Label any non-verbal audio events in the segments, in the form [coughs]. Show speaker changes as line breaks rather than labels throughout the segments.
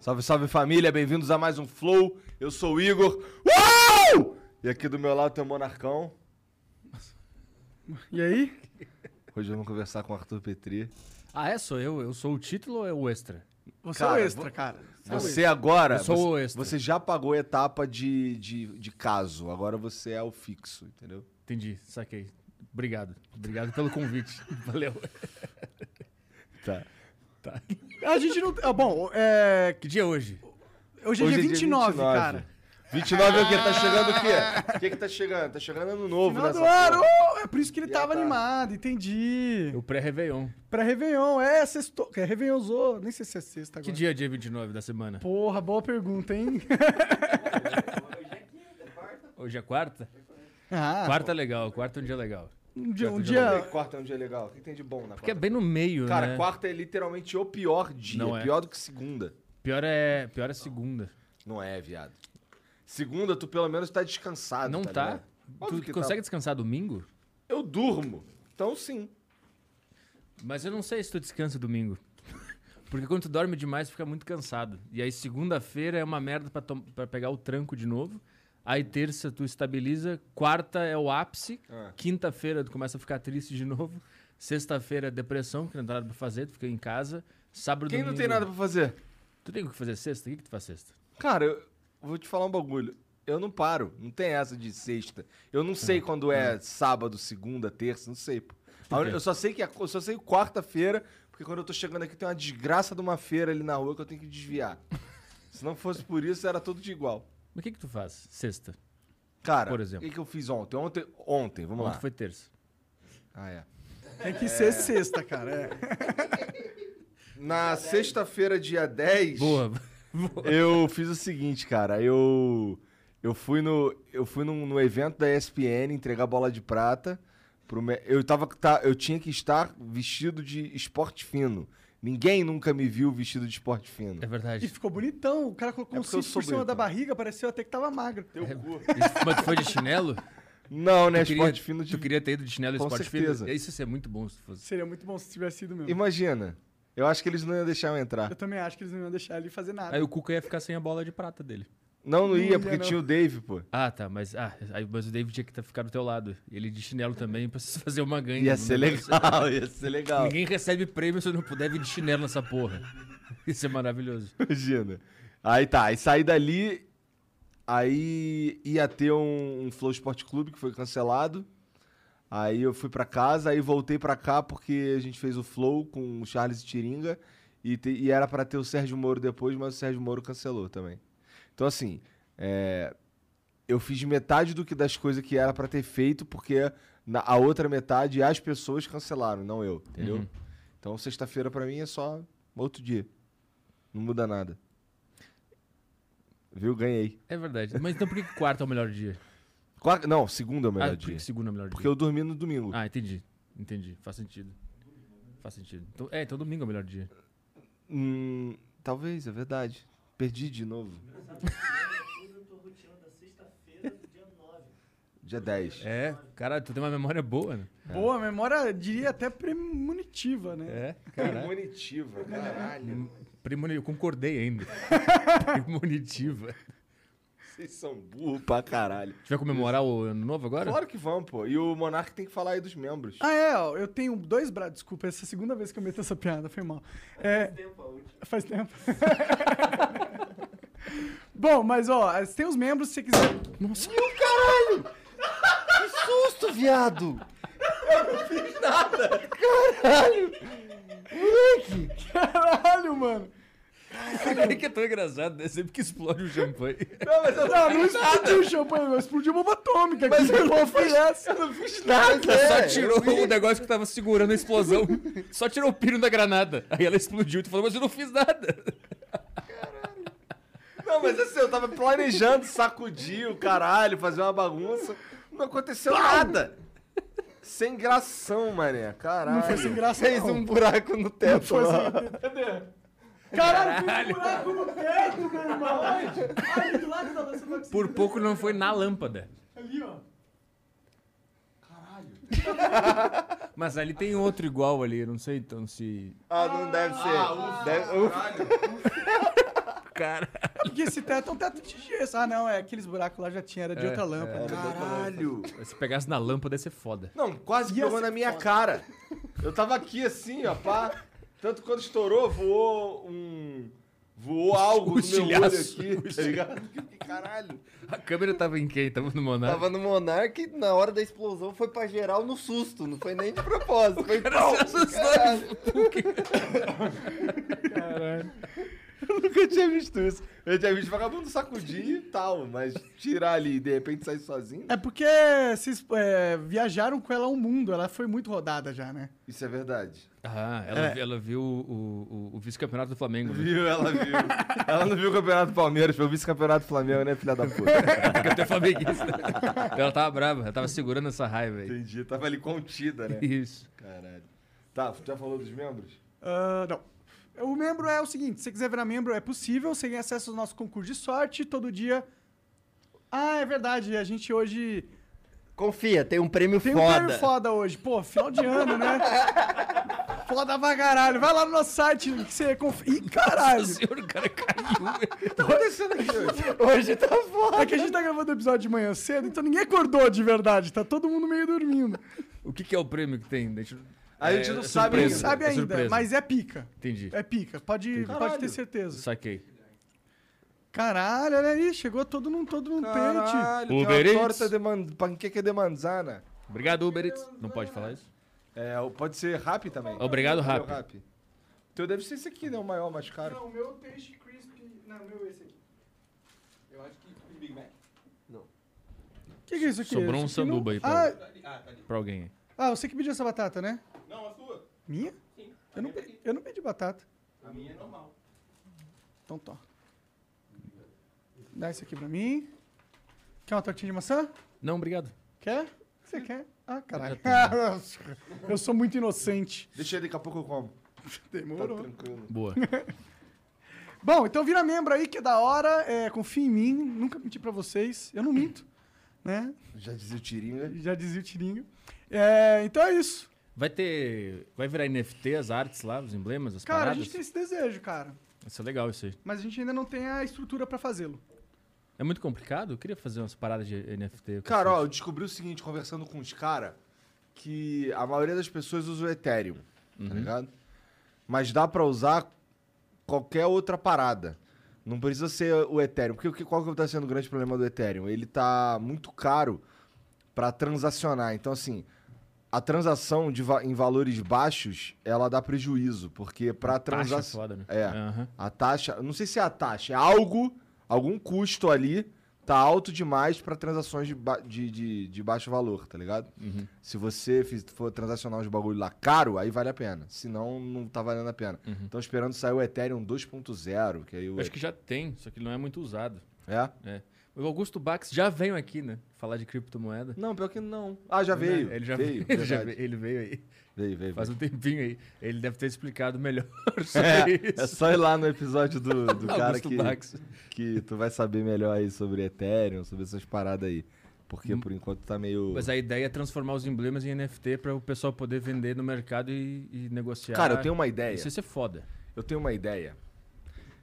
Salve, salve família, bem-vindos a mais um Flow. Eu sou o Igor. Uou! E aqui do meu lado tem o Monarcão.
E aí?
Hoje vamos conversar com o Arthur Petri.
Ah, é? Sou eu? Eu sou o título ou é o extra?
Você
Cara,
é o extra, cara. é o
Você agora.
Eu sou
você,
o extra.
Você já pagou a etapa de, de, de caso, agora você é o fixo, entendeu?
Entendi, saquei. Obrigado. Obrigado pelo convite. [laughs] Valeu.
Tá.
extra. A gente não. Ah, bom, é.
Que dia é hoje?
Hoje é dia 29, cara. Ah!
29 é o quê? Tá chegando o quê? O que que tá chegando? Tá chegando ano novo
Final
nessa
do ano!
porra.
oh, É por isso que ele
Já
tava
tá.
animado, entendi.
O pré-Réveillon.
Pré-Réveillon, é, sexto. É, Réveillonzou. Nem sei se é sexta agora.
Que dia é dia 29 da semana?
Porra, boa pergunta,
[laughs]
hein?
Hoje é quarta?
ah,
quarta é legal, quarta é um dia legal.
um dia. Um
quarta
Por que
dia
que Quarta é um dia legal. O que que tem de bom na
Porque é
quarta?
bem no meio,
Cara,
né?
quarta é literalmente o pior dia.
Não é.
Pior do que segunda.
Pior é, pior é segunda.
Não é, viado. Segunda, tu pelo menos tá descansado.
Não tá?
ligado? Óbvio
Tu
que
consegue
Tá.
descansar domingo?
Eu durmo. Então sim.
Mas eu não sei se tu descansa domingo. [laughs] Porque quando tu dorme demais, tu fica muito cansado. E aí segunda-feira é uma merda pra, tom- pra pegar o tranco de novo. Aí terça tu estabiliza, quarta é o ápice,
Ah.
quinta-feira tu começa a ficar triste de novo, sexta-feira é depressão, que não tem nada pra fazer, tu fica em casa, sábado
Quem não
domingo-
tem nada pra fazer?
Tu tem o que fazer sexta? O que, que tu faz sexta?
Cara, eu vou te falar um bagulho. Eu não paro. Não tem essa de sexta. Eu não sei
Hum.
quando é sábado, segunda, terça, não sei, pô. A un- Eu só sei que é, eu só sei quarta-feira, porque quando eu tô chegando aqui tem uma desgraça de uma feira ali na rua que eu tenho que
[laughs]
desviar. Se não fosse por isso, era tudo de igual.
Mas o que, que tu faz sexta?
Cara,
Por exemplo.
o que, que eu fiz ontem? Ontem, ontem, vamos
Ontem
lá.
foi terça.
Ah, é.
tem que ser sexta, cara.
[laughs]
É.
Na sexta-feira, dia 10,
Boa.
eu fiz o seguinte, cara. Eu eu fui no eu fui num, no evento da ESPN entregar bola de prata pro me- eu tava tá, eu tinha que estar vestido de esporte fino. Ninguém nunca me viu vestido de esporte fino.
[laughs] É
E
[laughs]
verdade.
ficou bonitão. O cara colocou
É
um
porque eu
cinto
sou
por cima
bonitão.
da barriga, pareceu até que tava magro.
Mas tu foi de chinelo?
[laughs] Não, né?
Tu queria-
Esporte fino de
Tu queria ter ido de chinelo e
Com
esporte
certeza.
fino? É Isso ia ser muito bom se tu fosse.
Seria muito bom se tivesse sido mesmo.
Imagina. Eu acho que eles não iam deixar eu
[laughs] Eu
entrar.
também acho que eles não iam deixar ele fazer nada.
Aí o Cuca ia ficar sem a bola de prata dele.
Não, não
Não
ia
ia,
porque
não.
tinha o Dave, pô.
Ah, tá, mas, ah, aí- mas o David tinha que tá- ficar do teu lado. Ele de chinelo também pra vocês fazer uma ganha.
Ia
Não
ser
dá pra
legal, [laughs] ia ser legal.
Ninguém recebe prêmio se não puder vir de chinelo nessa porra. [laughs] Isso é maravilhoso.
[laughs] Imagina. Aí tá, aí saí dali, aí ia ter um, um Flow Sport Clube que foi cancelado. Aí eu fui pra casa, aí voltei pra cá porque a gente fez o Flow com o Charles e Tiringa e, te- e era pra ter o Sérgio Moro depois, mas o Sérgio Moro cancelou também. Então assim, é, eu fiz metade do que das coisas que era pra ter feito porque na- a outra metade as pessoas cancelaram, não eu, entendeu?
Uhum.
Então sexta-feira pra mim é só outro dia. Não muda nada. Viu? Ganhei.
É verdade. Mas então por que que quarta é o melhor dia?
Quarta- Não, segunda é o melhor
ah, por
dia.
que que segunda é o melhor
Porque
dia?
eu dormi no domingo.
Ah, entendi. Entendi. Faz sentido. Faz sentido. Então- é, então domingo é o melhor dia.
Hum, talvez, é verdade. Perdi de novo. Dia 10.
É, caralho, tu tem uma memória boa, né?
Boa, memória, diria até premonitiva, né?
É,
Premonitiva, caralho.
Premoni... um Eu concordei [laughs] ainda. Premonitiva.
Vocês são burros pra caralho.
Tu vai comemorar o ano novo agora?
Claro que vão, pô. E o Monark tem que falar aí dos membros.
Ah, é, ó, eu tenho dois braços. Desculpa, essa é a segunda vez que eu meto essa piada, foi mal. É, faz tempo. [laughs] Bom, mas ó, tem os membros, se você quiser.
Nossa.
Que susto, viado! Eu não fiz nada! Caralho! Moleque!
Caralho, mano!
Por que que é tão engraçado, né? Sempre que explode o champanhe.
Não, mas eu
Não, não explodiu o champanhe, mas explodiu uma bomba atômica. Mas que bom foi essa?
não fiz nada!
[laughs] Só tirou um. o negócio que tava segurando a explosão. Só tirou o pino da granada. Aí ela explodiu e tu falou, mas eu não fiz nada.
Não, mas assim, eu tava planejando sacudir o caralho, fazer uma bagunça. Não aconteceu nada. Sem gração, mané. Caralho.
Não foi sem graça,
Fez
não.
um buraco no teto.
Foi
lá.
assim. Caralho, fez um buraco no teto, meu irmão. Ali do lado da lança do
Por pouco não foi na lâmpada.
Ali, ó.
Mas ali tem outro igual ali, não sei então se.
Ah, não deve ser. Deve- ufa.
Cara.
Porque esse teto é um teto de gesso. Ah, não, é aqueles buracos lá já tinha, era de
É,
outra lâmpada.
Caralho.
Se pegasse na lâmpada ia ser foda.
Não, quase
Ia
pegou
ser
na minha
[laughs]
cara. Eu tava aqui assim, ó, pá. Tanto que quando estourou, voou um. Voou algo do meu olho
estilhaço.
aqui, tá ligado? Que caralho.
A câmera tava em quem? Tava no Monark?
Tava no Monark e na hora da explosão foi pra geral no susto. Não foi nem de propósito. Foi pau. Caralho.
[laughs] Eu nunca tinha visto isso. Eu tinha visto vagabundo sacudir e tal, mas tirar ali e de repente sair sozinho,
É porque vocês é, viajaram com ela ao mundo, ela foi muito rodada já, né?
isso é verdade.
Ah, ela, ela viu o, o- o vice-campeonato do Flamengo. [laughs] né?
Viu, ela viu. Ela não viu o Campeonato Palmeiras, foi o vice-campeonato do Flamengo, né, filha da puta?
Porque eu tenho flamenguista. Então, ela tava brava, ela tava segurando essa raiva aí.
Entendi, tava ali contida, né?
Isso.
Caralho. Tá, já falou dos membros?
Ah, não. O membro é o seguinte: se você quiser virar membro, é possível. Você tem acesso ao nosso concurso de sorte todo dia. Ah, é verdade. A gente hoje.
Confia, tem um prêmio
Tem um
foda.
prêmio foda hoje. Pô, final de ano, né? Foda pra caralho. Vai lá no nosso site que você confia. Ih, caralho!
O senhor, o cara caiu.
O que tá acontecendo aqui hoje?
Hoje tá foda.
É que a gente tá gravando o episódio de manhã cedo, então ninguém acordou de verdade. Tá todo mundo meio dormindo.
O que, que é o prêmio que tem? Deixa eu-
A gente não sabe
Não
ainda.
surpresa,
sabe
é
ainda,
surpresa.
mas é pica.
Entendi.
É pica, pode, pode
Caralho.
ter certeza.
Saquei.
Caralho, olha aí, chegou todo num, todo num um pente.
Caralho, tem uma
Uber Eats.
torta de man... panqueca de manzana.
Obrigado, Uber Eats. Não pode falar isso?
É, o- pode ser rap também.
Obrigado,
Valeu,
Rap.
O Teu deve ser esse aqui, né? O maior, mais caro.
o meu peixe crispy. Não, meu é esse aqui.
Eu acho que o Big Mac.
Que que é isso aqui?
Sobrou um
Isso aqui não-
sanduba aí pra-
Ah,
Tá ali. Ah, tá ali.
Pra alguém aí.
ah, você que pediu essa batata, né?
Não, a sua.
Minha?
Sim. a
Eu não,
minha tá
pe-
aqui.
eu não pedi batata.
A minha é normal.
Então tô. Dá isso aqui pra mim. Quer uma tortinha de maçã?
Não, obrigado.
Quer? O
É.
que Você quer? Ah, caralho. [laughs]
Eu
Eu sou muito inocente.
Deixa aí, daqui a pouco eu como. Tá
Demorou.
tranquilo. [laughs]
Boa.
Bom, então vira membro aí, que é da hora. É, confia em mim. Nunca menti pra vocês. Eu não minto. [clears throat] Né?
Já dizia o tirinho, né?
Já dizia o tirinho. É, então é isso.
Vai ter. Vai virar NFT as artes lá, os emblemas, as
Cara, a
paradas?
gente tem esse desejo, cara.
Vai ser legal isso aí.
Mas a gente ainda não tem a estrutura pra fazê-lo.
É muito complicado? Eu queria fazer umas paradas de NFT.
Cara, ó, eu descobri o seguinte, conversando com os caras, que a maioria das pessoas usa o Ethereum, tá ligado? Mas dá pra usar qualquer outra parada. Não precisa ser o Ethereum. Porque o que- qual que tá sendo o grande problema do Ethereum? Ele tá muito caro pra transacionar. Então, assim, a transação de va- em valores baixos, ela dá prejuízo. Porque pra
Taxa é
transação...
foda, né?
É.
Aham.
A taxa, não sei se é a taxa, é algo, algum custo ali tá alto demais pra transações de, ba- de, de, de baixo valor, tá ligado?
Uhum.
Se você fiz- for transacionar uns bagulho lá caro, aí vale a pena. Senão, não tá valendo a pena. Estão esperando sair o Ethereum 2.0, que aí o...
Eu Uhum. acho que já tem, só que não é muito usado.
É?
É. O Augusto Bax já veio aqui, né? Falar de criptomoeda.
Não, pior que não. Ah, já veio.
Ele já
veio.
veio. [laughs] Ele, já
verdade.
veio ele veio aí.
Veio, veio,
Faz
veio.
um tempinho aí. Ele deve ter explicado melhor [laughs]
[laughs]
sobre
É, é
isso.
só ir lá no episódio do, do cara
[laughs] Augusto
que,
Bax.
que tu vai saber melhor aí sobre Ethereum, sobre essas paradas aí.
Hum.
Porque por enquanto tá meio.
Mas a ideia é transformar os emblemas em NFT pra o pessoal poder vender no mercado e, e negociar.
Cara, eu tenho uma ideia.
Isso é ia ser foda.
Eu tenho uma ideia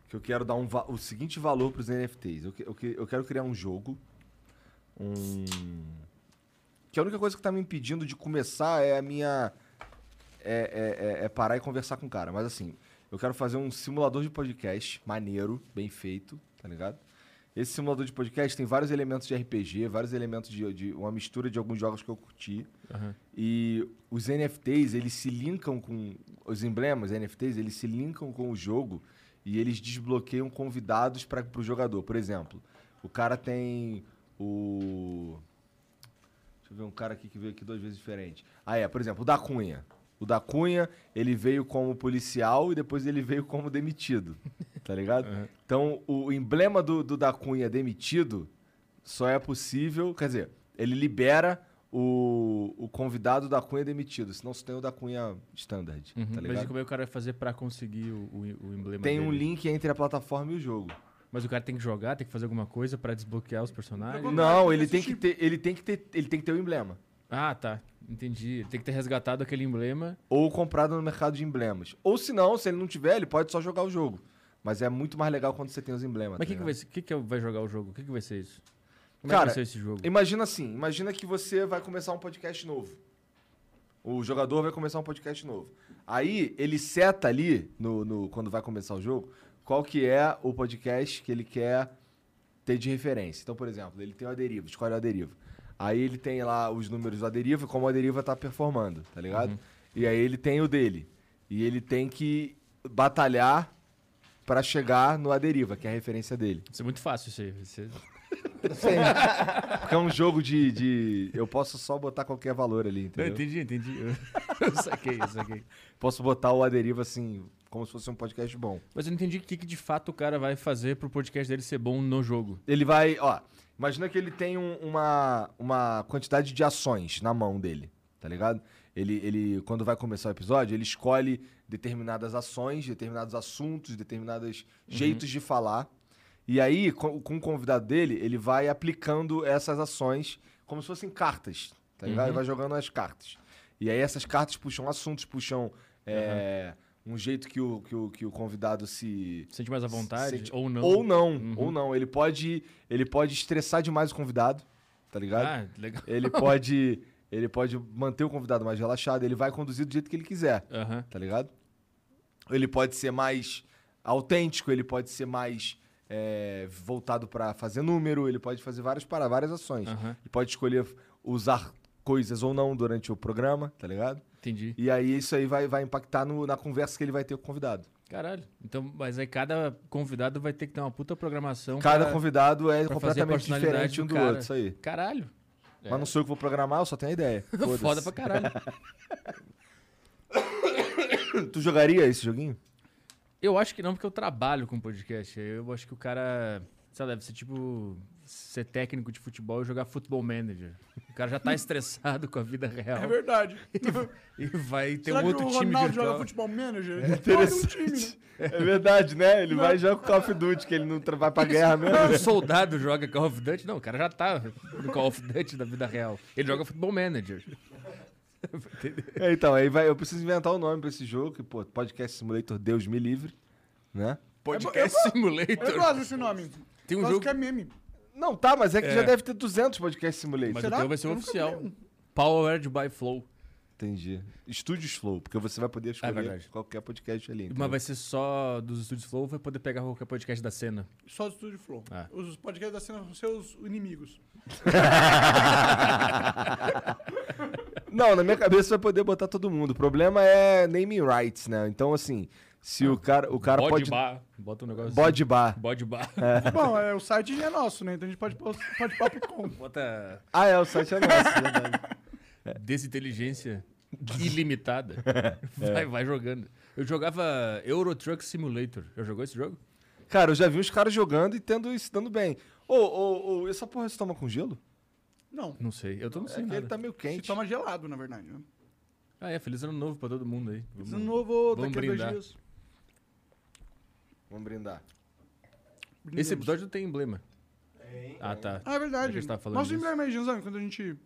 que eu quero dar um va- o seguinte valor para os NFTs. Eu, que- eu que- eu quero criar um jogo. Um... Que a única coisa que tá me impedindo de começar é a minha. É, é- é- é parar e conversar com o cara. Mas assim, eu quero fazer um simulador de podcast maneiro, bem feito, tá ligado? Esse simulador de podcast tem vários elementos de RPG, vários elementos de, de uma mistura de alguns jogos que eu curti.
Aham.
E os NFTs, eles se linkam com. Os emblemas NFTs, eles se linkam com o jogo e eles desbloqueiam convidados para o jogador. Por exemplo, o cara tem o. Deixa eu ver um cara aqui que veio aqui duas vezes diferente. Ah, é, por exemplo, o da Cunha. O da Cunha, ele veio como policial e depois ele veio como demitido. [laughs] Tá ligado? Então, o emblema do, do da Cunha demitido só é possível. Quer dizer, ele libera o, o convidado da Cunha demitido. Senão só tem o da Cunha standard.
Uhum.
Tá
Mas
ligado?
como é que é o cara vai fazer pra conseguir o, o- o emblema
Tem um
dele?
link entre a plataforma e o jogo.
Mas o cara tem que jogar, tem que fazer alguma coisa pra desbloquear os personagens?
Como
Não,
é que
ele
esse
tem que
tipo-
ter, ele tem que ter, ele tem que ter o emblema.
Ah, tá. Entendi. Ele Tem que ter resgatado aquele emblema.
Ou comprado no mercado de emblemas. Ou se não, se ele não tiver, ele pode só jogar o jogo. Mas é muito mais legal quando você tem os emblemas.
Mas o
tá
que, que,
ligado?
vai, ser- que, que é- vai jogar o jogo? O que, que vai ser isso? Como é que
Cara,
vai ser esse jogo?
Imagina assim, imagina que você vai começar um podcast novo. O jogador vai começar um podcast novo. Aí ele seta ali, no, no- quando vai começar o jogo, qual que é o podcast que ele quer ter de referência. Então, por exemplo, ele tem o Aderiva, escolhe o Aderiva. Aí ele tem lá os números do Aderiva, como o Aderiva tá performando, tá ligado? E aí ele tem o dele. E ele tem que batalhar pra chegar no Aderiva, que é a referência dele.
Isso é muito fácil isso aí.
[laughs]
Isso é-
Porque é um jogo de, de- Eu posso só botar qualquer valor ali,
Eu
entendeu?
entendi, [laughs] entendi. Eu, eu saquei, eu saquei.
Posso botar o Aderiva assim, como se fosse um podcast bom.
Mas eu não entendi o que, que de fato o cara vai fazer pro podcast dele ser bom no jogo.
Ele vai, ó. Imagina que ele tem um- uma, uma quantidade de ações na mão dele, tá ligado? Ele, ele, quando vai começar o episódio, ele escolhe determinadas ações, determinados assuntos, determinados jeitos de falar. E aí, co- com o convidado dele, ele vai aplicando essas ações como se fossem cartas, tá ligado? Ele vai jogando as cartas. E aí essas cartas puxam assuntos, puxam é, um jeito que o, que o, que o convidado se
Sente mais à vontade?
Sente-
Ou não?
ou não,
Uhum.
ou não. Ele pode, ele pode estressar demais o convidado, tá ligado?
Ah, legal.
Ele
[laughs]
pode, ele pode manter o convidado mais relaxado. Ele vai conduzir do jeito que ele quiser,
Aham.
tá ligado? Ele pode ser mais autêntico. Ele pode ser mais é, voltado pra fazer número. Ele pode fazer várias para várias ações.
Aham.
Ele pode escolher usar coisas ou não durante o programa, tá ligado?
Entendi.
E aí isso aí vai, vai impactar no- na conversa que ele vai ter com o convidado.
Caralho. Então, mas aí cada convidado vai ter que ter uma puta programação.
Cada
pra-
convidado é
Um pra fazer a
completamente
personalidade
diferente um do
cara.
outro, isso aí.
Caralho.
Mas não sou eu que vou programar, eu só tenho a
[laughs]
ideia. Foda-se.
É. Foda pra caralho.
Tu jogaria esse joguinho?
Eu acho que não, porque eu trabalho com podcast. Eu acho que o cara, sei lá, deve ser tipo ser técnico de futebol e jogar futebol manager. O cara já tá estressado com a vida
É
real
verdade.
e vai ter
Será
um
que
outro
o
time
Ronaldo
virtual. É
joga
[laughs]
futebol manager? Ele Olha um time, né?
É verdade, né? Ele vai e joga o Call of Duty, que ele não tra- vai pra guerra mesmo.
O Um soldado joga Call of Duty? Não, o cara já tá no Call of Duty da vida real. Ele joga futebol manager.
É, então, aí vai, eu preciso inventar o nome pra esse jogo, que, pô, Podcast Simulator Deus me livre, né?
Podcast
né?
[laughs]
Eu
Simulator.
gosto desse nome.
é Tem um
Eu gosto
jogo,
que é meme.
Não, tá, mas é que
É.
já deve ter 200 Podcast Simulator.
mas o
é- Será?
teu vai ser
Eu
um
nunca
oficial. Powered by Flow.
Entendi. Estúdios Flow, porque você vai poder escolher
É verdade.
qualquer podcast ali. entendeu?
Mas vai ser só dos estúdios Flow, vai poder pegar qualquer podcast da cena.
Só do Studio Flow.
Ah.
Os podcasts da cena são seus inimigos.
Não, na minha cabeça vai poder botar todo mundo. O problema é naming rights, né? Então, assim, se o cara, o cara
Ah. Bode
pode...
bar. Bota um negócio
Bode bar.
assim. Bode bar.
[laughs] Bom, é, o site é nosso, né? Então a gente pode pôr pode pôr pro com.
Bota
Ah, é, o site é nosso,
[laughs]
é verdade. [laughs]
desinteligência ilimitada.
É.
Vai, vai jogando. Eu jogava Euro Truck Simulator. Já jogou esse jogo?
Cara, eu já vi os caras jogando e tendo e se dando bem. Ô, ô, ô, essa porra se toma com gelo?
Não.
Não sei. Eu tô não
É
sei
que
nada.
ele tá meio
Se
quente.
toma gelado, na verdade. Né?
Ah, é. Feliz ano novo pra todo mundo aí. Vamos-
Esse novo,
Vamos
daqui a dois
brindar.
dias.
Vamos brindar.
Esse
brindemos.
episódio não tem emblema. Ah, tá.
Ah, é
A
verdade.
gente tava falando
Mostra o
disso.
emblema aí, Janzão, quando a gente...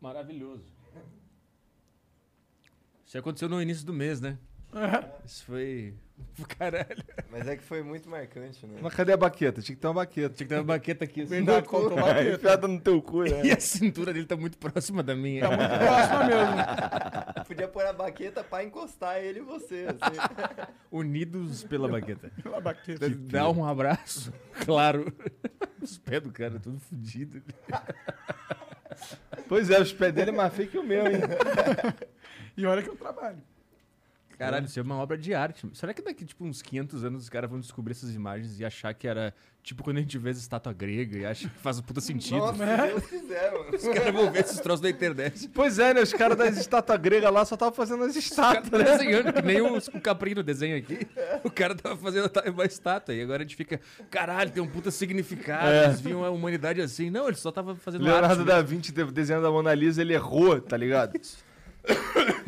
Maravilhoso. Isso aconteceu no início do mês, né? Isso foi. [laughs] Caralho.
Mas é que foi muito marcante, né?
Mas cadê a baqueta? Tinha que ter uma
[laughs]
baqueta.
Tinha que ter uma baqueta aqui
[laughs]
assim.
Verdade, faltou
[laughs]
bater.
Enfiada no teu cu, né?
[laughs] E a cintura dele tá muito próxima da minha.
Próxima [laughs] mesmo. né?
Podia pôr a baqueta pra encostar ele e você. assim.
Unidos pela baqueta.
Pela baqueta.
[laughs] Dá um abraço, [laughs] claro. Os pés do cara tudo fodido. [laughs]
Pois é, os pés dele é mais feio que o meu, hein?
E olha que eu trabalho.
Caralho,
Caralho.
isso é uma obra de arte. Será que daqui, tipo, uns 500 anos os caras vão descobrir essas imagens e achar que era, tipo, quando a gente vê as estátua grega e acha que faz um puta sentido?
Nossa, né? se Deus quiser, mano.
[laughs] Os caras vão ver esses troços da internet.
Pois é, né? Os caras das estátuas gregas lá só estavam fazendo as
[laughs]
estátuas, né?
Tá Desenhando, que nem o, o Caprino desenha aqui. O cara tava fazendo a- uma estátua e agora a gente fica, caralho, tem um puta significado. Eles viam a humanidade assim. Não, ele só tava fazendo
Leonardo
arte.
da Vinci teve desenho da Mona Lisa, ele errou, tá
[coughs]
ligado?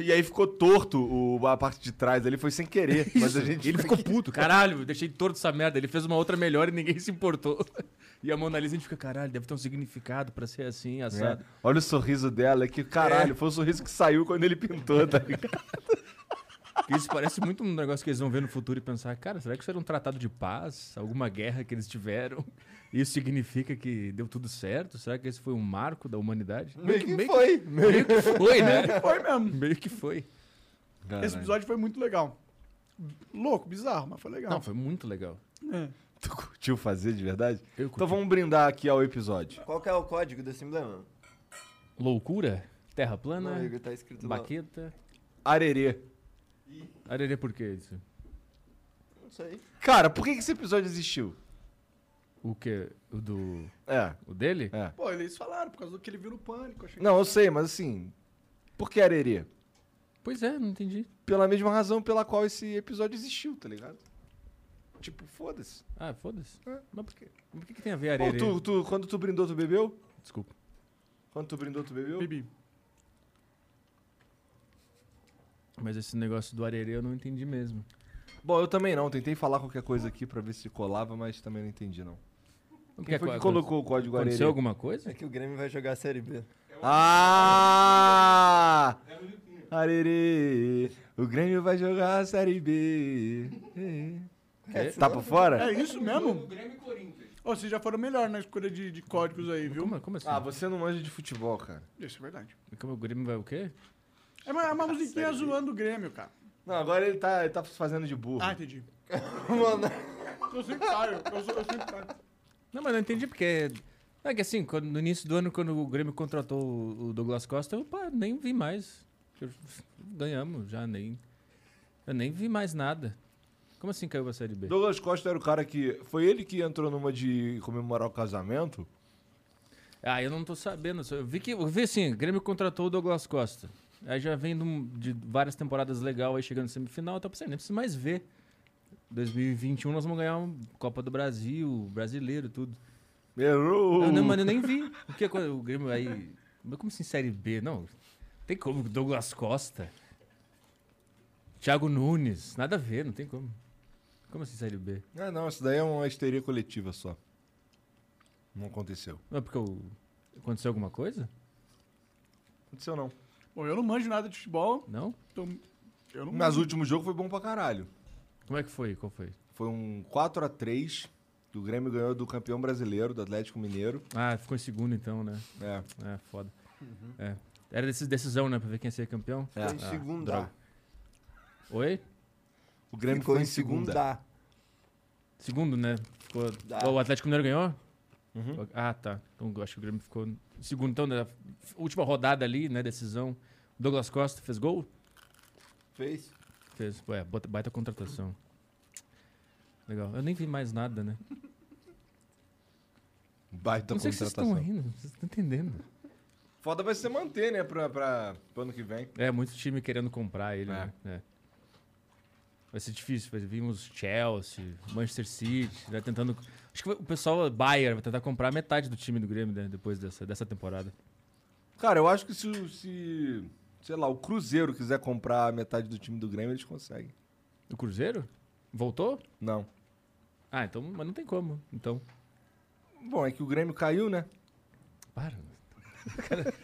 E aí ficou torto o- a parte de trás ali, foi sem
[laughs]
querer. Mas a gente.
Ele ficou puto, caralho, eu deixei torto essa merda. Ele fez uma outra melhor e ninguém [laughs] se importou. E a Mona Lisa a gente fica, caralho, deve ter um significado pra ser assim, assado.
É. Olha o sorriso dela, que
É.
caralho, foi o sorriso que saiu quando ele pintou, tá ligado?
Porque Isso parece muito um negócio que eles vão ver no futuro e pensar, cara, será que isso era um tratado de paz? Alguma guerra que eles tiveram? Isso significa que deu tudo certo? Será que esse foi um marco da humanidade?
Meio que foi.
Meio que foi, né? [laughs]
Foi mesmo.
Meio que foi.
Esse episódio foi muito legal. Louco, bizarro, mas foi legal.
Não, foi muito legal.
É.
Tu curtiu fazer de verdade?
Eu
Então
curti.
vamos brindar aqui ao episódio.
Qual que é o código desse emblema?
Loucura, terra
Não,
plana,
Igor, tá escrito lá.
baqueta.
Arerê.
Arerê por quê? Isso?
Não sei.
Cara, por que que esse episódio existiu?
O quê? O do.
É,
O dele?
é.
Pô, eles falaram por causa do que ele viu no pânico. Achei
Não, eu sei, mas assim. Por que Arerê?
Pois é, não entendi.
Pela mesma razão pela qual esse episódio existiu, tá ligado? Tipo, foda-se.
Ah, foda-se.
É.
Mas por quê? Por que, que tem a ver
Pô,
arerê?
tu, tu- quando tu brindou, tu bebeu?
Desculpa.
Quando tu brindou, tu bebeu?
que bebi.
Mas esse negócio do arerê eu não entendi mesmo.
Bom, eu também não. Tentei falar qualquer coisa aqui pra ver se colava, mas também não entendi, não.
Porque
Quem foi que
aco-
colocou o código Arerê?
é Aconteceu alguma coisa?
É que o Grêmio vai jogar a Série B.
Ah! Arerê! O Grêmio vai jogar a Série B.
É,
Tá por fora?
É isso mesmo?
O Grêmio e Corinthians.
Ô, vocês já foram melhor na escolha de, de códigos aí, viu?
Como, como assim?
Ah, você não manja de futebol, cara.
Isso é verdade.
Como o Grêmio vai o quê?
É uma, é uma musiquinha zoando o Grêmio, cara.
Não, agora ele tá, ele tá fazendo de burro.
Ah, entendi.
Mano,
né? Eu sempre caio. Eu, sou- eu sempre caio.
Não, mas não entendi porque. É que assim, quando- no início do ano, quando o Grêmio contratou o o Douglas Costa, eu pá, nem vi mais. Eu- ganhamos, já nem. Eu nem vi mais nada. Como assim caiu a Série B?
Douglas Costa era o cara que. Foi ele que entrou numa de comemorar o casamento?
Ah, eu não tô sabendo. só- Eu vi que. Eu vi assim, o Grêmio contratou o Douglas Costa. Aí já vem de, um- de várias temporadas legal aí chegando no semifinal, então eu pensei, nem preciso mais ver. 2021 nós vamos ganhar um Copa do Brasil, brasileiro, tudo.
Errou!
Eu, não, mano, eu nem vi. O que acon- o Grêmio aí. Mas como assim série B? Não. Tem como Douglas Costa. Thiago Nunes. Nada a ver, não tem como. Como assim série B?
Ah, não, isso daí é uma histeria coletiva só. Não aconteceu.
Não é porque o- aconteceu alguma coisa?
Aconteceu não.
Bom, eu não manjo nada de futebol,
Não?
então. Eu não
Mas
manjo.
o último jogo foi bom pra caralho.
Como é que foi? Qual foi?
Foi um 4 a 3 O Grêmio ganhou do campeão brasileiro, do Atlético Mineiro.
Ah, ficou em segundo então, né?
É.
É, foda. É. Era desse decisão, né? Pra ver quem ia ser campeão.
É.
ficou em segunda.
droga.
Oi?
O Grêmio ficou, em segunda.
Segundo, né? Ficou...
Dá.
O Atlético Mineiro ganhou?
Uhum.
Ah, tá. Então eu acho que o Grêmio ficou. em Segundo, então, né? última rodada ali, né? Decisão. Douglas Costa fez gol?
Fez.
Fez. Ué, bota- baita contratação. Legal. Eu nem vi mais nada, né?
Baita
não sei se vocês
contratação.
estão rindo, vocês estão entendendo.
Foda vai ser manter, né, pra, pra, pro ano que vem.
É, muito time querendo comprar ele,
É.
né? É. Vai ser difícil. vai- Vimos Chelsea, Manchester City, né? Tentando. Acho que o pessoal Bayern vai tentar comprar metade do time do Grêmio, né? Depois dessa, dessa temporada.
Cara, eu acho que se, o- se, sei lá, o Cruzeiro quiser comprar metade do time do Grêmio, eles conseguem.
O Cruzeiro? Voltou?
Não.
Ah, então. Mas não tem como. Então.
Bom, é que o Grêmio caiu, né?
Para. O cara,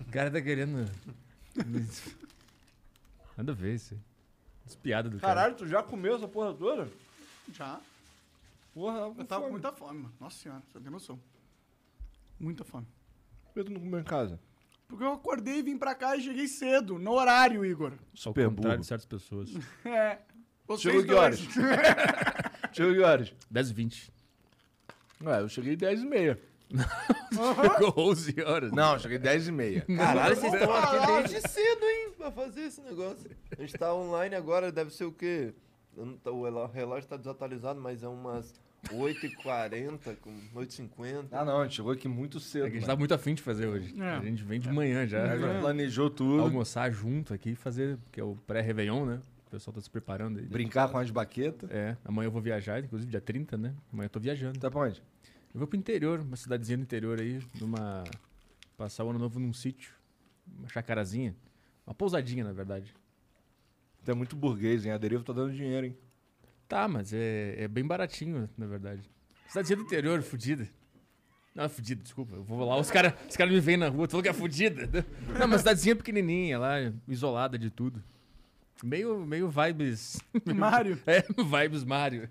o cara tá querendo. [laughs] Nada a ver isso aí. As piadas do cara.
Caralho, tu já comeu essa porra toda?
Já.
Porra, eu
Eu tava com muita fome, mano. Nossa senhora, você não tem noção. Muita fome.
Por que tu não comeu em casa?
Porque eu acordei e vim pra cá e cheguei cedo, no horário, Igor.
Só o
Super
contrário
burro.
de certas pessoas.
[laughs] É. Vocês
Chegou que
[laughs]
horas?
dois.
Chegou que horas?
10
[laughs]
e 20.
Ué, eu cheguei 10 e meia.
Ficou 11 horas.
Não, eu cheguei 10 e meia.
Caralho, vocês estão aqui desde cedo, hein? pra fazer esse negócio. A gente tá online agora, deve ser o quê? Eu não tô- o relo- relógio tá desatualizado, mas é umas 8h40, com 8h50.
Ah, não, a gente chegou aqui muito cedo. né?
É que a gente
mano.
tá muito afim de fazer hoje.
É.
A gente vem de manhã já.
A gente
pra
planejou É. tudo,
Almoçar junto aqui e fazer, que é o pré-Réveillon, né? O pessoal tá se preparando. aí.
brincar com as baquetas.
É, amanhã eu vou viajar, inclusive dia 30, né? Amanhã eu tô viajando.
Tá pra onde?
Eu vou pro interior, uma cidadezinha do interior aí, numa. Passar o ano novo num sítio. Uma chacarazinha. Uma pousadinha, na verdade.
Tu é muito burguês, hein? A deriva tá dando dinheiro, hein?
Tá, mas é, é bem baratinho, na verdade. Cidadezinha do interior, fudida. Não, é fudida, desculpa. Eu vou lá, os caras os cara me veem na rua, tu falou que é fudida. Não, uma cidadezinha pequenininha lá, isolada de tudo. Meio, meio vibes.
Mário.
[laughs] É, vibes Mario.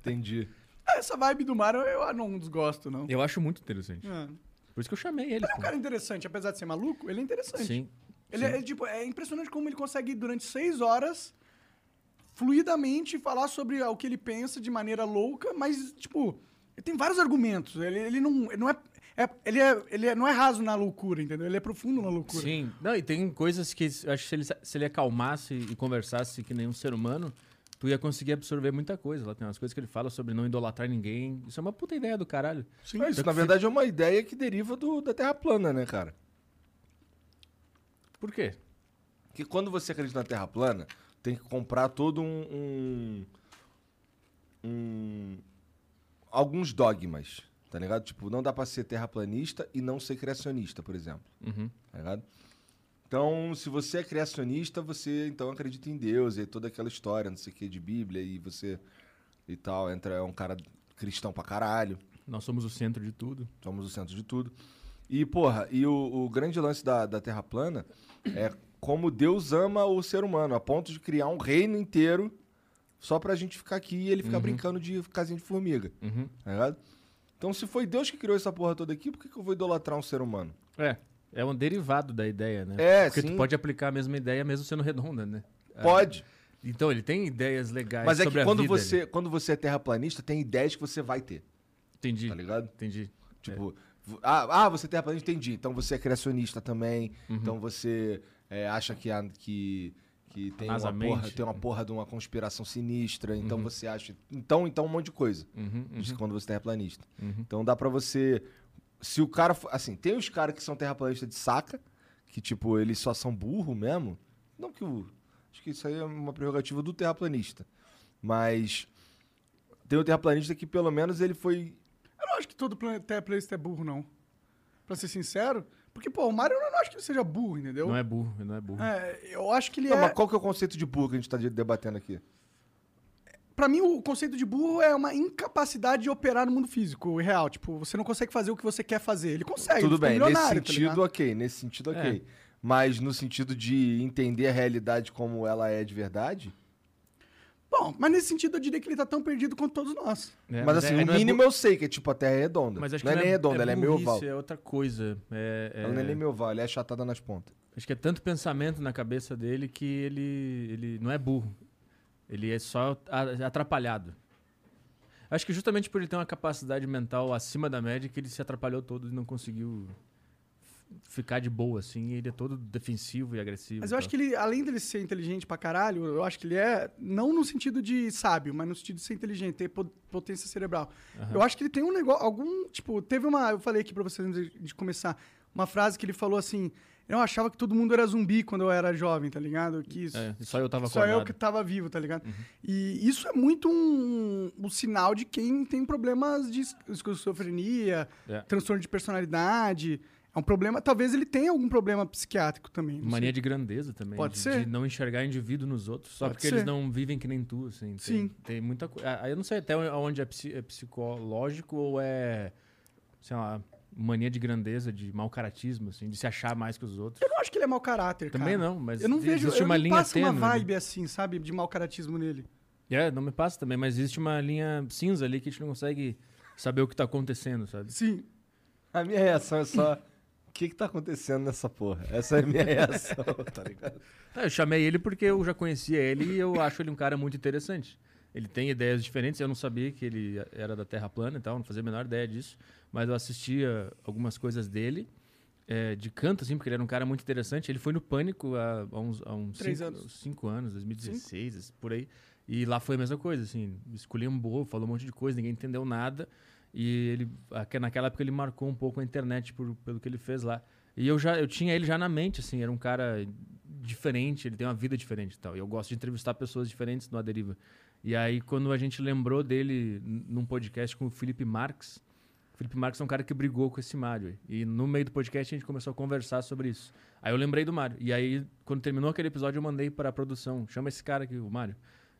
Entendi.
É, Essa vibe do Mario eu não desgosto, não.
Eu acho muito interessante.
É.
Por isso que eu chamei ele.
Ele é um
pô.
cara interessante, apesar de ser maluco, ele é interessante.
Sim.
Ele é, tipo, é impressionante como ele consegue, durante seis horas, fluidamente falar sobre o que ele pensa de maneira louca, mas, tipo, ele tem vários argumentos. Ele, ele não, ele não é, é- Ele, é, ele é- não é raso na loucura, entendeu? Ele é profundo na loucura.
Sim. Não, e tem coisas que eu acho que se ele, se ele acalmasse e conversasse que nem um ser humano, tu ia conseguir absorver muita coisa. Lá tem umas coisas que ele fala sobre não idolatrar ninguém. Isso é uma puta ideia do caralho.
É, isso, na verdade, é uma ideia que deriva do, da Terra plana, né, cara?
Por quê?
Que quando você acredita na Terra plana, tem que comprar todo um. um, um- alguns dogmas, tá ligado? Tipo, não dá pra ser terraplanista e não ser criacionista, por exemplo.
Uhum.
Tá ligado? Então, se você é criacionista, você então acredita em Deus e toda aquela história, não sei o que, de Bíblia e você. e tal, entra, é um cara cristão pra caralho.
Nós somos o centro de tudo.
Somos o centro de tudo. E, porra, e o, o grande lance da, da Terra plana é como Deus ama o ser humano, a ponto de criar um reino inteiro só pra gente ficar aqui e ele ficar
Uhum.
brincando de casinha de formiga. Tá ligado? Então, se foi Deus que criou essa porra toda aqui, por que, que eu vou idolatrar um ser humano?
É. É um derivado da ideia, né?
É,
Porque
sim.
tu pode aplicar a mesma ideia mesmo sendo redonda, né?
Pode.
Então, ele tem ideias legais
Mas é
sobre
que
a
quando
vida,
você,
né?
quando você é terraplanista, tem ideias que você vai ter,
Entendi.
tá ligado?
Entendi.
Tipo, v- ah, ah, você é terraplanista, entendi. Então você é criacionista também.
Uhum.
Então você é, acha que, a- que, que tem, uma
Anasamente.
porra, tem uma porra de uma conspiração sinistra. Então você acha. Então, então um monte de coisa.
Uhum, uhum.
Isso quando você é terraplanista. Então dá pra você. Se o cara. fo- Assim, tem os caras que são terraplanistas de saca, que tipo, eles só são burro mesmo. Não que o. Acho que isso aí é uma prerrogativa do terraplanista. Mas. Tem o terraplanista que pelo menos ele foi
Eu não acho que todo plane- terraplanista é burro, não. Pra ser sincero. Porque, pô, o Mario eu não acho que ele seja burro, entendeu?
Não é burro, não é burro.
É, eu acho que ele
Não,
é...
mas qual que é o conceito de burro que a gente tá de- debatendo aqui?
Pra mim, o conceito de burro é uma incapacidade de operar no mundo físico e real. Tipo, você não consegue fazer o que você quer fazer. Ele consegue,
Tudo
ele ficou
bem, nesse
milionário, tá
sentido,
ligado?
ok. Nesse sentido, ok.
É.
Mas no sentido de entender a realidade como ela é de verdade.
Bom, mas nesse sentido, eu diria que ele tá tão perdido quanto todos nós.
É,
mas assim,
é-
o
não é
mínimo
bu-
eu sei que é tipo a Terra é redonda.
Mas acho
não
que
é nem redonda, ela é meio
burrice,
oval.
É outra coisa. É, é-
Ela não é nem meio oval, ela é achatada nas pontas.
Acho que é tanto pensamento na cabeça dele que ele, ele não é burro. Ele é só a- atrapalhado. Acho que justamente por ele ter uma capacidade mental acima da média que ele se atrapalhou todo e não conseguiu f- ficar de boa, assim. e Ele é todo defensivo e agressivo.
Mas eu acho que ele, além dele ser inteligente pra caralho, eu acho que ele é, não no sentido de sábio, mas no sentido de ser inteligente, ter po- potência cerebral. Eu acho que ele tem um negócio, algum, tipo, teve uma, eu falei aqui pra vocês antes de- de começar, uma frase que ele falou assim, eu achava que todo mundo era zumbi quando eu era jovem, tá ligado? Que isso,
É, só eu tava
Só
acordado. Uhum.
eu que tava vivo, tá ligado? E isso é muito um, um sinal de quem tem problemas de es- esquizofrenia,
É.
transtorno de personalidade. É um problema. Talvez ele tenha algum problema psiquiátrico também. não
Mania de grandeza também.
Pode
de,
ser.
De não enxergar indivíduo nos outros. Só
Pode
porque eles
ser.
não vivem que nem tu, assim. Tem,
Sim.
Tem muita coisa. Aí eu não sei até onde é, psi- é psicológico ou é, sei lá, mania de grandeza, de mau caratismo, assim, de se achar mais que os outros.
Eu não acho que ele é mau caráter,
Também
cara.
não, mas
Eu não vejo.
existe
Eu
uma
não
linha
passo uma
tênue ali.
vibe assim, sabe? De mau caratismo nele.
É, não me passa também, mas existe uma linha cinza ali que a gente não consegue saber o que tá acontecendo, sabe?
Sim.
[laughs] A minha reação é só. O que que tá acontecendo nessa porra? Essa é a minha reação, [laughs] tá ligado?
Ah, eu chamei ele porque eu já conhecia ele e eu acho ele um cara muito interessante. Ele tem ideias diferentes, eu não sabia que ele era da Terra plana e tal, não fazia a menor ideia disso, mas eu assistia algumas coisas dele. é, de canto, assim, porque ele era um cara muito interessante. Ele foi no Pânico há, há uns, há uns
Três
cinco,
anos.
cinco anos, 2016, esse- por aí. E lá foi a mesma coisa, assim, esculhambou, falou um monte de coisa, ninguém entendeu nada. E ele, aque- naquela época ele marcou um pouco a internet por- pelo que ele fez lá. E eu já eu tinha ele já na mente, assim, era um cara diferente, ele tem uma vida diferente e tal. E eu gosto de entrevistar pessoas diferentes no A Deriva. E aí, quando a gente lembrou dele n- num podcast com o Felipe Marx, o Felipe Marx é um cara que brigou com esse Mário. E no meio do podcast a gente começou a conversar sobre isso. Aí eu lembrei do Mário. E aí, quando terminou aquele episódio, eu mandei para a produção: chama esse cara aqui, o Mário.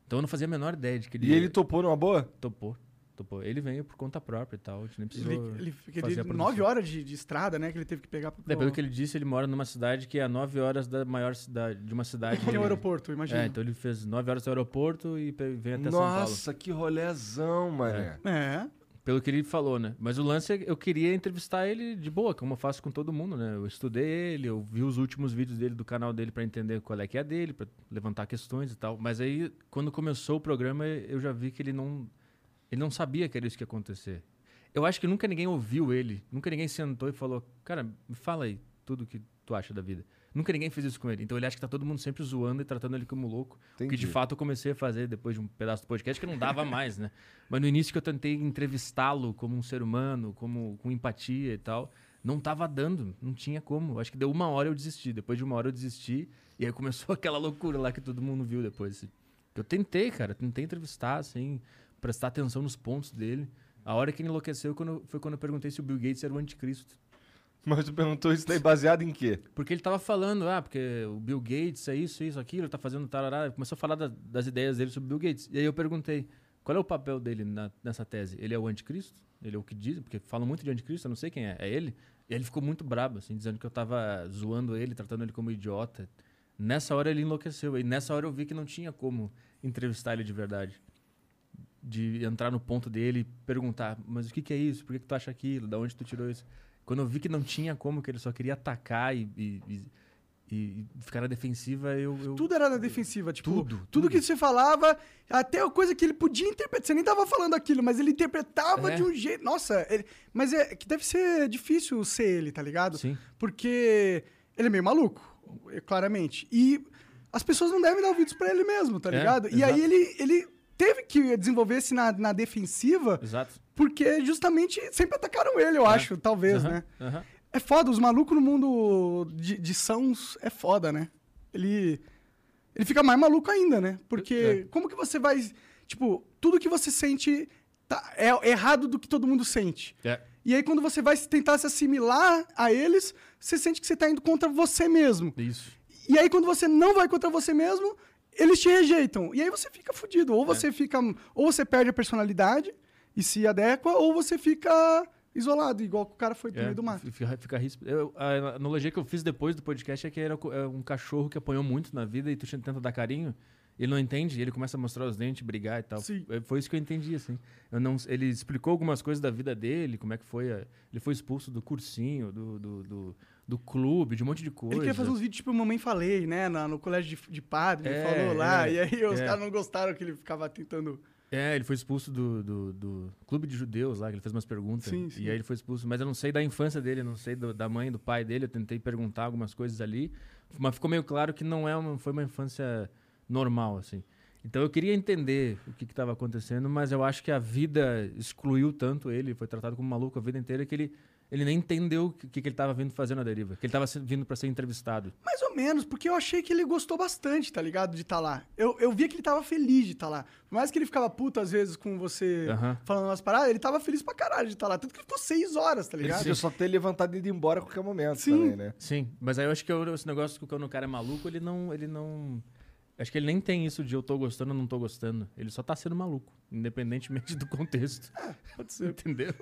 Então eu não fazia a menor ideia de que ele.
E ele topou numa boa?
topou. Topou. Ele veio por conta própria e tal. A gente nem
Ele,
precisou.
ele fica
fazer
de
a produção.
nove horas de, de estrada, né? Que ele teve que pegar pra.
É, pelo que ele disse, ele mora numa cidade que é a 9 horas da maior cidade, de uma
[laughs]
cidade.
Tem um aeroporto, imagina.
É, então ele fez 9 horas do aeroporto e pe- vem até São Paulo.
Nossa, que rolézão, mané.
É.
Pelo que ele falou, né? Mas o lance é que eu queria entrevistar ele de boa, como eu faço com todo mundo, né? Eu estudei ele, eu vi os últimos vídeos dele do canal dele pra entender qual é que é dele, pra levantar questões e tal. Mas aí, quando começou o programa, eu já vi que ele não ele não sabia que era isso que ia acontecer. Eu acho que nunca ninguém ouviu ele, nunca ninguém sentou e falou: "Cara, me fala aí tudo que tu acha da vida". Nunca ninguém fez isso com ele. Então ele acha que tá todo mundo sempre zoando e tratando ele como louco. Que de
Entendi.
fato eu comecei a fazer depois de um pedaço do podcast que não dava mais, né? Mas no início que eu tentei entrevistá-lo como um ser humano, como com empatia e tal, não tava dando, não tinha como. Acho que deu uma hora eu desisti. Depois de uma hora eu desisti e aí começou [laughs] aquela loucura lá que todo mundo viu depois. assim. Eu tentei, cara, tentei entrevistar, assim, prestar atenção nos pontos dele. A hora que ele enlouqueceu quando- foi quando eu perguntei se o Bill Gates era o anticristo.
Mas tu perguntou isso daí [laughs] baseado em quê?
Porque ele tava falando, ah, porque o Bill Gates é isso, isso, aquilo, tá fazendo tarará. Ele Começou a falar da- das ideias dele sobre o Bill Gates. E aí eu perguntei, qual é o papel dele na- nessa tese? Ele é o anticristo? Ele é o que diz? Porque falam muito de anticristo, eu não sei quem é. É ele? E ele ficou muito brabo, assim, dizendo que eu tava zoando ele, tratando ele como idiota. Nessa hora ele enlouqueceu. E nessa hora eu vi que não tinha como entrevistar ele de verdade. De entrar no ponto dele e perguntar, mas o que, que é isso? Por que, que tu acha aquilo? Da onde tu tirou isso? Quando eu vi que não tinha como, que ele só queria atacar e, e, e- e ficar na defensiva, eu. eu-
Tudo era na defensiva, tipo,
Tudo,
tudo,
tudo.
que você falava, até a coisa que ele podia interpretar, você nem tava falando aquilo, mas ele interpretava
É.
de um jeito, nossa, ele- mas é que deve ser difícil ser ele, tá ligado?
Sim.
Porque ele é meio maluco, é, claramente. E as pessoas não devem dar ouvidos pra ele mesmo, tá
É,
ligado? E
exato.
aí ele, ele teve que desenvolver-se na, na defensiva,
Exato.
porque justamente sempre atacaram ele, eu acho, talvez,
É, Aham,
né?
aham.
É foda, os malucos no mundo de, de sãos é foda, né? Ele. Ele fica mais maluco ainda, né?
É.
Porque como que você vai. Tipo, tudo que você sente tá- é errado do que todo mundo sente.
É.
E aí, quando você vai se- tentar se assimilar a eles, você sente que você tá indo contra você mesmo.
Isso.
E aí, quando você não vai contra você mesmo, eles te rejeitam. E aí você fica fudido.
É.
Ou você fica. Ou você perde a personalidade e se adequa, ou você fica isolado, igual que o cara foi pro
É,
meio do mato.
Fica, fica ríspido. Eu- a analogia que eu fiz depois do podcast é que era co- é um cachorro que apanhou muito na vida e tu tenta dar carinho, ele não entende, e ele começa a mostrar os dentes, brigar e tal.
Sim.
É, Foi isso que eu entendi, assim. Eu não, ele explicou algumas coisas da vida dele, como é que foi. a- ele foi expulso do cursinho, do, do, do, do clube, de um monte de coisa.
Ele queria fazer uns vídeos tipo Mamãe Falei, né? na- no colégio de, de padre, ele
É,
falou lá.
é,
e aí os
é.
caras não gostaram que ele ficava tentando.
É, ele foi expulso do, do, do clube de judeus lá, que ele fez umas perguntas.
Sim, sim.
E aí ele foi expulso. Mas eu não sei da infância dele, eu não sei do- da mãe, do pai dele. Eu tentei perguntar algumas coisas ali. Mas ficou meio claro que não é uma, foi uma infância normal, assim. Então eu queria entender o que estava acontecendo, mas eu acho que a vida excluiu tanto ele, foi tratado como maluco a vida inteira, que ele, ele nem entendeu o que, que ele estava vindo fazer na deriva. Que ele estava vindo para ser entrevistado.
Mais ou menos, porque eu achei que ele gostou bastante, tá ligado? De estar lá. Eu, eu via que ele tava feliz de estar lá. Por mais que ele ficava puto às vezes com você
Aham.
falando umas paradas, ele tava feliz pra caralho de estar lá. Tanto que ele ficou seis horas, tá
Ele
ligado?
podia só ter levantado e ido embora a qualquer momento
Sim.
também, né?
Sim, mas aí eu acho que eu- esse negócio que quando o cara é maluco, ele não. Ele não. Acho que ele nem tem isso de eu tô gostando ou não tô gostando. Ele só tá sendo maluco, independentemente do contexto.
[laughs] Pode ser.
Entendeu?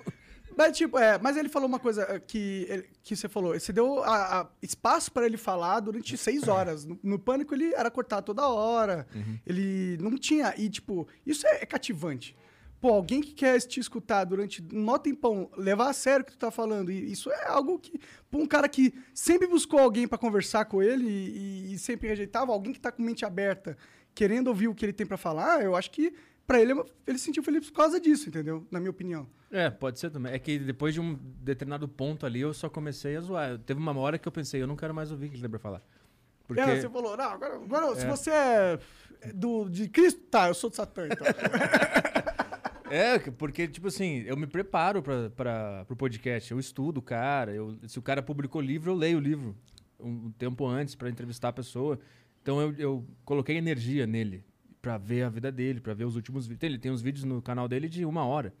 Mas, tipo, é, mas ele falou uma coisa é, que, ele- que você falou. Você deu a- a espaço pra ele falar durante seis horas. No, no pânico, ele era cortado toda hora. Ele não tinha. E, tipo, isso é, é cativante. Pô, alguém que quer te escutar durante um mó tempão, levar a sério o que tu tá falando. E isso é algo que. Pra um cara que sempre buscou alguém pra conversar com ele e, e sempre rejeitava, alguém que tá com mente aberta, querendo ouvir o que ele tem pra falar, eu acho que Pra ele, ele sentiu Felipe por causa disso, entendeu? Na minha opinião.
É, pode ser também. É que depois de um determinado ponto ali, eu só comecei a zoar. Eu- Teve uma hora que eu pensei, eu não quero mais ouvir o que ele lembra falar. Porque...
É, você falou, não, agora, agora se você é do, de Cristo, tá, eu sou de Satã,
[laughs]
então.
É, que- porque, tipo assim, eu me preparo pra, pra, pro podcast. Eu estudo o cara. eu- se o cara publicou livro, eu leio o livro um, um tempo antes pra entrevistar a pessoa. Então eu, eu coloquei energia nele pra ver a vida dele, pra ver os últimos vídeos. Ele tem uns vídeos no canal dele de uma hora.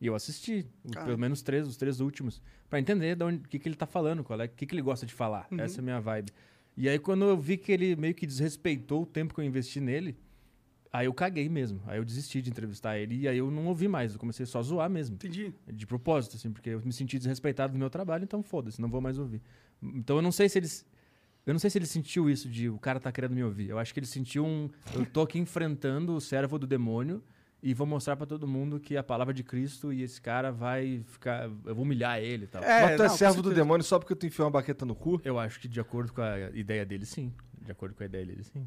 E eu assisti, o-
Cara.
pelo menos três, os três últimos, pra entender de onde, o que, que ele tá falando, qual é, o que, que ele gosta de falar. Essa é a minha vibe. E aí, quando eu vi que ele meio que desrespeitou o tempo que eu investi nele, Aí eu caguei mesmo. Aí eu desisti de entrevistar ele e aí eu não ouvi mais. Eu comecei só a zoar mesmo.
Entendi.
De propósito, assim, porque eu me senti desrespeitado do meu trabalho, então foda-se, não vou mais ouvir. Então eu não sei se eles. Eu não sei se ele sentiu isso de o cara tá querendo me ouvir. Eu acho que ele sentiu um. Eu tô aqui enfrentando o servo do demônio e vou mostrar pra todo mundo que a palavra de Cristo e esse cara vai ficar. Eu vou humilhar ele e tal.
Mas tu é
não, com
servo do
certeza.
demônio só porque tu enfiou uma baqueta no cu?
Eu acho que de acordo com a ideia dele, sim. De acordo com a ideia dele, sim.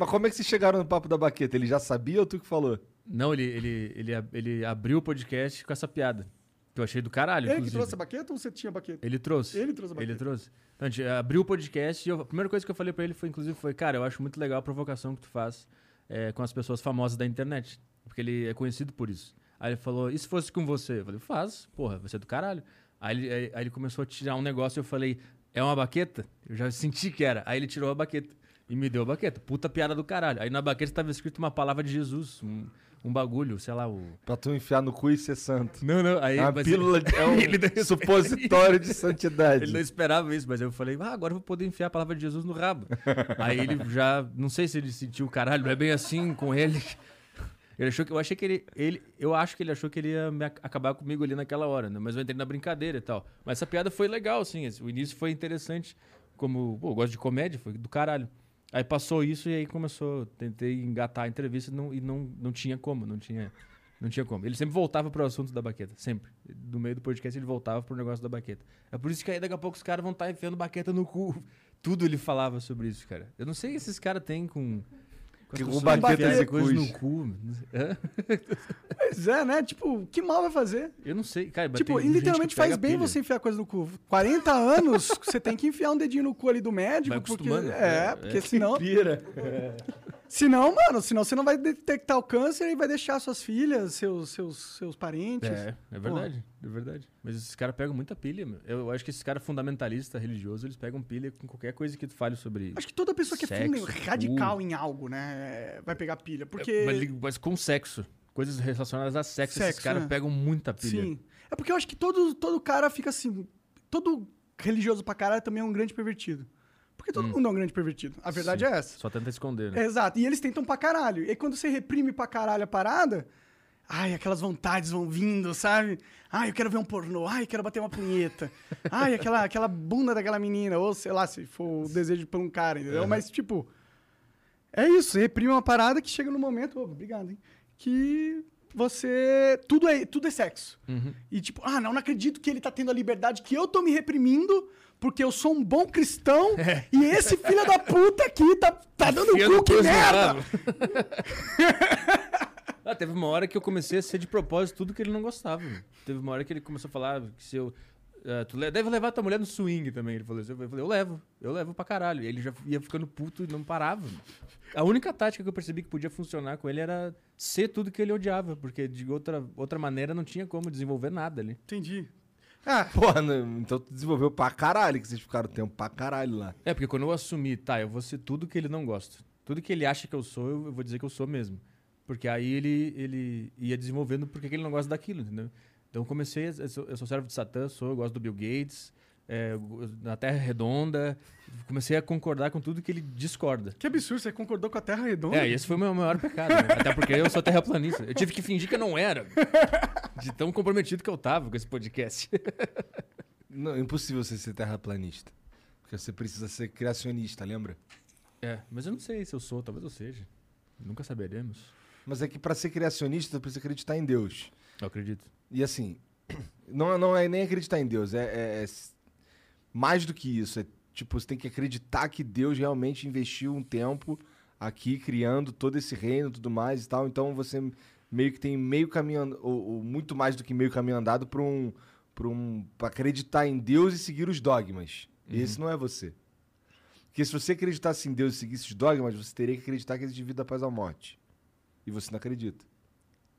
Mas como é que vocês chegaram no papo da baqueta? Ele já sabia ou tu que falou?
Não, ele, ele, ele, ab- ele abriu o podcast com essa piada. Que eu achei do caralho,
Ele que
inclusive.
trouxe a baqueta ou você tinha baqueta?
Ele trouxe.
Ele trouxe a baqueta.
Ele trouxe. Então, a gente abriu o podcast e eu- a primeira coisa que eu falei pra ele foi, inclusive, foi, cara, eu acho muito legal a provocação que tu faz eh, com as pessoas famosas da internet. Porque ele é conhecido por isso. Aí ele falou, e se fosse com você? Eu falei, faz, porra, você é do caralho. Aí ele, aí- aí ele começou a tirar um negócio e eu falei, é uma baqueta? Eu já senti que era. Aí ele tirou a baqueta e me deu a baqueta. Puta piada do caralho. Aí na baqueta tava escrito uma palavra de Jesus, um, um bagulho, sei lá, o... Ah,
Pra tu enfiar no cu e ser santo.
Não, não, aí...
É uma
mas-
pílula, de- [laughs] é
Ele
um
deu-
supositório [laughs] de santidade.
Ele não esperava isso, mas eu falei, ah, agora eu vou poder enfiar a palavra de Jesus no rabo. Aí ele já, não sei se ele sentiu, caralho, não é bem assim com ele. [laughs] Ele achou que, eu achei que ele, ele- eu acho que ele achou que ele ia me ac- acabar comigo ali naquela hora, né? Mas eu entrei na brincadeira e tal. Mas essa piada foi legal, assim, esse- o início foi interessante, como, pô, eu gosto de comédia, foi do caralho. Aí passou isso e aí começou, tentei engatar a entrevista e não, e não, não tinha como, não tinha... Não tinha como. Ele sempre voltava pro assunto da baqueta. Sempre. No meio do podcast ele voltava pro negócio da baqueta. É por isso que aí daqui a pouco os caras vão estar enfiando baqueta no cu. [laughs] Tudo ele falava sobre isso, cara. Eu não sei o que esses caras têm com. as
Que com
pessoas
baquetas
enfiarem
e
coisas
cus.
no cu. Não sei- Hã?
Pois é, né? Tipo, que mal vai fazer?
Eu não sei, cara. mas
tipo,
tem
e
gente
literalmente
que pega
faz bem
pilha.
você enfiar coisa no cu. 40
[laughs]
anos, você tem que enfiar um dedinho no cu ali do médico.
Vai
porque,
acostumando.
é,
É,
porque
é.
senão.
Pira.
[laughs] Senão, mano, senão você não vai detectar o câncer e vai deixar suas filhas, seus, seus, seus parentes.
É, é verdade, é verdade. Mas esses caras pegam muita pilha, meu. Eu acho que esses caras fundamentalistas, religiosos, eles pegam pilha com qualquer coisa que tu fale sobre.
Acho que toda pessoa que é
Sexo,
funda- radical
cu.
em algo, né, é, vai pegar pilha. Porque.
É, Mas, mas com sexo. Coisas relacionadas a sexo,
Sexo,
esses caras
né?
pegam muita pilha.
Sim. É porque eu acho que todo, todo cara fica assim. Todo religioso pra caralho também é um grande pervertido. Porque todo mundo é um grande pervertido. A verdade
Hum. Sim.
é essa.
Só tenta esconder, né?
Exato. E eles tentam pra caralho. E aí, quando você reprime pra caralho a parada. Ai, aquelas vontades vão vindo, sabe? Ai, eu quero ver um pornô. Ai, eu quero bater uma punheta. Ai, aquela, aquela bunda daquela menina. Ou sei lá, se for o desejo por um cara, entendeu? Mas, tipo. É isso. Você reprime uma parada que chega no momento. Ô, obrigado, hein? Que você. Tudo é, tudo é sexo.
Uhum.
E tipo, ah, não, não acredito que ele tá tendo a liberdade que eu tô me reprimindo. Porque eu sou um bom
[laughs]
cristão e esse filho da puta aqui tá, tá dando
É. Enfiando
cu, que
coisa no assim,
merda!
rabo. [laughs] ah, teve uma hora que eu comecei a ser de propósito tudo que ele não gostava. meu. Teve uma hora que ele começou a falar que se eu. ah, tu le- deve levar tua mulher no swing também. Ele falou assim. Eu falei, eu levo, eu levo pra caralho. E ele já ia ficando puto e não parava. meu. A única tática que eu percebi que podia funcionar com ele era ser tudo que ele odiava, porque de outra, outra maneira não tinha como desenvolver nada ali.
Entendi. Ah,
Porra, não- então tu desenvolveu pra caralho, que vocês ficaram tempo pra caralho lá.
É, porque quando eu assumir, tá, eu vou ser tudo que ele não gosta. Tudo que ele acha que eu sou, eu eu vou dizer que eu sou mesmo. Porque aí ele, ele ia desenvolvendo porque que ele não gosta daquilo, entendeu? Então eu comecei, eu sou, eu sou servo de Satã, sou, eu gosto do Bill Gates, é, eu go- da Terra Redonda. Comecei a concordar com tudo que ele discorda.
que absurdo, você concordou com a Terra Redonda?
É, esse foi o meu maior pecado. né? Até porque eu sou terraplanista. Eu tive que fingir que eu não era. [laughs] De tão comprometido que eu tava com esse podcast.
Não, é impossível você ser terraplanista. Porque você precisa ser criacionista, lembra?
É, mas eu não sei se eu sou, talvez eu seja. Nunca saberemos.
Mas é que pra ser criacionista, tu precisa acreditar em Deus.
Eu acredito.
E assim, [clears throat] não, não é nem acreditar em Deus, é, é- é s- mais do que isso. É tipo, você tem que acreditar que Deus realmente investiu um tempo aqui criando todo esse reino e tudo mais e tal. Então você meio que tem meio caminho, and- ou, ou muito mais do que meio caminho andado para um, pra um, pra acreditar em Deus e seguir os dogmas.
Uhum.
E Esse não é você. Porque se você acreditasse em Deus e seguisse os dogmas, você teria que acreditar que existe vida após a morte. E você não acredita.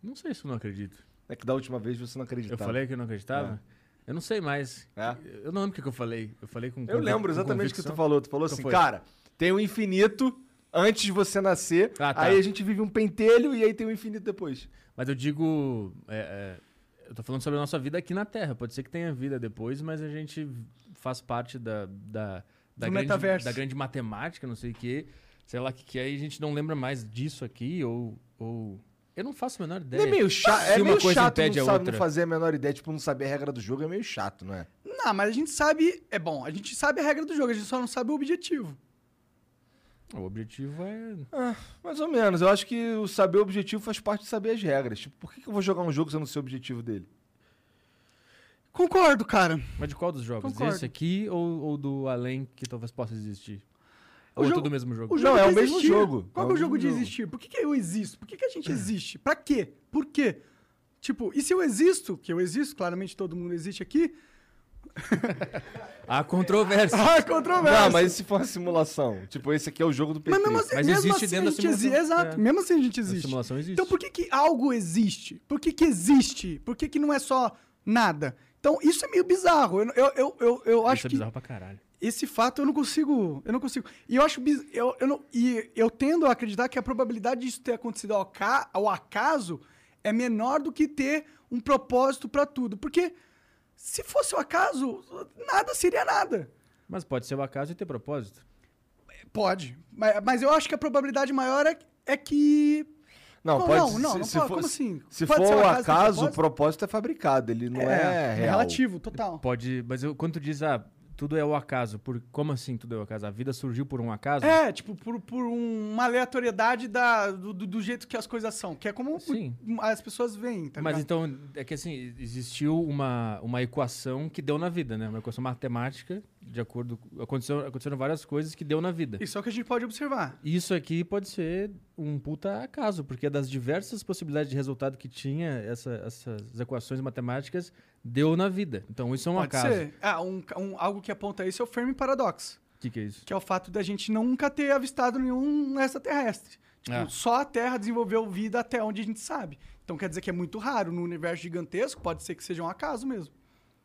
Não sei se eu não acredito.
É que da última vez você não
Eu
acreditava.
falei que eu não acreditava? Eu não sei mais.
É?
Eu não lembro o que que eu falei. Eu falei com
Eu
convic-
lembro
com
exatamente o que tu
convicção.
falou. Tu falou
Qual
assim,
foi?
cara, tem o infinito antes de você nascer,
Ah, tá.
aí a gente vive um pentelho e aí tem o infinito depois.
Mas eu digo. é, é, eu tô falando sobre a nossa vida aqui na Terra. Pode ser que tenha vida depois, mas a gente faz parte da. da, da
Do
grande,
metaverso.
da grande matemática, não sei o quê. Sei lá o que, que é, e a gente não lembra mais disso aqui, ou. ou... Eu não faço a menor
Não
ideia.
é meio chato,
Se
é
uma
meio
coisa
chato
impede
não,
a
sabe, não
outra.
fazer a menor ideia, tipo, não saber a regra do jogo é meio chato, não é?
Não, mas a gente sabe. É bom, a gente sabe a regra do jogo, a gente só não sabe o objetivo.
O objetivo é.
Mais ou menos, eu acho que o saber o objetivo faz parte de saber as regras. Tipo, por que, que eu vou jogar um jogo se eu não sei o objetivo dele?
Concordo, cara.
Mas de qual dos jogos?
Concordo.
Esse aqui ou, ou do além que talvez possa existir?
O
ou é
jogo-
tudo o mesmo jogo?
O jogo
Não, é
de
o mesmo
existir.
jogo.
Qual
É
que é
o
o jogo
mesmo
de
jogo.
existir? Por que, que eu existo? Por que, que a gente existe? Pra quê? Por quê? Tipo, e se eu existo, que eu existo, claramente todo mundo existe aqui,
A controvérsia.
ah, controvérsia.
Não, mas e se for uma simulação? Tipo, esse aqui é o jogo do PT.
Mas mesmo assim,
Mas
mesmo
existe
assim
dentro
a
da
gente existe.
simulação.
Exato,
É.
mesmo assim a gente
A
existe.
simulação existe.
Então por que, que algo existe? Por que, que existe? Por que, que não é só nada? Então isso é meio bizarro. Eu, eu, eu, eu, eu acho
Isso é
que
bizarro pra caralho.
esse fato eu não consigo. Eu não consigo. E eu acho. biz- Eu, eu não- e eu tendo a acreditar que a probabilidade disso ter acontecido ao, aca- ao acaso é menor do que ter um propósito pra tudo. Porque se fosse o acaso, nada seria nada.
Mas pode ser o acaso e ter propósito.
Pode. Mas, mas eu acho que a probabilidade maior é, é que.
Não,
Não,
pode
não,
se-
não, não
se
pode.
for,
Como assim?
Se
Pode ser
for
um
o
acaso, tem
acaso, o
propósito?
propósito é fabricado, ele não é, real.
relativo, total.
Pode. Mas eu- quando tu diz, ah, tudo é o acaso. Por, como assim tudo é o acaso? A vida surgiu por um acaso?
É, tipo, por, por um- uma aleatoriedade da, do, do- do jeito que as coisas são. Que é como
Sim.
as pessoas veem, tá
Mas
ligado?
então, é que assim, existiu uma, uma equação que deu na vida, né? Uma equação matemática, de acordo. Aconteceu, aconteceram várias coisas que deu na vida.
Isso é o que a gente pode observar.
Isso aqui pode ser um puta acaso, porque é das diversas possibilidades de resultado que tinha essa- essas equações matemáticas, deu na vida. Então isso é um
Pode
acaso.
ser. Ah, um, ca- um- algo que aponta isso é o Fermi Paradox,
O que, que é isso?
que é o fato da gente nunca ter avistado nenhum extraterrestre. Tipo,
É.
só a Terra desenvolveu vida até onde a gente sabe. Então quer dizer que é muito raro. No universo gigantesco, pode ser que seja um acaso mesmo.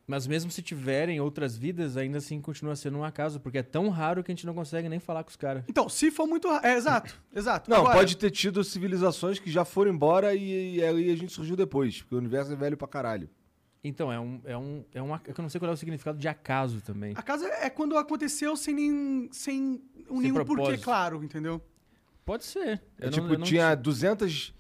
Mas mesmo se tiverem outras vidas, ainda assim continua sendo um acaso, porque é tão raro que a gente não consegue nem falar com os caras.
Então, se for muito raro. É,
[laughs]
exato, exato.
Não,
Agora,
pode ter tido civilizações que já foram embora e, e aí a gente surgiu depois, porque o universo é velho pra caralho.
Então, é um. É um, é um ac- é que eu não sei qual é o significado de acaso também.
Acaso é quando aconteceu sem, nem, sem, nenhum porquê
propósito.
claro, entendeu?
Pode ser.
É
Eu não-
tipo,
eu não-
tinha 200,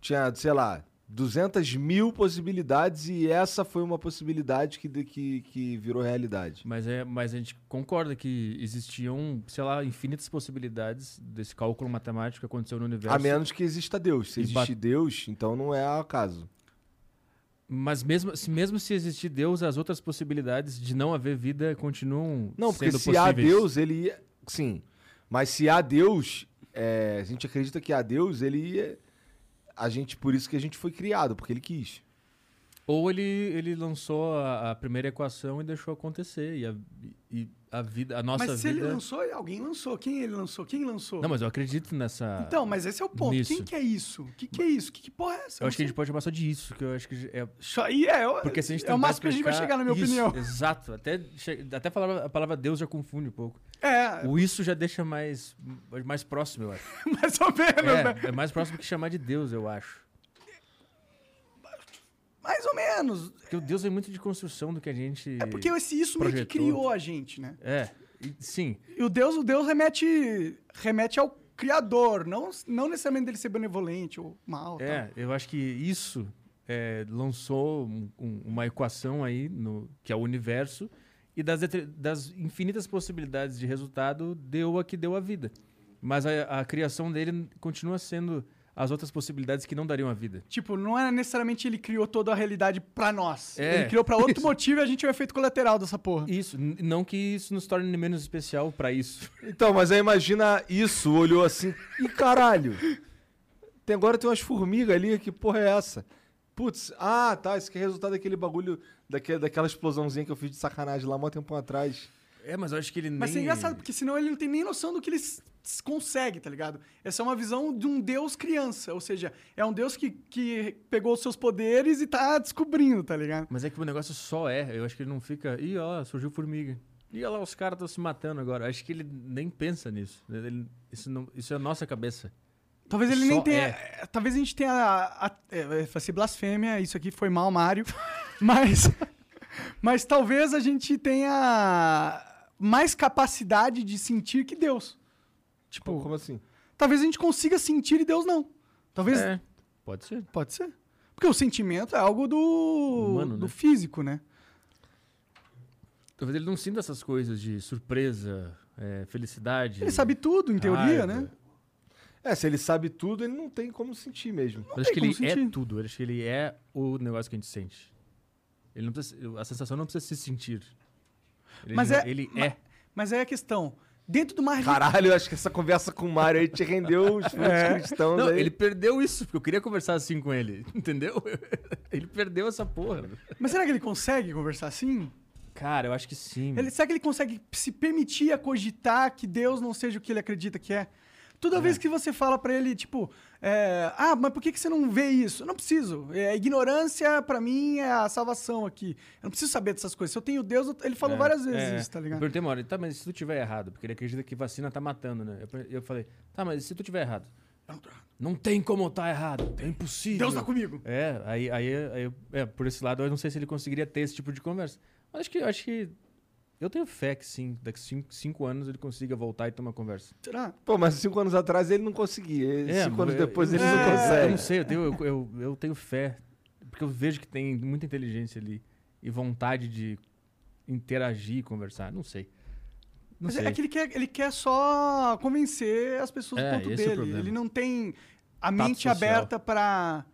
tinha, sei lá, 200 mil possibilidades e essa foi uma possibilidade que, de- que, que virou realidade.
Mas, é, mas a gente concorda que existiam, sei lá, infinitas possibilidades desse cálculo matemático que aconteceu no universo.
A menos que exista Deus. Se
E
existe
bat-
Deus, então não é acaso.
Mas mesmo se, mesmo se existir Deus, as outras possibilidades de não haver vida continuam
Não, porque
sendo
se
possíveis.
há Deus, ele ia. Sim. Mas se há Deus, é, a gente acredita que há Deus, ele ia. A gente, por isso que a gente foi criado, porque ele quis.
Ou ele, ele lançou a, a primeira equação e deixou acontecer. E a, e a vida, a nossa
mas se
vida...
ele lançou, alguém lançou. Quem ele lançou? Quem lançou?
Não, mas eu acredito nessa...
Então, mas esse é o ponto.
Nisso.
Quem que é isso? O que, que é isso? Que, que porra é essa?
eu
Não
acho que a
sei.
gente pode chamar só de isso, que eu acho que é...
Isso aí é, eu-
Porque se a gente
é o
tentar
máximo que a gente vai
explicar-
chegar, na minha
Isso,
opinião.
Exato. Até, che- até a palavra- a palavra Deus já confunde um pouco.
É, [laughs]
O isso já deixa mais, mais próximo, eu acho.
mais ou menos, né?
É, é mais próximo que chamar de Deus, eu acho.
Mais ou menos.
Porque o Deus é muito de construção do que a gente...
É porque esse isso meio que
Projetou.
criou a gente, né?
É, e- sim.
E o Deus, o Deus remete, remete ao Criador, não, não necessariamente dele ser benevolente ou mal. tal.
É, eu acho que isso é, lançou um- um- uma equação aí, no, que é o universo, e das, detri- das infinitas possibilidades de resultado, deu a que deu a vida. Mas a, a criação dele continua sendo as outras possibilidades que não dariam a vida.
Tipo, não é necessariamente ele criou toda a realidade pra nós.
É,
ele criou pra outro
[laughs] isso.
motivo e a gente é o efeito colateral dessa porra.
Isso, n- não que isso nos torne menos especial pra isso.
Então, mas aí imagina isso, olhou assim, e caralho, tem, agora tem umas formigas ali, que porra é essa? Putz, ah, tá, isso aqui é resultado daquele bagulho, daque, daquela explosãozinha que eu fiz de sacanagem lá, mó tempão atrás.
É, mas eu acho que ele nem...
Mas isso é engraçado, porque senão ele não tem nem noção do que ele s- s- consegue, tá ligado? Essa é uma visão de um deus criança, ou seja, é um deus que, que pegou os seus poderes e tá descobrindo, tá ligado?
Mas é que o negócio só é. Eu acho que ele não fica. Ih, ó, surgiu formiga. Ih, olha lá, os caras estão se matando agora. Acho que ele nem pensa nisso. Ele- isso, não, isso é nossa cabeça.
Talvez ele
Só é.
nem tenha. eh, Talvez a gente tenha. A, a, é, vai ser blasfêmia, isso aqui foi mal, Mário. [laughs] mas. Mas talvez a gente tenha mais capacidade de sentir que Deus.
Tipo, como assim?
Talvez a gente consiga sentir e Deus não. Talvez.
É, pode ser.
Pode ser. Porque o sentimento é algo do.
Humano,
do
né?
físico, né?
Talvez ele não sinta essas coisas de surpresa, é, felicidade.
Ele sabe tudo, em teoria,
Raiva.
né?
É, se ele sabe tudo, ele não tem como sentir mesmo.
Eu acho que
tem
ele
como
é
sentir.
tudo. Eu acho que ele é o negócio que a gente sente. Ele não precisa, a sensação não precisa se sentir. Ele,
Mas é-
ele
ma-
é.
Mas aí a questão. Dentro de uma religião.
Caralho, eu acho que essa conversa com o Mário aí te rendeu os frutos
É.
cristãos
Não,
aí.
ele perdeu isso, porque eu queria conversar assim com ele, [laughs] entendeu? Ele perdeu essa porra.
Mas será que ele consegue conversar assim?
Cara, eu acho que sim.
Ele, será que ele consegue se permitir a cogitar que Deus não seja o que ele acredita que é? Toda vez que você fala pra ele, tipo, é, ah, mas por que, que você não vê isso? Eu não preciso. É, a ignorância, pra mim, é a salvação aqui. Eu não preciso saber dessas coisas. Se eu tenho Deus, eu- ele falou
É,
várias vezes
é.
isso, tá
Eu
ligado?
perguntei uma hora, tá, mas se tu tiver errado, porque ele acredita que vacina tá matando, né? Eu, per- eu falei, tá, mas se tu tiver errado? Não tem como eu tá errado, é impossível.
Deus tá comigo.
É, aí, aí, aí eu- é, por esse lado eu não sei se ele conseguiria ter esse tipo de conversa. Mas acho que, acho que eu tenho fé que sim, daqui cinco, cinco anos ele consiga voltar e ter uma conversa.
Será?
Pô, mas cinco anos atrás ele não conseguia.
É,
cinco anos
eu-
depois
eu-
ele não
é,
Eu não
consegue.
sei, eu tenho, eu, eu, eu tenho fé, porque eu vejo que tem muita inteligência ali e vontade de interagir e conversar, não sei. Não
Mas
sei.
é que ele quer, ele quer só convencer as pessoas
É,
do ponto
esse é o
dele.
problema.
ele não tem a
Tato
mente
social.
aberta pra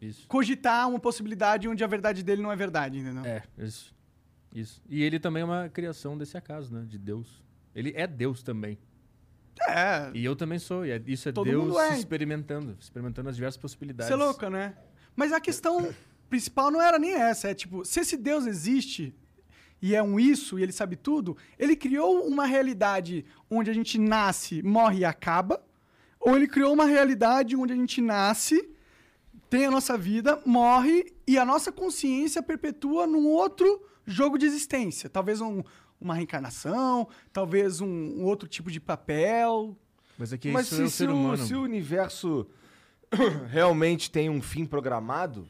Isso.
cogitar uma possibilidade onde a verdade dele não é verdade, entendeu?
É, isso. Isso. E ele também é uma criação desse acaso, né? De Deus. Ele é Deus também.
é
E eu também sou. E é- isso é
Todo
Deus
mundo
se
é.
experimentando. Experimentando as diversas possibilidades.
Você é louco, né? Mas a questão principal não era nem essa. É tipo, se esse Deus existe e é um isso e ele sabe tudo, ele criou uma realidade onde a gente nasce, morre e acaba, ou ele criou uma realidade onde a gente nasce, tem a nossa vida, morre e a nossa consciência perpetua num outro jogo de existência. Talvez um- uma reencarnação, talvez um, um outro tipo de papel.
Mas é que
mas
isso
se,
é o
se
ser
o-
humano.
se o universo [clears throat] realmente tem um fim programado,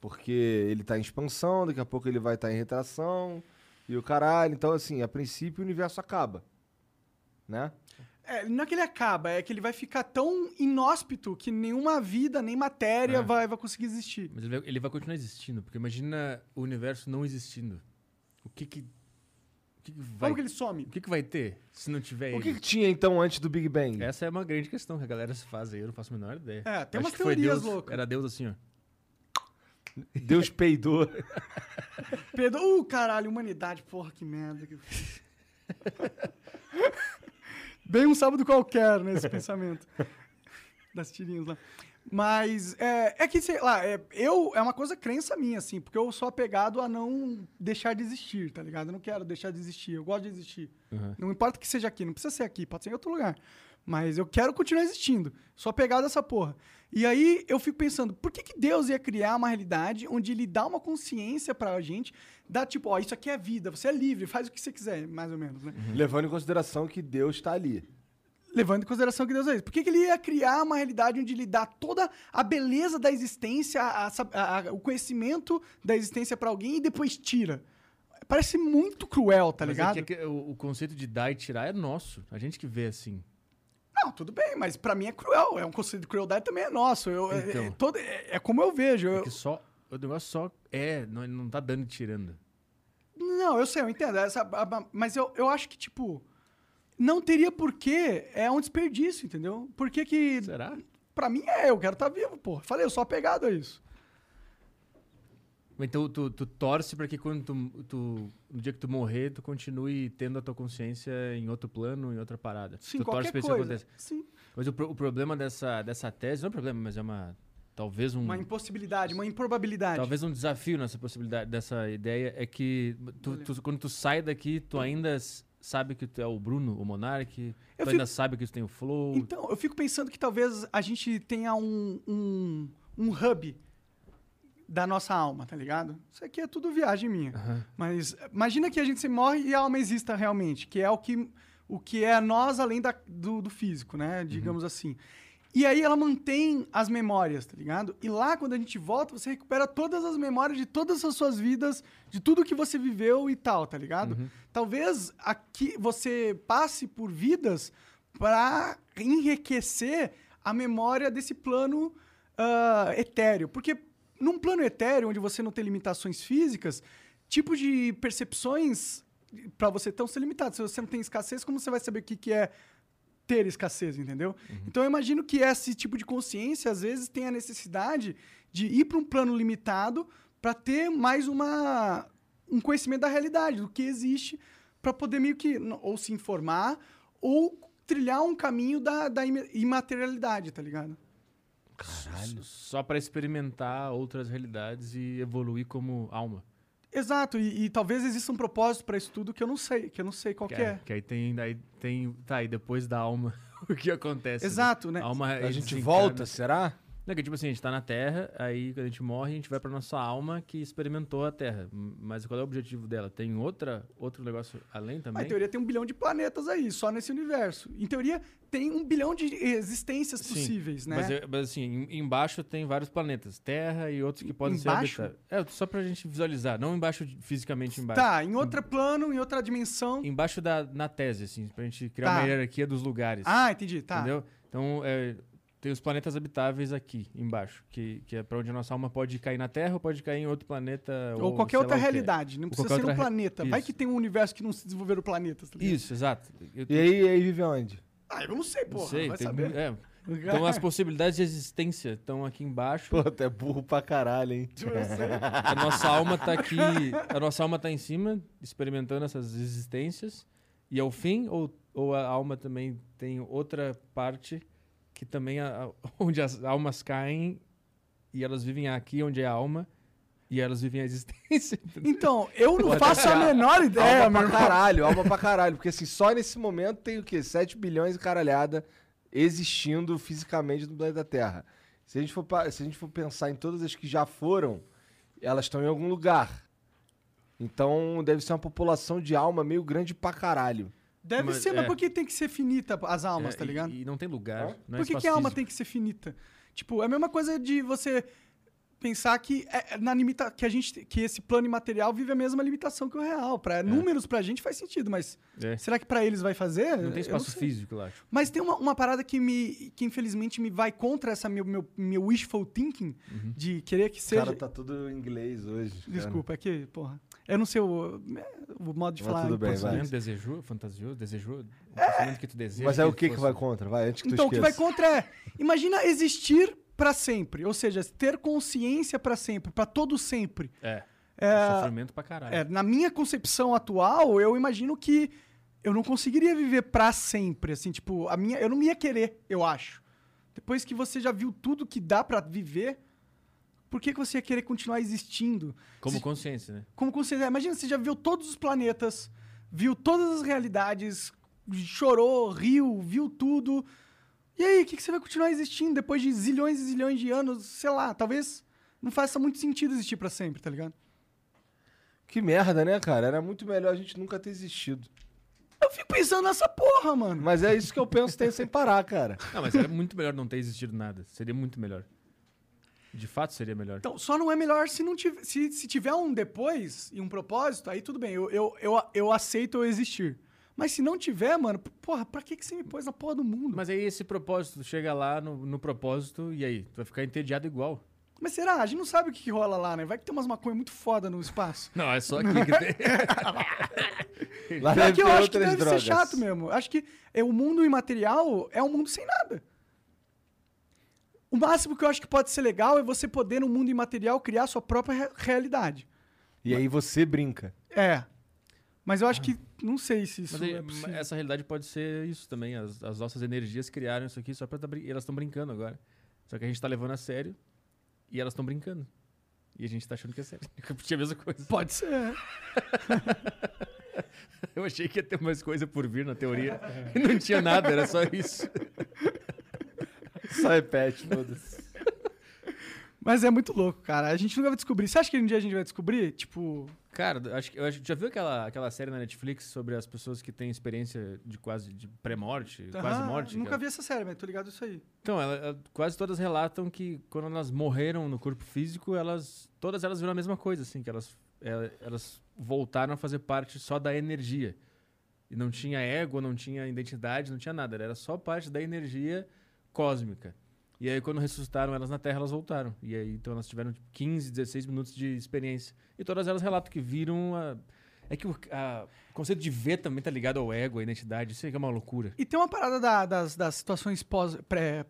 porque ele tá em expansão, daqui a pouco ele vai estar em retração, e o caralho. Então, assim, a princípio o universo acaba. Né?
É, não é que ele acaba, é que ele vai ficar tão inóspito que nenhuma vida, nem matéria
É.
vai, vai conseguir existir.
Mas ele vai, ele vai continuar existindo. Porque imagina o universo não existindo. O que que... O que, que vai...
Como que ele some?
O que que vai ter se não tiver
O
ele?
que, que tinha então antes do Big Bang?
Essa é uma grande questão que a galera se faz aí. Eu não faço a menor ideia.
É, tem
Acho
umas
que foi
teorias
Deus-
loucas. Tá
Era Deus assim, ó. [laughs]
Deus peidou.
Pedro, uh, caralho, humanidade, porra, que merda. que eu fiz. [laughs] Bem um sábado qualquer, né, esse pensamento. Das tirinhas lá. Mas é, é que, sei lá, é, eu é uma coisa crença minha, assim, porque eu sou apegado a não deixar de existir, tá ligado? Eu não quero deixar de existir, eu gosto de existir.
Uhum.
Não importa que seja aqui, não precisa ser aqui, pode ser em outro lugar. Mas eu quero continuar existindo. Sou apegado a essa porra. E aí eu fico pensando, por que, que Deus ia criar uma realidade onde ele dá uma consciência pra gente, dá tipo, ó, isso aqui é vida, você é livre, faz o que você quiser, mais ou menos, né?
Uhum.
Levando em consideração que Deus tá ali.
Levando em consideração que Deus é isso. Por que, que ele ia criar uma realidade onde ele dá toda a beleza da existência, a- a- a- o conhecimento da existência pra alguém e depois tira? Parece muito cruel, tá
Mas é
ligado?
que- é que o, o conceito de dar e tirar é nosso. A gente que vê assim.
Não, tudo bem, mas pra mim é cruel. É um conceito de crueldade também é nosso. Eu, é-
Então.
é, todo- é- é como eu vejo. eu-
Porque só. O negócio só é, não, não tá dando e tirando.
não, eu sei, eu entendo. Essa- a- a- mas eu, eu acho que, tipo, não teria porquê. É um desperdício, entendeu? Por que que
Será?
Pra mim é, eu quero estar vivo, pô. Falei, eu sou apegado a isso.
Então tu, tu torce pra que quando tu, tu- no dia que tu morrer, tu continue tendo a tua consciência em outro plano, em outra parada.
Sim,
tu
qualquer
torce pra isso
coisa.
acontecer.
Sim.
Mas o, pro- o problema dessa, dessa tese, não é problema, mas é uma. Talvez um.
Uma impossibilidade, uma improbabilidade.
Talvez um desafio nessa possibilidade, dessa ideia, é que tu- tu- quando tu sai daqui, tu ainda s- sabe que tu é o Bruno, o Monark,
Eu
tu ainda sabe que tu tem o Flow.
Então, eu fico pensando que talvez a gente tenha um, um, um hub da nossa alma, tá ligado? Isso aqui é tudo viagem minha. Mas imagina que a gente se morre e a alma exista realmente, que é o que, o que é nós além da- do, do físico, né? Digamos assim. E aí ela mantém as memórias, tá ligado? E lá, quando a gente volta, você recupera todas as memórias de todas as suas vidas, de tudo que você viveu e tal, tá ligado? Talvez aqui você passe por vidas para enriquecer a memória desse plano ah, etéreo. Porque num plano etéreo, onde você não tem limitações físicas, tipos de percepções para você estão ser limitados. Se você não tem escassez, como você vai saber o que, que é ter escassez, entendeu? Então eu imagino que esse tipo de consciência às vezes tem a necessidade de ir para um plano limitado para ter mais uma um conhecimento da realidade, do que existe, para poder meio que n- ou se informar ou trilhar um caminho da, da ima- imaterialidade, tá ligado?
Caralho. Só pra experimentar outras realidades e evoluir como alma.
Exato, e, e talvez exista um propósito para isso tudo que eu não sei, que eu não sei qual que é.
Que aí tem, daí tem. Tá, e depois da alma, [laughs] o que acontece?
Exato, né?
A, alma,
A gente
se
volta,
encarna-
será?
Não, que tipo assim, a gente tá na Terra, aí quando a gente morre, a gente vai pra nossa alma que experimentou a Terra. M- Mas qual é o objetivo dela? Tem outra, outro negócio além
Mas,
também?
em teoria tem um bilhão de planetas aí, só nesse universo. Em teoria tem um bilhão de existências
Sim,
possíveis, né?
Mas, eu- mas assim, em- embaixo tem vários planetas. Terra e outros que podem
Embaixo?
ser habitados. É, só pra gente visualizar. Não embaixo, de- fisicamente embaixo.
Tá, em outro plano, em outra dimensão.
Embaixo da, na tese, assim, pra gente criar
Tá.
uma hierarquia dos lugares.
Ah, entendi, tá.
Entendeu? Então, é, tem os planetas habitáveis aqui, embaixo, que, que é pra onde a nossa alma pode cair na Terra ou pode cair em outro planeta. Ou,
Ou qualquer
sei lá
outra
o quê.
realidade, não
Ou
precisa
qualquer
ser um
outra re-
planeta. Vai
Isso.
que tem um universo que não se desenvolveram planetas, tá ligado?
Isso, exato. Eu
E aí, e aí vive onde?
Ah, eu não sei,
não
porra,
sei,
vai
tem
saber.
mu- é.
[laughs]
Então, as possibilidades de existência estão aqui embaixo.
Pô, até é burro pra caralho, hein?
Tipo,
[laughs] A nossa alma tá aqui. A nossa alma tá em cima, experimentando essas existências. E ao fim, ou, ou a alma também tem outra parte que também a- [laughs] a- onde as almas caem e elas vivem aqui onde é a alma e elas vivem a existência.
Então, eu não faço a menor ideia,
alma
É,
pra
meu irmão.
caralho, alma pra caralho. Porque assim, só nesse momento tem o quê? 7 bilhões e caralhada existindo fisicamente no planeta Terra. Se a gente for, pa- se a gente for pensar em todas as que já foram, elas estão em algum lugar. Então deve ser uma população de alma meio grande pra caralho.
Deve
Mas,
ser, mas
é.
por que tem que ser finita as [laughs] almas,
É,
tá
e-
ligado?
E, não tem lugar. Não
Por
é
que,
espaço
que a alma
físico.
tem que ser finita? Tipo, é a mesma coisa de você pensar que é- é na limita, que a gente que esse plano imaterial vive a mesma limitação que o real. Para números pra gente faz sentido, mas
É.
será que pra eles vai fazer?
Não tem
Eu
espaço
sei.
físico lá. tipo.
Mas tem uma, uma parada que me que infelizmente me vai contra essa meu meu, meu wishful thinking
Uhum.
de querer que
O
seja
cara tá tudo em inglês hoje. cara.
Desculpa, é que, porra. Eu não sei o, é, o modo de
Mas
falar.
tudo
em
bem,
português.
vai.
Pensamento desejou, né? fantasioso, desejou. pensamento que tu deseja.
Mas é o que que
fosse. um
vai contra? Vai, antes que tu
Então, o que vai
esqueça.
contra é, imagina existir pra sempre, ou seja, ter consciência pra sempre, pra todo sempre.
É.
É,
Sofrimento pra caralho.
é, na minha concepção atual, eu imagino que eu não conseguiria viver pra sempre, assim, tipo, a minha, eu não ia querer, eu acho. Depois que você já viu tudo que dá pra viver, por que, que você ia querer continuar existindo?
Como
Se-
consciência, né?
como consciência. Imagina, você já viu todos os planetas, viu todas as realidades, chorou, riu, viu tudo. E aí, o que, que você vai continuar existindo depois de zilhões e zilhões de anos? Sei lá, talvez não faça muito sentido existir pra sempre, tá ligado?
Que merda, né, cara? Era muito melhor a gente nunca ter existido.
Eu fico pensando nessa porra, mano.
Mas é isso que eu penso tem sem parar, cara.
Não, mas era muito melhor não ter existido nada. Seria muito melhor. De fato, seria melhor.
Então, só não é melhor se não tiver, se, se tiver um depois e um propósito, aí tudo bem, eu, eu, eu, eu aceito eu existir. Mas se não tiver, mano, porra, pra que, que você me pôs na porra do mundo?
Mas aí esse propósito, tu chega lá no, no propósito e aí? Tu vai ficar entediado igual.
Mas será? A gente não sabe o que, que rola lá, né? Vai que tem umas maconhas muito foda no espaço.
Não, é só aqui que tem.
Lá
[laughs] Pior
deve
é que eu
ter
acho que
outras
deve
drogas.
ser chato mesmo. Acho que é, o mundo imaterial é um mundo sem nada. O máximo que eu acho que pode ser legal é você poder, no mundo imaterial, criar sua própria re- realidade.
E aí você brinca.
É. Mas eu acho que. Não sei se isso
Mas aí,
é possível.
essa realidade pode ser isso também. As, as nossas energias criaram isso aqui só pra. tá brin- e Elas estão brincando agora. Só que a gente tá levando a sério e elas estão brincando. E a gente tá achando que é sério. [laughs] Eu repeti a mesma coisa.
Pode ser.
Eu achei que ia ter mais coisa por vir na teoria. [laughs] E não tinha nada, era só isso.
Só repete, foda-se.
Mas é muito louco, cara. A gente nunca vai descobrir. Você acha que um dia a gente vai descobrir? Tipo.
Cara, acho que, eu acho, já viu aquela, aquela série na Netflix sobre as pessoas que têm experiência de quase de pré-morte, quase
ah,
morte?
Nunca
cara?
vi essa série, mas tô ligado isso aí.
Então, ela- ela- quase todas relatam que quando elas morreram no corpo físico, elas todas elas viram a mesma coisa, assim, que elas, é, elas voltaram a fazer parte só da energia. E não tinha ego, não tinha identidade, não tinha nada. Era só parte da energia cósmica. E aí, quando ressuscitaram elas na Terra, elas voltaram. E aí, então, elas tiveram tipo, 15, 16 minutos de experiência. E todas elas relatam que viram a... É que o a- o conceito de ver também tá ligado ao ego, à identidade. Isso aí que é uma loucura.
E tem uma parada da- das, das situações pós, pré,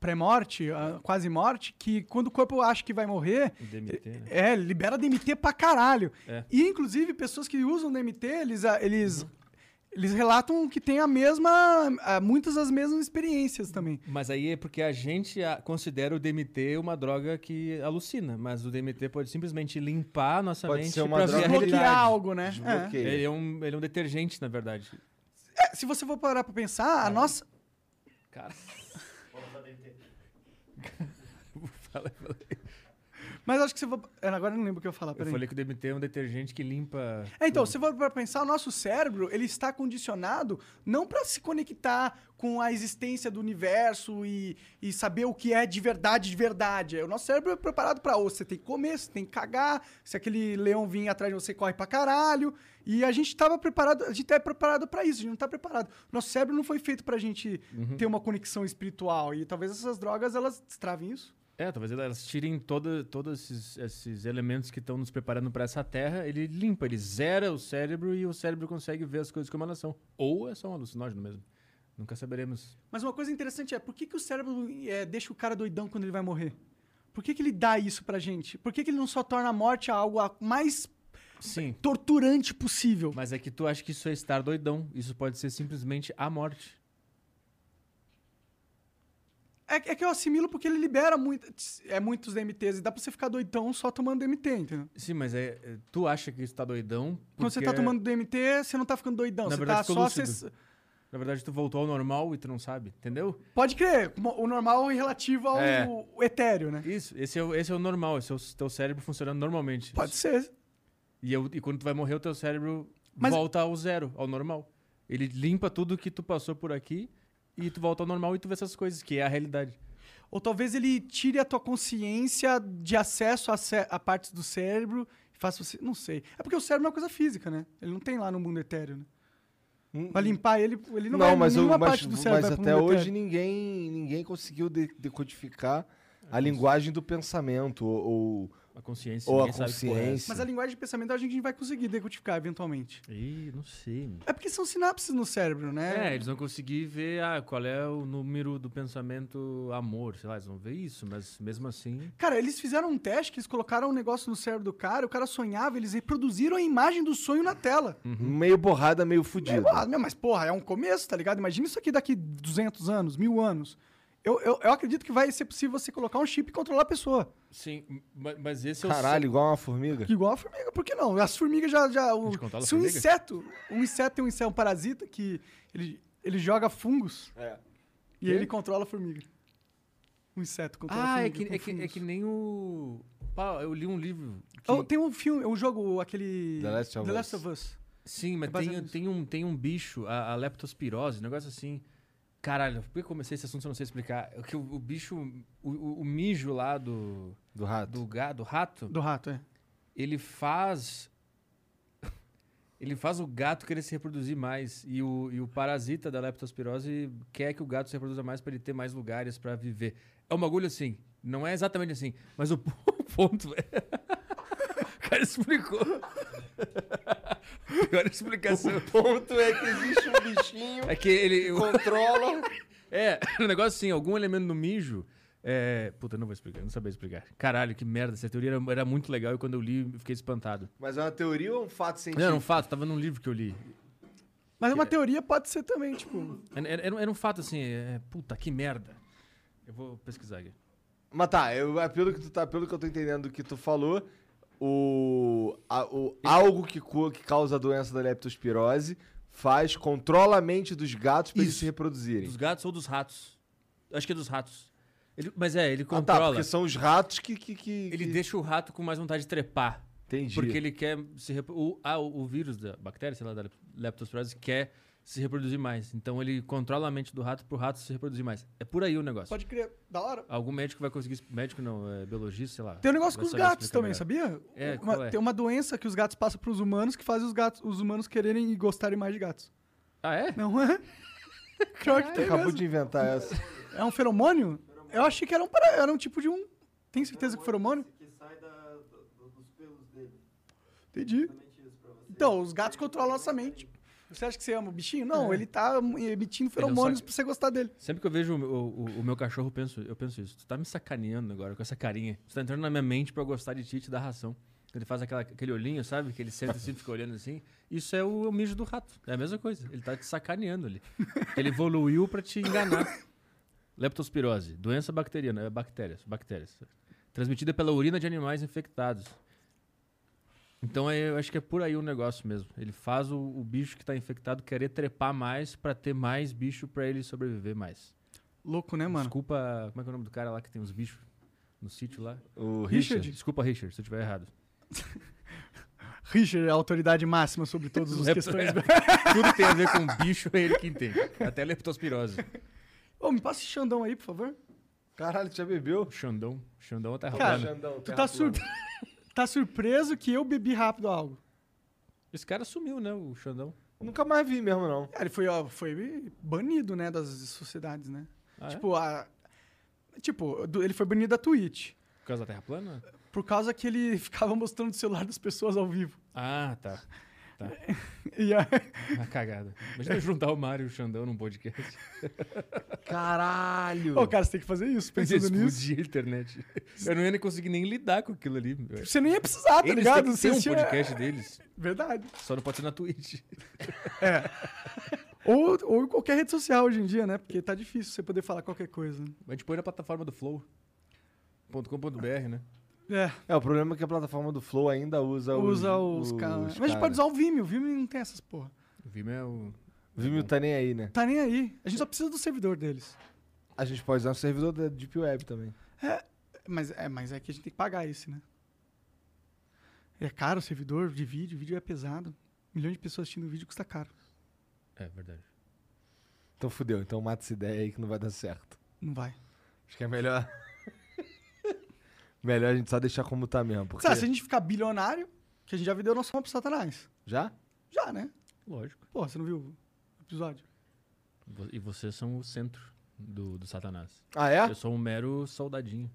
pré-morte, ah, quase morte, que quando o corpo acha que vai morrer,
O DMT, né?
é, libera DMT pra caralho.
É. Uhum.
E, inclusive, pessoas que usam DMT, eles, ah, eles, eles relatam que tem a mesma. ah, muitas das mesmas experiências também.
Mas aí é porque a gente a- considera o DMT uma droga que alucina, mas o DMT pode simplesmente limpar a nossa
Pode
mente
ser uma
pra
droga
ver a
que
Desbloquear
realidade.
algo, né? É.
Desbloqueia.
Ele é, um, ele é um detergente, na verdade.
É, se você for parar pra
É.
pensar, a nossa.
Cara.
Mas acho que você for. é, Agora eu não lembro o que eu ia falar,
Eu
peraí.
falei que o DMT é um detergente que limpa.
É, então, se for para pensar, o nosso cérebro ele está condicionado não para se conectar com a existência do universo e, e saber o que é de verdade, de verdade. O nosso cérebro é preparado para ou você tem que comer, você tem que cagar, se aquele leão vir atrás de você, corre pra caralho. E a gente estava preparado, a gente é preparado para isso, a gente não está preparado. Nosso cérebro não foi feito para a gente ter uma conexão espiritual. E talvez essas drogas, elas destravem isso.
É, talvez elas tirem toda, todos esses, esses elementos que estão nos preparando para essa terra. Ele limpa, ele zera o cérebro e o cérebro consegue ver as coisas como elas são. Ou é só um alucinógeno mesmo. Nunca saberemos.
Mas uma coisa interessante é, por que, que o cérebro eh, deixa o cara doidão quando ele vai morrer? Por que, que ele dá isso pra gente? Por que, que ele não só torna a morte algo a- mais
Sim.
torturante possível?
Mas é que tu acha que isso é estar doidão. Isso pode ser simplesmente a morte.
É, é que eu assimilo porque ele libera muito, é, muitos DMTs e dá pra você ficar doidão só tomando DMT, entendeu?
Sim, mas é, é, tu acha que isso tá doidão?
Quando você
porque,
tá tomando DMT, você não tá ficando doidão.
Na
você
verdade,
tá
ficou
só.
lúcido.
acess-
Na verdade, tu voltou ao normal e tu não sabe, entendeu?
Pode crer, mo- o normal é relativo ao
É.
etéreo, né?
Isso, esse é, o- esse é o normal, esse é o teu cérebro funcionando normalmente.
Pode ser.
E, eu- e quando tu vai morrer, o teu cérebro
Mas-
volta ao zero, ao normal. Ele limpa tudo que tu passou por aqui e tu volta ao normal e tu vê essas coisas, que é a realidade.
Ou talvez ele tire a tua consciência de acesso a, ce- a partes do cérebro e faça você. Não sei. É porque o cérebro é uma coisa física, né? Ele não tem lá no mundo etéreo, né?
Hum,
Vai limpar ele, ele não,
Não,
vai
mas, eu,
nenhuma
mas,
parte do cérebro.
mas
vai pro
até
mundo
hoje
etéreo.
ninguém, ninguém conseguiu de- decodificar a linguagem do pensamento ou,
A consciência.
ou a
ninguém sabe que porra é essa.
consciência.
Mas a linguagem de pensamento a gente vai conseguir decodificar eventualmente.
Ih, não sei. meu.
É porque são sinapses no cérebro, né?
É, eles vão conseguir ver ah, qual é o número do pensamento amor, sei lá, eles vão ver isso, mas mesmo assim.
Cara, eles fizeram um teste que eles colocaram um negócio no cérebro do cara, o cara sonhava, eles reproduziram a imagem do sonho na tela.
Meio borrada, meio fudida.
Ah, meu, mas porra, é um começo, tá ligado? Imagina isso aqui daqui 200 anos, mil anos. Eu, eu, eu acredito que vai ser possível você colocar um chip e controlar a pessoa.
Sim, ma- mas esse é
Caralho, igual uma formiga.
Que Igual a formiga, por que não? As formigas já. já o,
gente controla a
se um
formiga?
inseto. Um inseto tem um inseto, um parasita que ele, ele joga fungos
É.
e ele controla a formiga. Um inseto
é o.
controla a
Ah, é
formiga.
que, é,
com
que, é
fungos.
que nem o. Pá, eu li um livro. que-
Oh, tem um filme, um jogo, aquele.
The Last of Us.
Us.
Sim, mas
é baseado
tem,
nisso.
tem, um, tem um bicho, a, a leptospirose, um negócio assim. Caralho, por que eu comecei esse assunto se eu não sei explicar? É Que o, o bicho, o, o, o mijo lá do,
Do rato.
do gado, do rato,
Do rato, é.
ele faz. Ele faz o gato querer se reproduzir mais. E o, e o parasita da leptospirose quer que o gato se reproduza mais para ele ter mais lugares para viver. É um bagulho assim. Não é exatamente assim. Mas o, [laughs] po- o ponto é. O cara explicou. Pior explicação.
O ponto é que existe um bichinho
É que ele.
que controla.
É, o negócio assim, algum elemento no mijo É, puta, não vou explicar, não sabia explicar. Caralho, que merda, essa teoria era, era muito legal e quando eu li, eu fiquei espantado.
Mas é uma teoria ou um fato científico?
Não, era um fato, tava num livro que eu li.
Mas é uma
é.
teoria pode ser também, tipo.
Era, era- era um fato assim, é, puta, que merda. Eu vou pesquisar aqui.
Mas tá, eu, é pelo, que tu tá, pelo que eu tô entendendo do que tu falou, o, a- o- algo que, co- que causa a doença da leptospirose faz, controla a mente dos gatos pra eles
Isso.
se reproduzirem.
Dos gatos ou dos ratos? Acho que é dos ratos. Ele- mas é, ele
Ah, tá,
controla.
porque
assim
são os ratos que... que, que
ele
que-
deixa o rato com mais vontade de trepar.
Entendi.
Porque ele quer se repro- o, ah, o o vírus da bactéria, sei lá, da lep- leptospirose, quer se reproduzir mais. Então ele controla a mente do rato pro rato se reproduzir mais. É por aí o negócio.
Pode crer. Da hora.
Algum médico vai conseguir. Médico não, é biologista, sei lá.
Tem um negócio
vai
com os
saber
gatos
explicar
também,
melhor.
sabia?
É,
Uma-
qual é?
Tem uma doença que os gatos passam pros humanos que faz os, gatos, os humanos quererem e gostarem mais de gatos.
Ah, é?
Não é? [laughs] Pior que
Tu
tem
acabou
É mesmo.
de inventar essa.
É um feromônio? Eu achei que era um, para- era um tipo de um. Tem certeza que é feromônio?
Que sai dos pelos dele.
Entendi. Então, os gatos controlam a nossa mente. Você acha que você ama o bichinho? Não, ele tá emitindo feromônios
saca-
pra você gostar dele.
Sempre que eu vejo o, meu- o- o meu cachorro, eu penso, eu penso isso. Tu tá me sacaneando agora com essa carinha. Tu tá entrando na minha mente pra eu gostar de ti e te dar ração. Ele faz aquela- aquele olhinho, sabe? Que ele senta assim, fica olhando assim. Isso é o, o mijo do rato. É a mesma coisa. Ele tá te sacaneando ali. Ele evoluiu pra te enganar. Leptospirose, doença bacteriana. É bactérias, bactérias. Transmitida pela urina de animais infectados. Então é- eu acho que é por aí o negócio mesmo. Ele faz o, o bicho que tá infectado querer trepar mais pra ter mais bicho pra ele sobreviver mais.
Louco, né, mano?
Desculpa, como é que é o nome do cara lá que tem os bichos no sítio lá?
O
Richard.
Richard.
Desculpa, Richard, se eu tiver errado.
Richard é a autoridade máxima sobre [laughs] todas as
Lepto-
questões.
É [laughs] Tudo que tem a ver com bicho é ele que entende. Até leptospirose.
Ô, me passa esse Xandão aí, por favor.
Caralho, tu já bebeu?
Xandão, Xandão tá
Cara,
rolando.
Xandão,
Tu
terra
tá,
plana.
sur... [laughs] tá surpreso que eu bebi rápido algo.
Esse cara sumiu, né, o Xandão?
Nunca mais vi mesmo, não.
É, Ele foi, ó, foi banido, né, das sociedades, né?
Ah, é?
tipo, a... tipo, do- ele foi banido da Twitch.
é? Por causa da Terra plana?
Por causa que ele [laughs] ficava mostrando o celular das pessoas ao vivo.
Ah, tá.
E aí,
Uma cagada. Imagina juntar o Mário e o Xandão num
[laughs]
podcast.
Caralho!
Ô, cara, você tem que fazer isso,
Pensei,
pensando nisso.
explodir a internet. Eu não ia nem conseguir nem lidar com aquilo ali.
Você nem ia precisar, tá
Eles
ligado?
têm que ter
Você
um
tinha-
podcast deles.
Verdade.
Só não pode ser na Twitch.
Ou, ou em qualquer rede social hoje em dia, né? Porque tá difícil você poder falar qualquer coisa. né?
A gente põe na plataforma do Flow.com.br, né?
É,
É, o problema é que a plataforma do Flow ainda usa,
usa Então, os,
caras.
caras. Mas a gente pode usar o Vimeo. O Vimeo não tem essas porra.
O Vimeo é o.
Vimeo tá nem aí, né?
Tá nem aí. A gente só precisa do servidor deles.
A gente pode usar o servidor da Deep Web também.
Mas é, mas é que a gente tem que pagar esse, né? É caro o servidor de vídeo. O vídeo é pesado. Milhões de pessoas assistindo o vídeo custa caro.
É verdade.
Então fudeu, então mata essa ideia aí que não vai dar certo.
Não vai.
Acho que é melhor. [laughs] melhor a gente só deixar como tá mesmo. Porque...
Sabe, se a gente ficar bilionário, que a gente já vendeu nosso alma pro Satanás.
Já?
Já, né?
Lógico.
Pô, você não viu o episódio?
Vo- E vocês são o centro do, do Satanás.
Ah, é?
Eu sou um mero soldadinho.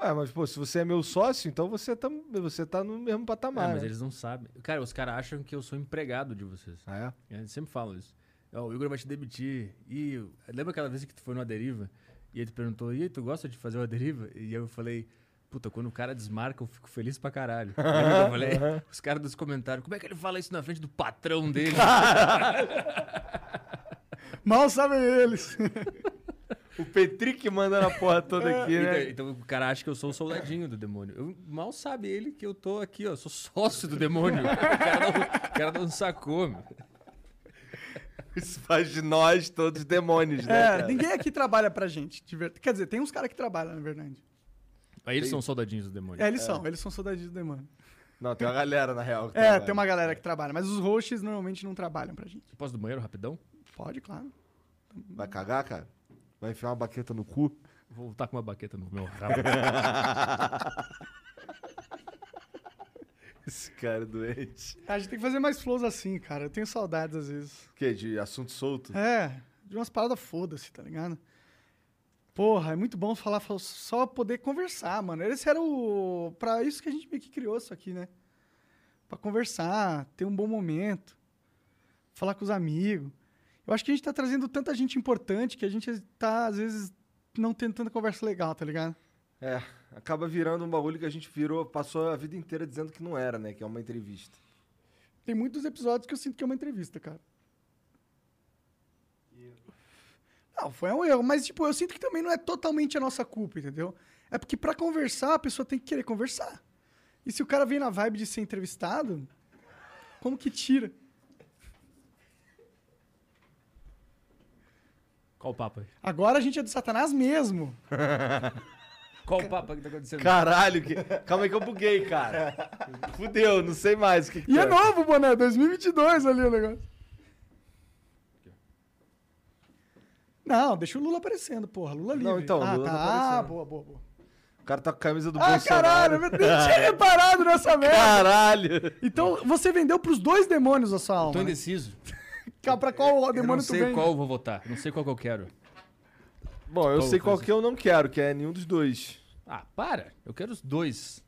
Ué, mas pô, se você é meu sócio, então você tá, você tá no mesmo patamar.
É, mas
né?
eles não sabem. Cara, os caras acham que eu sou empregado de vocês.
Ah, é?
Eles sempre falam isso. Ó, o Igor vai te demitir. E eu- lembra aquela vez que tu foi numa deriva? E ele te perguntou, e aí, tu gosta de fazer uma deriva? E eu falei, puta, quando o cara desmarca, eu fico feliz pra [laughs] caralho. Lembra que eu falei? Os caras dos comentários, como é que ele fala isso na frente do patrão dele?
Mal sabem eles. [laughs] É,
O Petri que manda na porra [laughs] toda aqui,
Então,
né?
então o cara acha que eu sou o soldadinho do demônio. Eu- mal sabe ele que eu tô aqui, ó. Sou sócio do demônio. O cara não, o cara não sacou, meu.
Isso faz de nós todos demônios, né?
É,
cara?
ninguém aqui trabalha pra gente. de ver- Quer dizer, tem uns caras que trabalham, na verdade.
Aí eles são soldadinhos do demônio.
É, eles são. Eles são soldadinhos do demônio.
Não, tem uma galera, na real. que
É,
trabalha.
tem uma galera que trabalha. Mas os hosts normalmente não trabalham pra gente.
Eu posso ir do banheiro rapidão?
Pode, claro.
Vai cagar, cara? Vai enfiar uma baqueta no cu? [laughs]
Vou voltar com uma baqueta no meu rabo.
Esse cara é doente.
A gente tem que fazer mais flows assim, cara. Eu tenho saudades às vezes.
O quê? De assunto solto?
É, de umas paradas foda-se, tá ligado? Porra, é muito bom falar, fa- só poder conversar, mano. Esse era o. Pra isso que a gente meio que criou isso aqui, né? Pra conversar, ter um bom momento, falar com os amigos. Eu acho que a gente tá trazendo tanta gente importante que a gente tá, às vezes, não tendo tanta conversa legal, tá ligado?
É, acaba virando um bagulho que a gente virou, passou a vida inteira dizendo que não era, né? Que é uma entrevista.
Tem muitos episódios que eu sinto que é uma entrevista, cara. Não, foi um erro, mas tipo, eu sinto que também não é totalmente a nossa culpa, entendeu? É porque pra conversar, a pessoa tem que querer conversar. E se o cara vem na vibe de ser entrevistado, como que tira?
Qual o papo aí?
Agora a gente é do Satanás mesmo.
Qual o papo que tá acontecendo?
Caralho, que... calma aí que eu buguei, cara. Fudeu, não sei mais o que, que
E é
tá.
novo, boné, 2022 ali o negócio. Não, deixa o Lula aparecendo, porra. Lula livre.
Não, então,
ah,
Lula
tá.
tá aparecendo.
Ah, boa, boa, boa.
O cara tá com a camisa do
ah,
Bolsonaro.
caralho, eu nem
[laughs]
tinha reparado nessa merda.
Caralho!
Então, você vendeu pros dois demônios a sua alma.
Tô
né?
indeciso.
Ca- Pra qual
Eu não
demônio tu
sei
vende?
qual eu vou votar. Não sei qual que eu quero.
Bom, eu
Tô,
sei qual
Francisco.
que eu não quero, que é nenhum dos dois.
Ah, para. Eu quero os dois.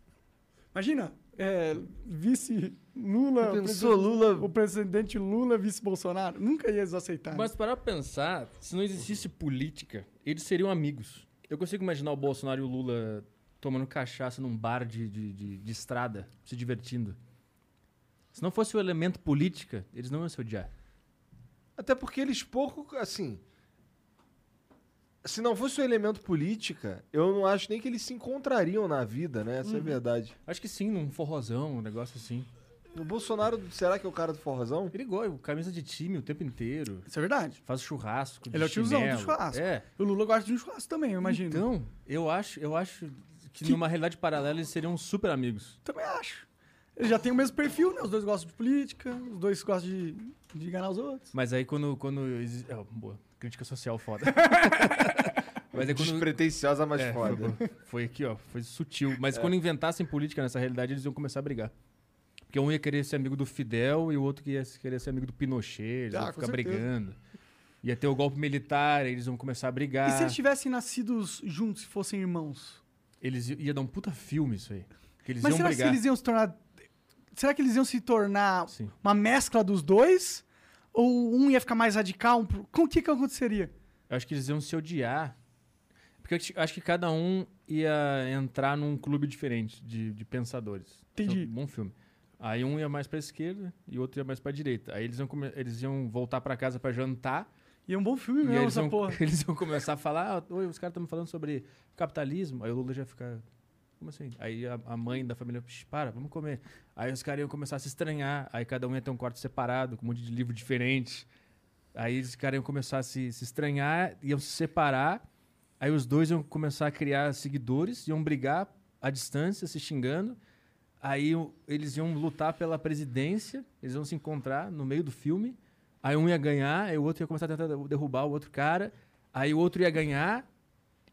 Imagina, é, vice Lula,
Pensou
presi-
Lula.
o presidente Lula, vice Bolsonaro. Nunca ia eles aceitar.
Mas para pensar, se não existisse política, eles seriam amigos. Eu consigo imaginar o Bolsonaro e o Lula tomando cachaça num bar de, de, de- de estrada, se divertindo. Se não fosse o elemento política, eles não iam se odiar.
Até porque eles pouco, assim. Se não fosse o elemento política, eu não acho nem que eles se encontrariam na vida, né?
Uhum.
Essa é a verdade.
Acho que sim, num forrozão, um negócio assim.
O Bolsonaro, será que é o cara do forrozão?
Ele igual, camisa de time o tempo inteiro.
Isso é verdade.
Faz churrasco. de
Ele é o tiozão do
chinelo.
churrasco.
É.
O Lula gosta de um churrasco também, eu imagino.
Então, eu acho, eu acho que, numa realidade paralela eles seriam super amigos.
Também acho. Ele já tem o mesmo perfil, né? Os dois gostam de política, os dois gostam de, de enganar os outros.
Mas aí quando. quando exi- ah, boa. Crítica
[laughs]
social foda. Mas aí quando.
Despretensiosa, mas
É, foi,
foda.
[laughs] boa. Foi aqui, ó. Foi sutil. Mas
É.
quando inventassem política nessa realidade, eles iam começar a brigar. Porque um ia querer ser amigo do Fidel e o outro que ia querer ser amigo do Pinochet. Eles
Ah,
iam
com
ficar
certeza.
brigando. Ia ter o golpe militar, aí eles iam começar a brigar.
E se eles tivessem nascido juntos, se fossem irmãos?
Eles i- ia dar um puta filme isso aí. Que eles
Mas
iam
será que
brigar.
eles iam se tornar. Será que eles iam se tornar
Sim.
uma mescla dos dois? Ou um ia ficar mais radical? um pro- Com o que que aconteceria?
Eu acho que eles iam se odiar. Porque eu acho- acho que cada um ia entrar num clube diferente de, de pensadores.
Entendi.
Isso é um bom filme. Aí um ia mais pra esquerda e o outro ia mais pra direita. Aí eles iam, come- eles iam voltar pra casa pra jantar.
E é um bom filme
e aí
mesmo,
eles
essa
iam,
porra.
[laughs] eles iam começar a falar: "Ah, Oi, os caras estão me falando sobre capitalismo. Aí o Lula já fica. Como assim? Aí a, a mãe da família, "Shh, para, vamos comer. Aí os caras iam começar a se estranhar. Aí cada um ia ter um quarto separado, com um monte de livro diferente. Aí eles caras iam começar a se, se estranhar, iam se separar. Aí os dois iam começar a criar seguidores, iam brigar à distância, se xingando. Aí o- eles iam lutar pela presidência, eles iam se encontrar no meio do filme. Aí um ia ganhar, aí o outro ia começar a tentar de- derrubar o outro cara. Aí o outro ia ganhar,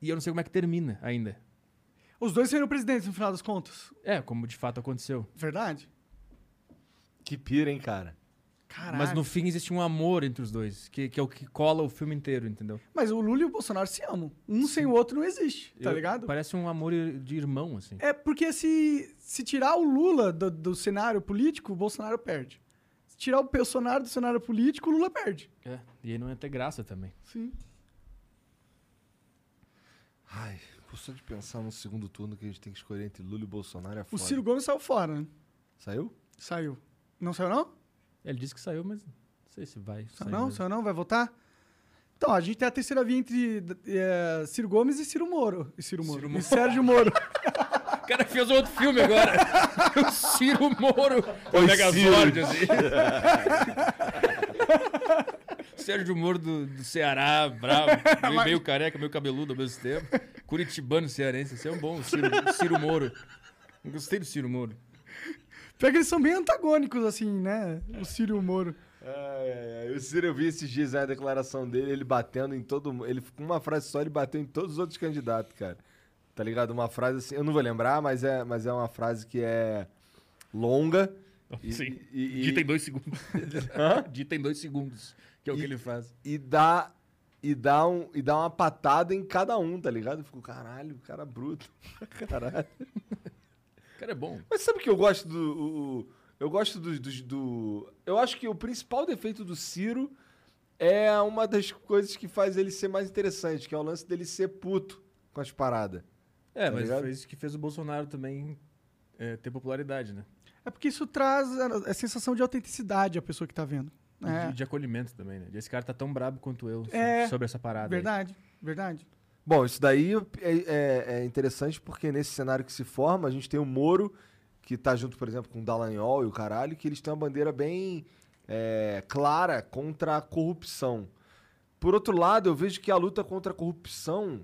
e eu não sei como é que termina ainda.
Os dois seriam presidentes no final das contas.
É, como de fato aconteceu.
Verdade?
Que pira, hein, cara?
Caralho.
Mas no fim existe um amor entre os dois, que, que é o que cola o filme inteiro, entendeu?
Mas o Lula e o Bolsonaro se amam. Um sem o outro não existe, tá
Eu-
ligado?
Parece um amor ir- de irmão, assim.
É porque se, se tirar o Lula do, do cenário político, o Bolsonaro perde. Se tirar o Bolsonaro do cenário político, o Lula perde.
É, e aí não ia ter graça também.
Sim.
Ai, pô, só de pensar no segundo turno que a gente tem que escolher entre Lula e Bolsonaro é
O
foda.
Ciro Gomes saiu fora, né?
Saiu?
Saiu. Não saiu, não?
Ele disse que saiu, mas não sei se vai.
Saiu
sair
não?
mesmo.
Saiu não? Vai votar? Então, a gente tem a terceira via entre eh, Ciro Gomes e Ciro Moro. E Ciro Moro.
Ciro
E
[laughs]
Moro.
Sérgio Moro.
O cara fez outro filme
[laughs]
agora. o Ciro Moro. O Megazord, assim. [laughs] Sérgio Moro do, do Ceará, [laughs] bravo. Meio, meio careca, meio cabeludo ao mesmo tempo. Curitibano cearense, esse é um bom, o Ciro, o Ciro Moro. Eu Gostei do Ciro Moro.
Pior que eles são bem antagônicos, assim, né? O Ciro e o Moro.
Ai, ai, ai. O Ciro, eu vi esses dias aí a declaração dele, ele batendo em todo mundo. Ele com uma frase só, ele bateu em todos os outros candidatos, cara. Tá ligado? Uma frase assim, eu não vou lembrar, mas é, mas é uma frase que é
[laughs]
longa. E,
Sim.
E,
Dita em
e,
dois [laughs] segundos. Dita em dois segundos, que é o que
E-
ele faz.
e dá. E dá, um, e dá uma patada em cada um, tá ligado? Eu fico, caralho, cara bruto. [laughs] Caralho.
O cara é bom.
Mas sabe o que eu gosto do. o- o- eu gosto dos dos- do, Eu acho que o principal defeito do Ciro é uma das coisas que faz ele ser mais interessante, que é o lance dele ser puto com as paradas.
É,
Tá
mas
ligado?
foi isso que fez o Bolsonaro também é, ter popularidade, né?
É porque isso traz a, a sensação de autenticidade à pessoa que tá vendo.
E
É,
de, de acolhimento também, né? De Esse cara tá tão brabo quanto eu so-
É,
sobre essa parada. aí.
verdade, verdade.
Bom, isso daí é, é- é interessante porque nesse cenário que se forma, a gente tem o Moro, que tá junto, por exemplo, com o Dallagnol e o caralho, que eles têm uma bandeira bem é, clara contra a corrupção. Por outro lado, eu vejo que a luta contra a corrupção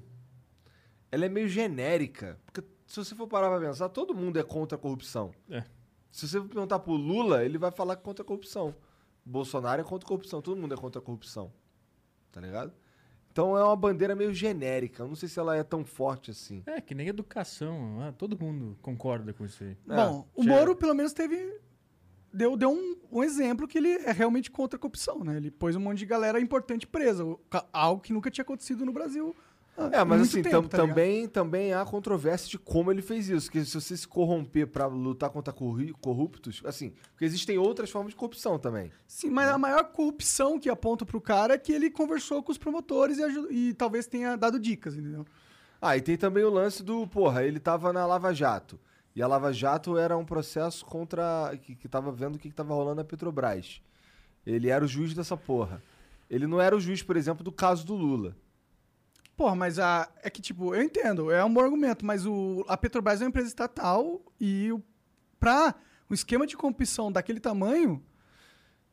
ela é meio genérica. Porque se você for parar pra pensar, todo mundo é contra a corrupção.
É.
Se você perguntar pro Lula, ele vai falar é contra a corrupção. Bolsonaro é contra a corrupção, todo mundo é contra a corrupção. Tá ligado? Então é uma bandeira meio genérica. Eu não sei se ela é tão forte assim.
É, que nem educação. ah, todo mundo concorda com isso aí.
É,
Bom, o
chega.
Moro pelo menos teve... Deu, deu um, um exemplo que ele é realmente contra a corrupção, né? Ele pôs um monte de galera importante presa, o- ca- algo que nunca tinha acontecido no Brasil. há
É, mas
muito
assim,
tempo,
tam-
tá ligado?
também, também há controvérsia de como ele fez isso. Que se você se corromper pra lutar contra corri- corruptos, assim, porque existem outras formas de corrupção também.
Sim, mas a maior corrupção que aponta pro cara é que ele conversou com os promotores e, aju- e talvez tenha dado dicas, entendeu?
Ah, e tem também o lance do, porra, ele tava na Lava Jato. E a Lava Jato era um processo contra. que, que tava vendo o que, que tava rolando na Petrobras. Ele era o juiz dessa porra. Ele não era o juiz, por exemplo, do caso do Lula.
Porra, mas a, é que, tipo, eu entendo, é um bom argumento, mas o, a Petrobras é uma empresa estatal e o, pra um esquema de corrupção daquele tamanho.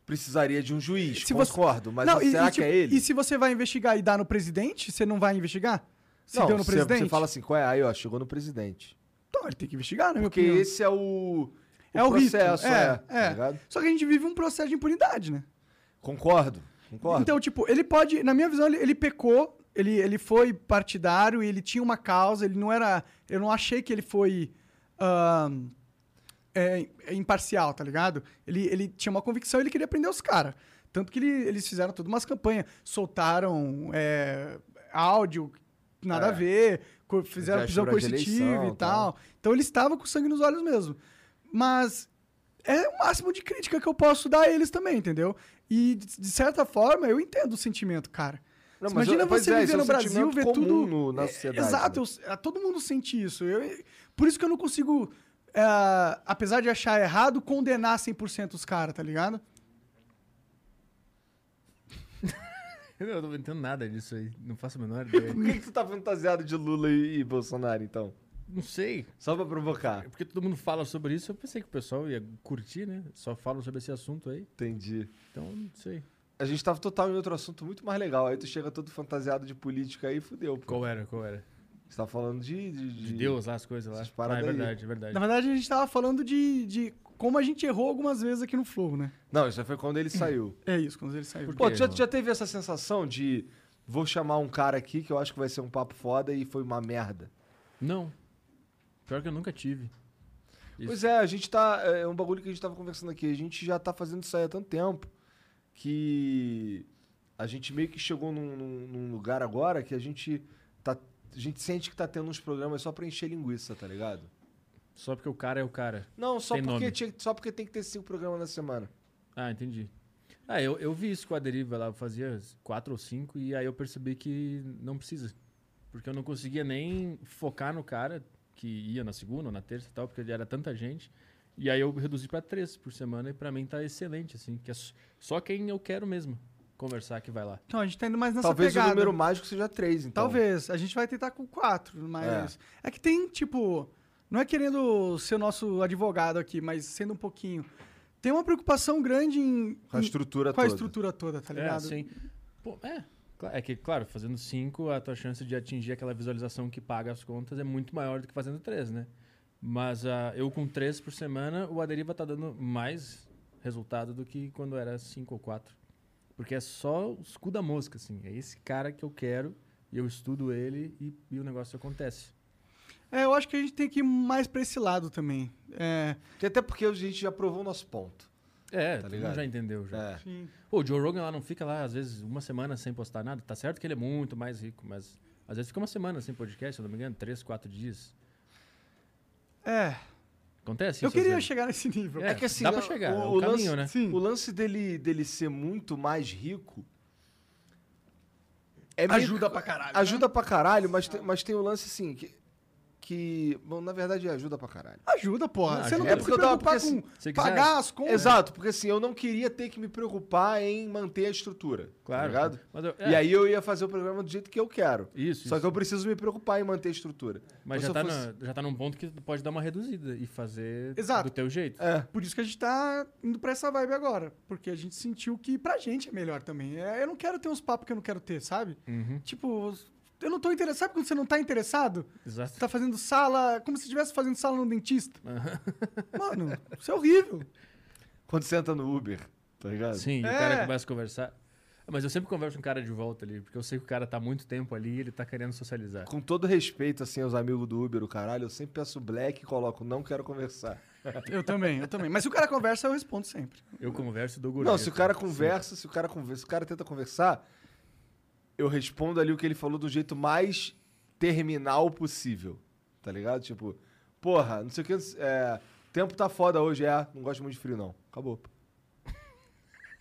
Precisaria de um juiz,
Se você-
concordo. Mas
não, e-
será
e,
que
tipo,
é ele?
E se você vai investigar e dar no presidente, você não vai investigar? Se
não,
deu no
você-
presidente?
Você fala assim, qual é? Aí, ó, chegou no presidente.
Então, ele tem que investigar, né?
Porque esse é o.
É o rito,
processo,
é,
é. tá
é.
ligado?
Só que a gente vive um processo de impunidade, né?
Concordo, concordo.
Então, tipo, ele pode, na minha visão, ele, ele pecou, ele, ele foi partidário, ele tinha uma causa, ele não era. Eu não achei que ele foi. ahn, é, é imparcial, tá ligado? Ele, ele tinha uma convicção, ele queria prender os caras. Tanto que ele- eles fizeram todas umas campanhas, soltaram é, áudio, nada a
É.
ver, co- fizeram
Já
prisão
furou de
coercitiva
eleição, tá?
e tal. Então ele estava com sangue nos olhos mesmo. Mas é o máximo de crítica que eu posso dar a eles também, entendeu? E, de de certa forma, eu entendo o sentimento, cara.
Não, mas
Imagina
eu- pois
você
é,
viver
esse é
no
um
Brasil,
sentimento
ver
comum
tudo.
no- na
É,
sociedade,
Exato, eu- é, todo mundo sente isso. Eu- por isso que eu não consigo, é, apesar de achar errado, condenar 100% os caras, tá ligado?
[laughs] Eu não entendo nada disso aí. Não faço a menor [laughs] ideia.
Por que, que tu tá fantasiado de Lula e, e Bolsonaro, então?
não sei.
Só pra provocar.
É Porque todo mundo fala sobre isso. Eu pensei que o pessoal ia curtir, né? Só falam sobre esse assunto aí.
Entendi.
Então, não sei.
A gente tava total em outro assunto muito mais legal. Aí tu chega todo fantasiado de política aí, fudeu, pô.
Qual era? Qual era?
Você tá falando de. De,
De Deus lá, as coisas lá.
essas paradas
ah, é
aí.
verdade, é verdade.
Na verdade, a gente tava falando de, de como a gente errou algumas vezes aqui no Flow, né?
Não, isso foi quando ele saiu.
É isso, quando ele saiu.
Por
Pô,
quê,
tu já,
irmão?
já teve essa sensação de. Vou chamar um cara aqui que eu acho que vai ser um papo foda e foi uma merda.
Não. Pior que eu nunca tive. Isso.
Pois é, a gente tá. É um bagulho que a gente tava conversando aqui. A gente já tá fazendo isso aí há tanto tempo que a gente meio que chegou num, num- num lugar agora que a gente tá. A gente sente que tá tendo uns programas só pra encher linguiça, tá ligado?
Só porque o cara é o cara.
Não, só,
Tem
porque,
nome.
tinha- só porque tem que ter cinco programas na semana.
Ah, entendi. Ah, eu, eu vi isso com a deriva lá, eu fazia quatro ou cinco, e aí eu percebi que não precisa. Porque eu não conseguia nem focar no cara que ia na segunda ou na terça e tal, porque era tanta gente. E aí eu reduzi pra três por semana, e pra mim tá excelente, assim. Que é s- só quem eu quero mesmo conversar que vai lá.
Então, a gente tá indo mais nessa
Talvez
pegada.
o número mágico seja três, então.
Talvez. A gente vai tentar com quatro, mas. É. que tem, tipo. Não é querendo ser o nosso advogado aqui, mas sendo um pouquinho. Tem uma preocupação grande em.
Com a
em-
estrutura
com a
toda.
estrutura toda, tá
É,
ligado?
assim. Pô, é. cla- É que, claro, fazendo cinco, a tua chance de atingir aquela visualização que paga as contas é muito maior do que fazendo três, né? Mas ah, eu com três por semana, o Aderiva tá dando mais resultado do que quando era cinco ou quatro. Porque é só os cu da mosca, assim. É esse cara que eu quero, e eu estudo ele e, e o negócio acontece.
É, eu acho que a gente tem que ir mais pra esse lado também. É.
Porque Até porque a gente já provou o nosso ponto.
É,
Tá
todo mundo
ligado?
já entendeu já.
É.
Pô, o Joe Rogan lá não fica lá, às vezes, uma semana sem postar nada. Tá certo que ele é muito mais rico, mas às vezes fica uma semana sem podcast, se eu não me engano, três, quatro dias.
É.
Acontece
eu
isso.
queria
às vezes.
chegar nesse nível.
É,
É que assim,
dá pra
o-
chegar, é
o,
um caminho,
lance,
né?
O lance dele, dele ser muito mais rico é meio-
ajuda pra caralho. né?
Ajuda pra caralho, mas tem, mas tem um lance assim que. que bom, na verdade ajuda pra caralho.
Ajuda, porra.
Não,
você não
ajuda.
tem
É
né?
que
porque eu
se
tava-
preocupar
porque se-
com
se quiser-
pagar as contas.
Exato, porque assim, eu não queria ter que me preocupar em manter a estrutura. tá
Claro.
ligado?
Mas eu-
E
é,
aí eu ia fazer o programa do jeito que eu quero.
Isso,
Só
isso.
que eu preciso me preocupar em manter a estrutura.
Mas
Então,
já
se
tá,
eu fosse-
na- já tá num ponto que tu pode dar uma reduzida e fazer
Exato.
do teu jeito.
É.
Por isso que a gente tá indo pra essa vibe agora. Porque a gente sentiu que pra gente é melhor também. É, eu não quero ter uns papos que eu não quero ter, sabe?
Uhum.
Tipo, eu não tô interessado. Sabe quando você não tá interessado?
Exato.
Você tá fazendo sala, como se estivesse fazendo sala no dentista.
Uhum.
Mano, isso é horrível.
Quando você entra no Uber, tá ligado?
Sim, e o
É.
cara começa a conversar. Mas eu sempre converso com o cara de volta ali, porque eu sei que o cara tá muito tempo ali e ele tá querendo socializar.
Com todo respeito, assim, aos amigos do Uber, o caralho, eu sempre peço black e coloco, não quero conversar.
Eu também, eu também. Mas se o cara conversa, eu respondo sempre.
Eu converso e dou gorjeta.
Não, se o cara conversa, se o cara conversa, se o cara tenta conversar, eu respondo ali o que ele falou do jeito mais terminal possível. Tá ligado? Tipo, porra, não sei o que. É, tempo tá foda hoje, é. Não gosto muito de frio, não. Acabou.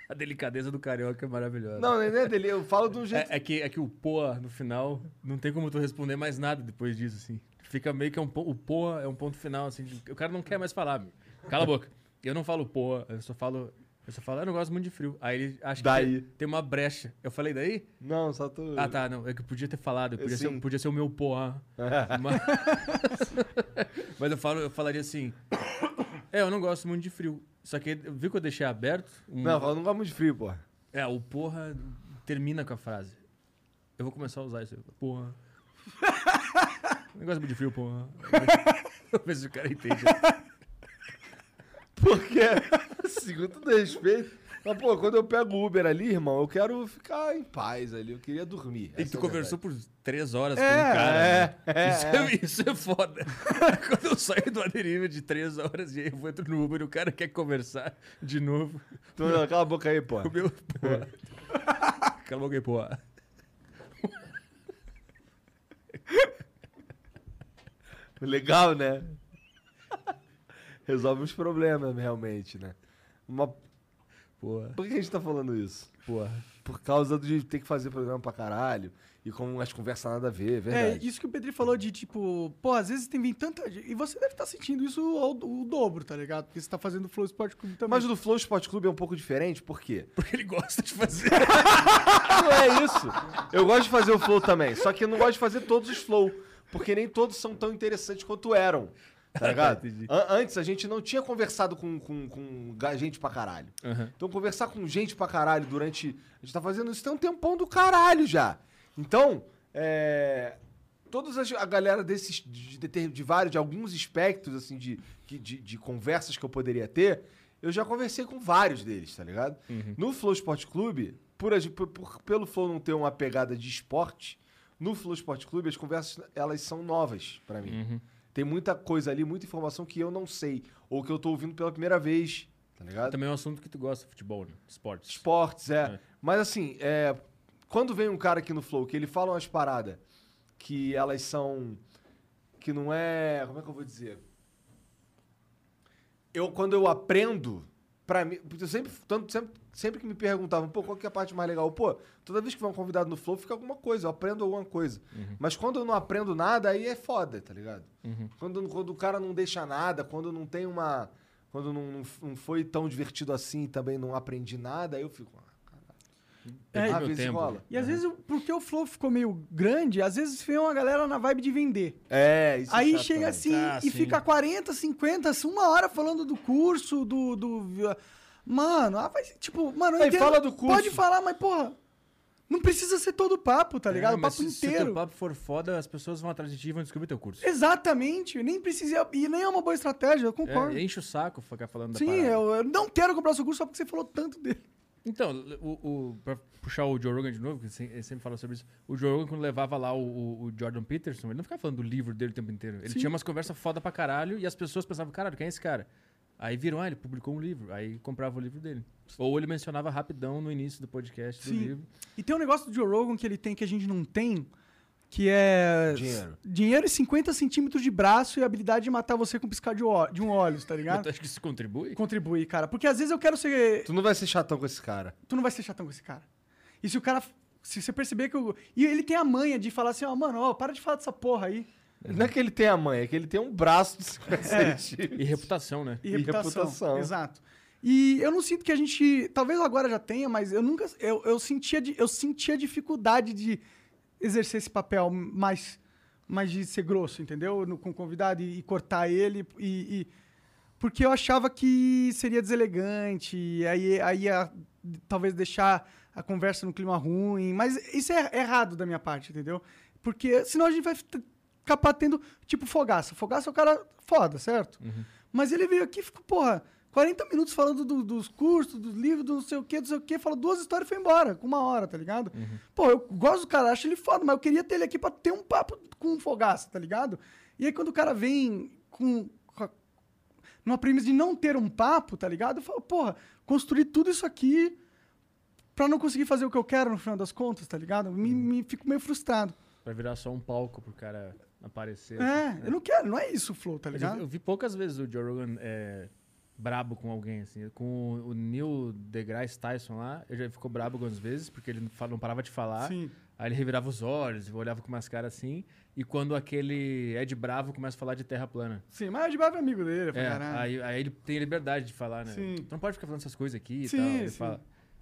A delicadeza do carioca é maravilhosa.
Não, nem é dele, eu falo de um jeito.
É, é que, é que o poa no final, não tem como tu responder mais nada depois disso, assim. Fica meio que é um, po- o poa é um ponto final, assim. de- O cara não quer mais falar, meu. Cala a boca. Eu não falo poa, eu só falo. Eu só falo, "Ah, eu não gosto muito de frio. Aí ele acha
Daí.
que tem- tem uma brecha. Eu falei daí?
Não, só tô.
Ah, tá, não. É que eu podia ter falado, eu podia,
Sim.
ser, podia ser o meu poa.
É. [laughs]
Mas, mas eu, falo, eu falaria assim. É, eu não gosto muito de frio. Só que viu que eu deixei aberto? Um-
Não, eu falo, não gosto muito de frio, porra.
é, o porra termina com a frase. Eu vou começar a usar isso. aí. Porra. [laughs] Negócio de frio, porra. Vamos ver se o cara entende.
Porque, [laughs] assim, com todo respeito. Mas, pô, quando eu pego o Uber ali, irmão, eu quero ficar em paz ali. Eu queria dormir.
E
Essa é
tu
a
conversou
verdade.
por três horas
É,
com o cara.
é,
né?
é,
isso, é, [laughs] isso é foda. Quando eu saio do aderiva de três horas e aí eu entro no Uber e o cara quer conversar de novo.
Tu, não, cala a boca aí, pô.
O meu, porra.
[laughs]
Cala a boca aí, porra.
Legal, né? Resolve uns problemas, realmente, né? Mas
Porra,
por que a gente tá falando isso?
porra.
Por causa de ter que fazer programa pra caralho e com as conversas nada a ver, é verdade.
É, isso que o Pedri falou de tipo, pô, às vezes tem vindo tanta. E você deve estar sentindo isso ao- o dobro, tá ligado? Porque você tá fazendo o Flow Sport Clube também.
Mas o do Flow Sport Clube é um pouco diferente, por quê?
Porque ele gosta de fazer.
Não é isso. Eu gosto de fazer o flow também, só que eu não gosto de fazer todos os flow, porque nem todos são tão interessantes quanto eram. Tá [laughs] ligado?
Entendi.
An- antes a gente não tinha conversado com, com, com ga- gente pra caralho.
Aham.
Então conversar com gente pra caralho durante. A gente tá fazendo isso tem um tempão do caralho já. Então, é. Todas as, a galera desses. De, de, ter- de vários, de alguns espectros, assim, de, que- de, de conversas que eu poderia ter, eu já conversei com vários deles, tá ligado? No Flow Esporte Clube, por, a gen- por- por- pelo Flow não ter uma pegada de esporte, no Flow Esporte Clube as conversas elas são novas pra
Uhum.
mim. Tem muita coisa ali, muita informação que eu não sei, ou que eu tô ouvindo pela primeira vez, tá ligado?
Também é um assunto que tu gosta, futebol, né? Esportes.
Esportes, é.
É.
Mas assim, é, quando vem um cara aqui no Flow que ele fala umas paradas que elas são. que não é. Como é que eu vou dizer? Eu, quando eu aprendo, pra mim. porque Eu sempre, tanto, sempre, sempre que me perguntavam, pô, qual que é a parte mais legal? Eu, Pô, toda vez que vai um convidado no Flow, fica alguma coisa, eu aprendo alguma coisa. Mas quando eu não aprendo nada, aí é foda, tá ligado? Quando, quando o cara não deixa nada, quando não tem uma. Quando não, não, não foi tão divertido assim e também não aprendi nada, aí eu fico. Ah,
Perdi
às
meu
vezes
tempo.
rola.
E às vezes, eu- porque o Flow ficou meio grande, às vezes vem uma galera na vibe de vender.
É, isso é
Aí
chato
chega
também.
assim
Ah,
e
sim.
fica 40, 50, assim, uma hora falando do curso, do. do mano, ah, vai, tipo, mano, eu
Aí
entendo-
fala do curso.
Pode falar, mas, porra, não precisa ser todo o papo, tá ligado?
É,
o
mas
papo
se, Se o
inteiro.
teu papo for foda, as pessoas vão atrás de ti e vão descobrir teu curso.
Exatamente, nem precisa. E nem é uma boa estratégia, eu concordo.
É, enche o saco ficar falando da
Sim,
parada.
eu, eu não quero comprar o seu curso só porque você falou tanto dele.
Então, o, o- pra puxar o Joe Rogan de novo, que ele se- ele sempre fala sobre isso, o Joe Rogan, quando levava lá o- o, o Jordan Peterson, ele não ficava falando do livro dele o tempo inteiro. Ele tinha umas conversas foda pra caralho e as pessoas pensavam, caralho, quem é esse cara? Aí viram, ah, ele publicou um livro. Aí comprava o livro dele. Ou ele mencionava rapidão no início do podcast do
Sim.
livro.
E tem um negócio do Joe Rogan que ele tem que a gente não tem, que é.
Dinheiro.
Dinheiro e 50 centímetros de braço e a habilidade de matar você com um piscar de, ó- de um olhos, tá
Mas
ligado?
tu acha Então, que isso contribui?
Contribuir, cara. Porque às vezes eu quero ser.
Tu não vai ser chatão com esse cara.
Tu não vai ser chatão com esse cara. E se o cara Se você perceber que eu. E ele tem a manha de falar assim, ó, mano, ó, para de falar dessa porra aí.
Não é que ele tem a mãe, é que ele tem um braço de [laughs] 50
É.
centímetros.
E reputação, né?
E
E
reputação.
reputação.
Exato. E eu não sinto que a gente. Talvez agora já tenha, mas eu nunca. Eu, eu, sentia, di- eu sentia dificuldade de exercer esse papel mais, mais de ser grosso, entendeu? No- com o convidado e, e cortar ele. E, e- porque eu achava que seria deselegante, e aí, aí ia talvez deixar a conversa num clima ruim. Mas isso é errado da minha parte, entendeu? Porque senão a gente vai f- ficar batendo, tipo, fogaça. Fogaça é o cara foda, certo? Mas ele veio aqui e ficou, porra, 40 minutos falando do- dos cursos, dos livros, do não sei o quê, do não sei o quê, falou duas histórias e foi embora, com uma hora, tá ligado?
Uhum.
Pô, eu gosto do cara, acho ele foda, mas eu queria ter ele aqui pra ter um papo com um fogaça, tá ligado? E aí quando o cara vem com, com a- numa premissa de não ter um papo, tá ligado? Eu falo, porra, construí tudo isso aqui pra não conseguir fazer o que eu quero no final das contas, tá ligado?
Uhum.
Me, me fico meio frustrado.
Pra virar só um palco pro cara aparecer.
É, eu não quero, não é isso, Flow, tá
Mas eu,
ligado?
eu vi poucas vezes o Joe Rogan é, brabo com alguém, assim. Com o, o Neil deGrasse Tyson lá, ele já ficou brabo algumas vezes, porque ele não, fa- não parava de falar.
Sim.
Aí ele revirava os olhos, olhava com umas caras assim. E quando aquele Ed Bravo começa a falar de terra plana.
Sim, mas o Edbab é amigo dele, pra
É,
caralho.
aí, aí ele tem liberdade de falar, né?
Sim.
Tu não pode ficar falando essas coisas aqui e
Sim,
tal. Ele
sim.
fala.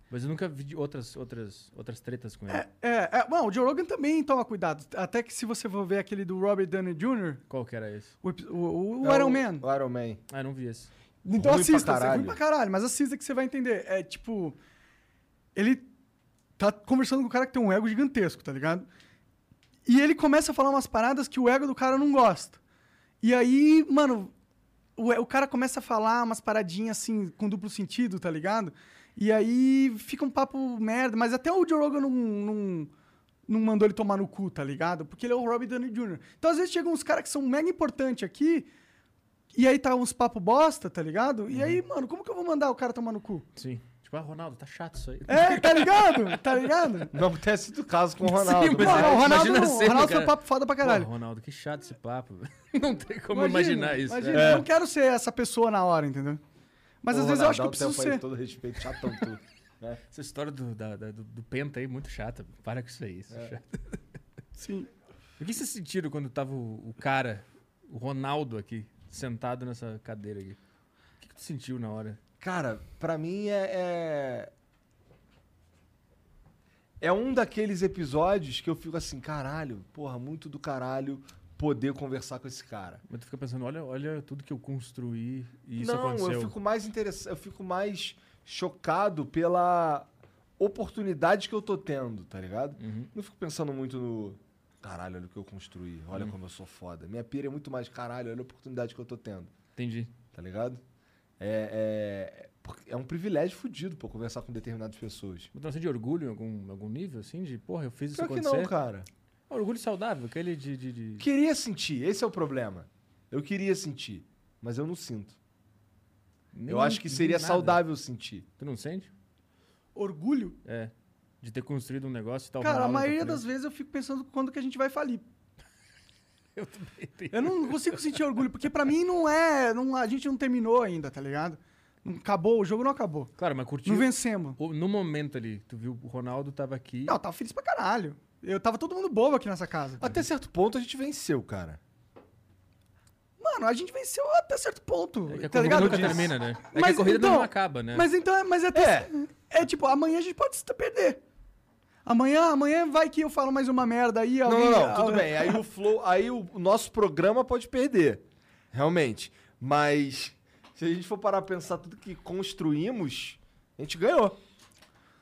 Mas eu nunca vi de outras, outras, outras tretas com ele.
É, é, bom, o Joe Rogan também toma cuidado. Até que se você for ver aquele do Robert Downey Jr.,
Qual que era esse?
o, epi- o- o- o
É
Iron Man.
O Iron Man.
Ah, eu não vi esse.
Então
Ruim pra
assista, é ruim
caralho.
pra caralho, mas assista que você vai entender. É tipo. Ele tá conversando com um cara que tem um ego gigantesco, tá ligado? E ele começa a falar umas paradas que o ego do cara não gosta. E aí, mano, o, o cara começa a falar umas paradinhas assim, com duplo sentido, tá ligado? E aí fica um papo merda, mas até o Joe Rogan não, não, não mandou ele tomar no cu, tá ligado? Porque ele é o Robbie Downey Jr. Então às vezes chegam uns caras que são mega importantes aqui, e aí tá uns papo bosta, tá ligado?
Uhum.
E aí, mano, como que eu vou mandar o cara tomar no cu?
Sim. Tipo, ah, Ronaldo, tá chato isso aí.
É, tá ligado? Tá
[laughs]
ligado?
Não tem sido caso
[laughs]
com o Ronaldo.
mas-
né?
Mano, o Ronaldo,
imagina
não,
a
o
cena,
Ronaldo foi
cara.
um papo foda pra caralho.
Pô, Ronaldo, que chato esse papo. [laughs] não tem como imaginar isso.
Imagina,
É.
eu não quero ser essa pessoa na hora, entendeu? Mas
O
às vezes eu acho que eu
Ronaldo tem um
preciso
pai de
ser.
todo respeito, chatão tudo.
Essa história do, da- da- do, do Penta aí, muito chata. Para com isso aí. Isso é chato.
Sim.
O que vocês sentiram quando tava o, o cara, o Ronaldo aqui, sentado nessa cadeira aqui? O que, que tu sentiu na hora?
Cara, pra mim é, é. é um daqueles episódios que eu fico assim, caralho, porra, muito do caralho poder conversar com esse cara.
Mas tu fica pensando, olha, olha tudo que eu construí e isso
Não,
aconteceu.
eu fico mais interessado, eu fico mais chocado pela oportunidade que eu tô tendo, tá ligado?
Uhum.
Não fico pensando muito no caralho, olha o que eu construí, olha como eu sou foda. Minha pira é muito mais caralho, olha a oportunidade que eu tô tendo.
Entendi.
tá ligado? É, é, porque é um privilégio fudido, pô, conversar com determinadas pessoas.
Uma sensação de orgulho em algum, algum nível, assim? De, porra, eu fiz isso
Pior que
acontecer?
não, cara.
É um Orgulho saudável, aquele de... de, de-
Queria sentir, esse é o problema. Eu queria sentir, mas eu não sinto.
nem-
eu acho que
nem
seria
nada.
saudável sentir.
Tu não sente?
Orgulho?
É. De ter construído um negócio e tal.
Cara, a
Ronaldo tá
maioria
fazendo.
das vezes eu fico pensando quando que a gente vai falir.
[laughs] Eu também tenho.
Eu não consigo sentir orgulho, porque pra mim não é. Não, a gente não terminou ainda, tá ligado? Não acabou, o jogo não acabou.
Claro, mas curtiu.
Não vencemos.
O- No momento ali, tu viu o Ronaldo tava aqui.
Não, eu tava feliz pra caralho. Eu tava todo mundo bobo aqui nessa casa.
Até certo ponto a gente venceu, cara.
Mano, a gente venceu até certo ponto.
É que a
tá
corrida
ligado?
nunca termina, né? É que a corrida não acaba, né?
Mas então, é- mas é até. É. tipo, amanhã a gente pode se perder. Amanhã, amanhã vai que eu falo mais uma merda aí.
Não,
alguém-
não, não, tudo
ah,
bem. Aí o flow, aí o o nosso programa pode perder, realmente. Mas se a gente for parar pra pensar tudo que construímos, a gente ganhou.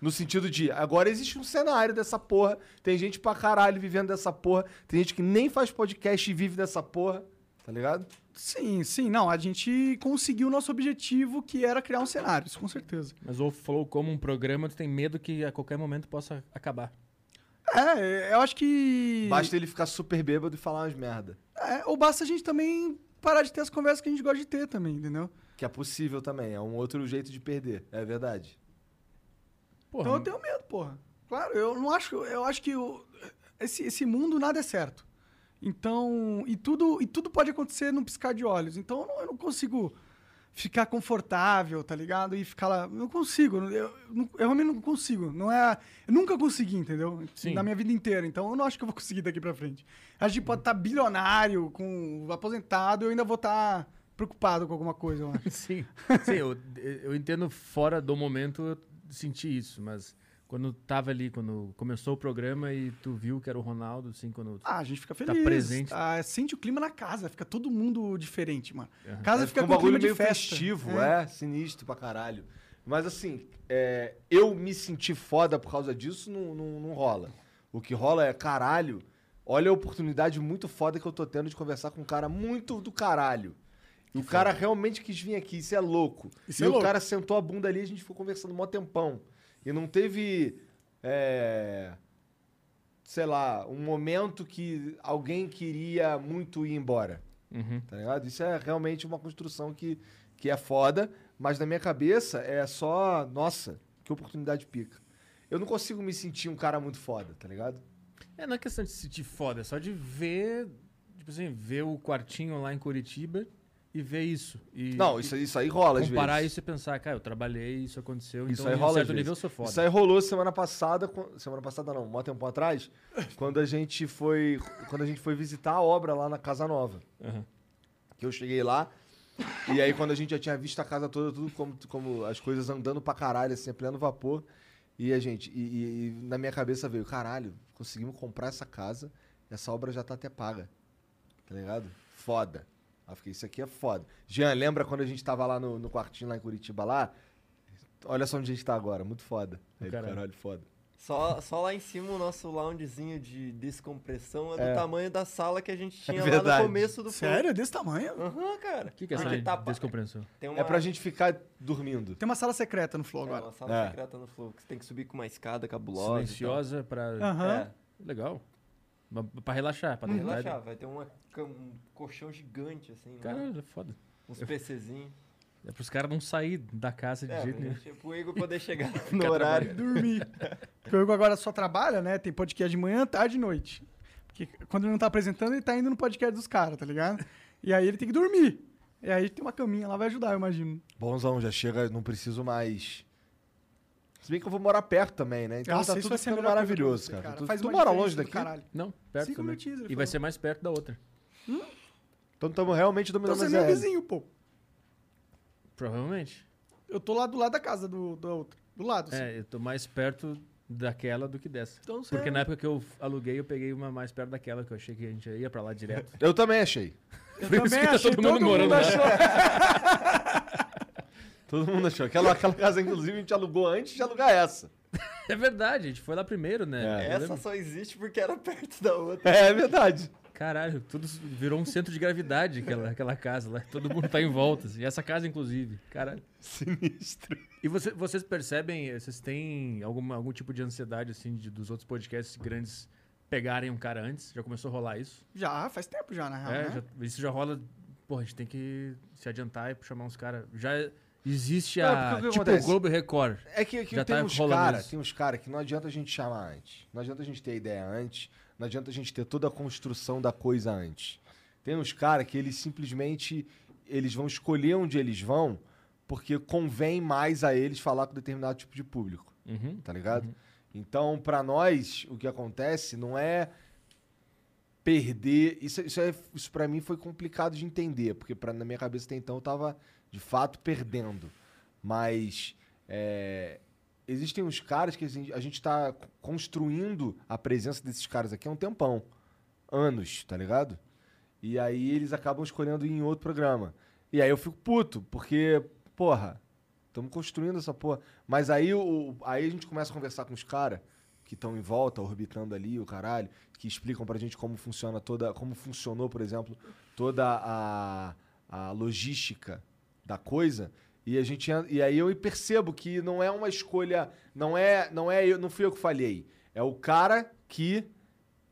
No sentido de, agora existe um cenário dessa porra, tem gente pra caralho vivendo dessa porra, tem gente que nem faz podcast e vive dessa porra, tá ligado?
Sim, sim, não. A gente conseguiu o nosso objetivo, que era criar um cenário, isso com certeza.
Mas o Flow, como um programa, tu tem medo que a qualquer momento possa acabar.
É, eu acho que.
Basta ele ficar super bêbado e falar umas merda,
É, ou basta a gente também parar de ter as conversas que a gente gosta de ter também, entendeu?
que é possível também, é um outro jeito de perder, é verdade.
Porra,
Então eu tenho medo, porra. Claro, eu não acho. Eu acho que o- esse, esse mundo nada é certo. Então. E tudo, e tudo pode acontecer num piscar de olhos. Então eu não, eu não consigo ficar confortável, tá ligado? E ficar lá. Não consigo. Eu, eu, não- eu realmente não consigo. Não é. Eu nunca consegui, entendeu?
Sim.
Na minha vida inteira. Então eu não acho que eu vou conseguir daqui pra frente. A gente pode estar bilionário, com aposentado, eu ainda vou estar preocupado com alguma coisa, eu acho.
[laughs]
[laughs]
Sim, sim eu, eu entendo fora do momento eu senti isso, mas quando tava ali, quando começou o programa e tu viu que era o Ronaldo, assim, quando.
Ah, a gente fica feliz.
presente.
Ah, sente o clima na casa, fica todo mundo diferente, mano.
Aham.
Casa
Aí
fica
um
com
bagulho
clima de
meio
festa.
festivo, é. sinistro pra caralho. Mas assim, é, eu me senti foda por causa disso, não, não, não rola. O que rola é, caralho, olha a oportunidade muito foda que eu tô tendo de conversar com um cara muito do caralho. E o cara realmente quis vir aqui, isso é louco. e
Isso é
o
louco.
cara sentou a bunda ali e a gente ficou conversando mó tempão. E não teve. é, sei lá, um momento que alguém queria muito ir embora
Uhum.
tá ligado? Isso é realmente uma construção que, que é foda, mas na minha cabeça é só, nossa, que oportunidade pica. Eu não consigo me sentir um cara muito foda, tá ligado?
É, não é questão de se sentir foda, é só de ver, tipo assim, ver o quartinho lá em Curitiba e ver isso. E,
não, isso, isso aí rola às
comparar
vezes.
isso e pensar, cara, eu trabalhei, isso aconteceu,
Isso
então
aí
em
rola às
certo
vezes.
nível eu sou foda.
Isso aí rolou semana passada, quan- semana passada não, um tempo
[coughs]
atrás, quando a gente foi, quando a gente foi visitar a obra lá na Casa Nova.
Aham.
Que eu cheguei lá, e aí quando a gente já tinha visto a casa toda, tudo como, como as coisas andando pra caralho, assim, a pleno vapor. E a gente, e, e- e na minha cabeça veio, caralho, conseguimos comprar essa casa, essa obra já tá até paga. Tá ligado? Foda. Aí eu fiquei, isso aqui é foda. Jean, lembra quando a gente tava lá no, no quartinho lá em Curitiba lá? Olha só onde a gente tá agora, muito foda. Aí,
Caralho.
caralho, foda.
Só, só lá em cima o nosso loungezinho de descompressão é do tamanho da sala que a gente tinha lá
verdade.
no começo do
Sério? É desse tamanho?
Aham, cara.
O que, que é essa
Porque
de
tá pa-
descompreensão?
Tem uma,
É pra gente ficar dormindo.
Tem uma sala secreta no Flow
é,
agora.
uma sala
É.
secreta no Flow, que você tem que subir com uma escada
então.
cabulosa. e
Silenciosa pra.
tal.
Aham.
É,
Legal. Mas Pra relaxar, pra
pra
dar vontade.
relaxar, vai ter uma cam- um colchão gigante, assim, né?
Cara, é foda.
uns
eu-
PCzinhos.
É pros caras não sair da casa de
É,
né?
jeito
pra
nenhum.
gente, pro Igor poder
[laughs]
chegar no
Ficar
É.
horário.
Dormir. Porque o Hugo agora só trabalha, né? Tem podcast de manhã, tarde e noite. Porque quando ele não tá apresentando, ele tá indo no podcast dos caras, tá ligado? E aí ele tem que dormir. E aí tem uma caminha lá, vai ajudar, eu imagino.
Bonzão, já chega, não preciso mais. Se bem que eu vou morar perto também, né? Então
Nossa,
tá
Ah, isso
tudo
vai ser a
ficando
melhor coisa pra
maravilhoso,
você,
cara. Tu,
Faz
tu
uma
mora
diferença
longe
do
daqui?
caralho.
Não, perto
Cinco
também.
minutinhos, ele
E vai
falou.
ser mais perto da outra.
Então estamos realmente
Então
dominando
você é
a
meu
ZL.
vizinho, pô.
Provavelmente.
Eu tô lá do lado da casa do, do outro. Do lado, assim.
É, eu tô mais perto daquela do que dessa.
Então você
Porque
é-
na época que eu aluguei, eu peguei uma mais perto daquela, que eu achei que a gente ia pra lá direto.
[laughs]
Eu também achei.
Eu
Por isso
também
que tá
achei,
todo mundo morando lá.
achou.
Todo mundo achou. Aquela, aquela casa, inclusive, a gente alugou antes de alugar essa.
É verdade, a gente foi lá primeiro, né?
É.
Eu
Essa
lembro.
só existe porque era perto da outra.
É, verdade.
Caralho, tudo virou um centro de gravidade, aquela, aquela casa lá. Todo mundo tá em volta. assim. Essa casa, inclusive. Caralho.
Sinistro.
E você- vocês percebem, eh, vocês têm alguma, algum tipo de ansiedade, assim, de- dos outros podcasts grandes pegarem um cara antes? Já começou a rolar isso?
Já, faz tempo já, na real,
é,
né?
já- isso já rola. Porra, a gente tem que se adiantar e chamar uns caras. Já existe
Não,
a.
porque o que
tipo o
acontece?
Globo e Record.
É que, que
Já
tem,
tá
uns
rolando
cara,
isso.
tem uns caras que não adianta a gente chamar antes. Não adianta a gente ter ideia antes. Não adianta a gente ter toda a construção da coisa antes. Tem uns caras que eles simplesmente eles vão escolher onde eles vão porque convém mais a eles falar com determinado tipo de público.
Uhum.
tá ligado? Então, pra nós, o que acontece não é perder. Isso, isso, é, isso para mim foi complicado de entender, porque pra, na minha cabeça até então eu tava de fato perdendo. Mas é, existem uns caras que a gente, a gente tá construindo a presença desses caras aqui há um tempão anos, tá ligado? E aí eles acabam escolhendo ir em outro programa. E aí eu fico puto, porque, porra, estamos construindo essa porra. Mas aí, o, aí a gente começa a conversar com os caras que estão em volta, orbitando ali, o caralho, que explicam pra gente como funciona toda. Como funcionou, por exemplo, toda a, a logística da coisa. E, a gente, en- e aí eu percebo que não é uma escolha. Não é. Não é eu, não fui eu que falhei. É o cara que.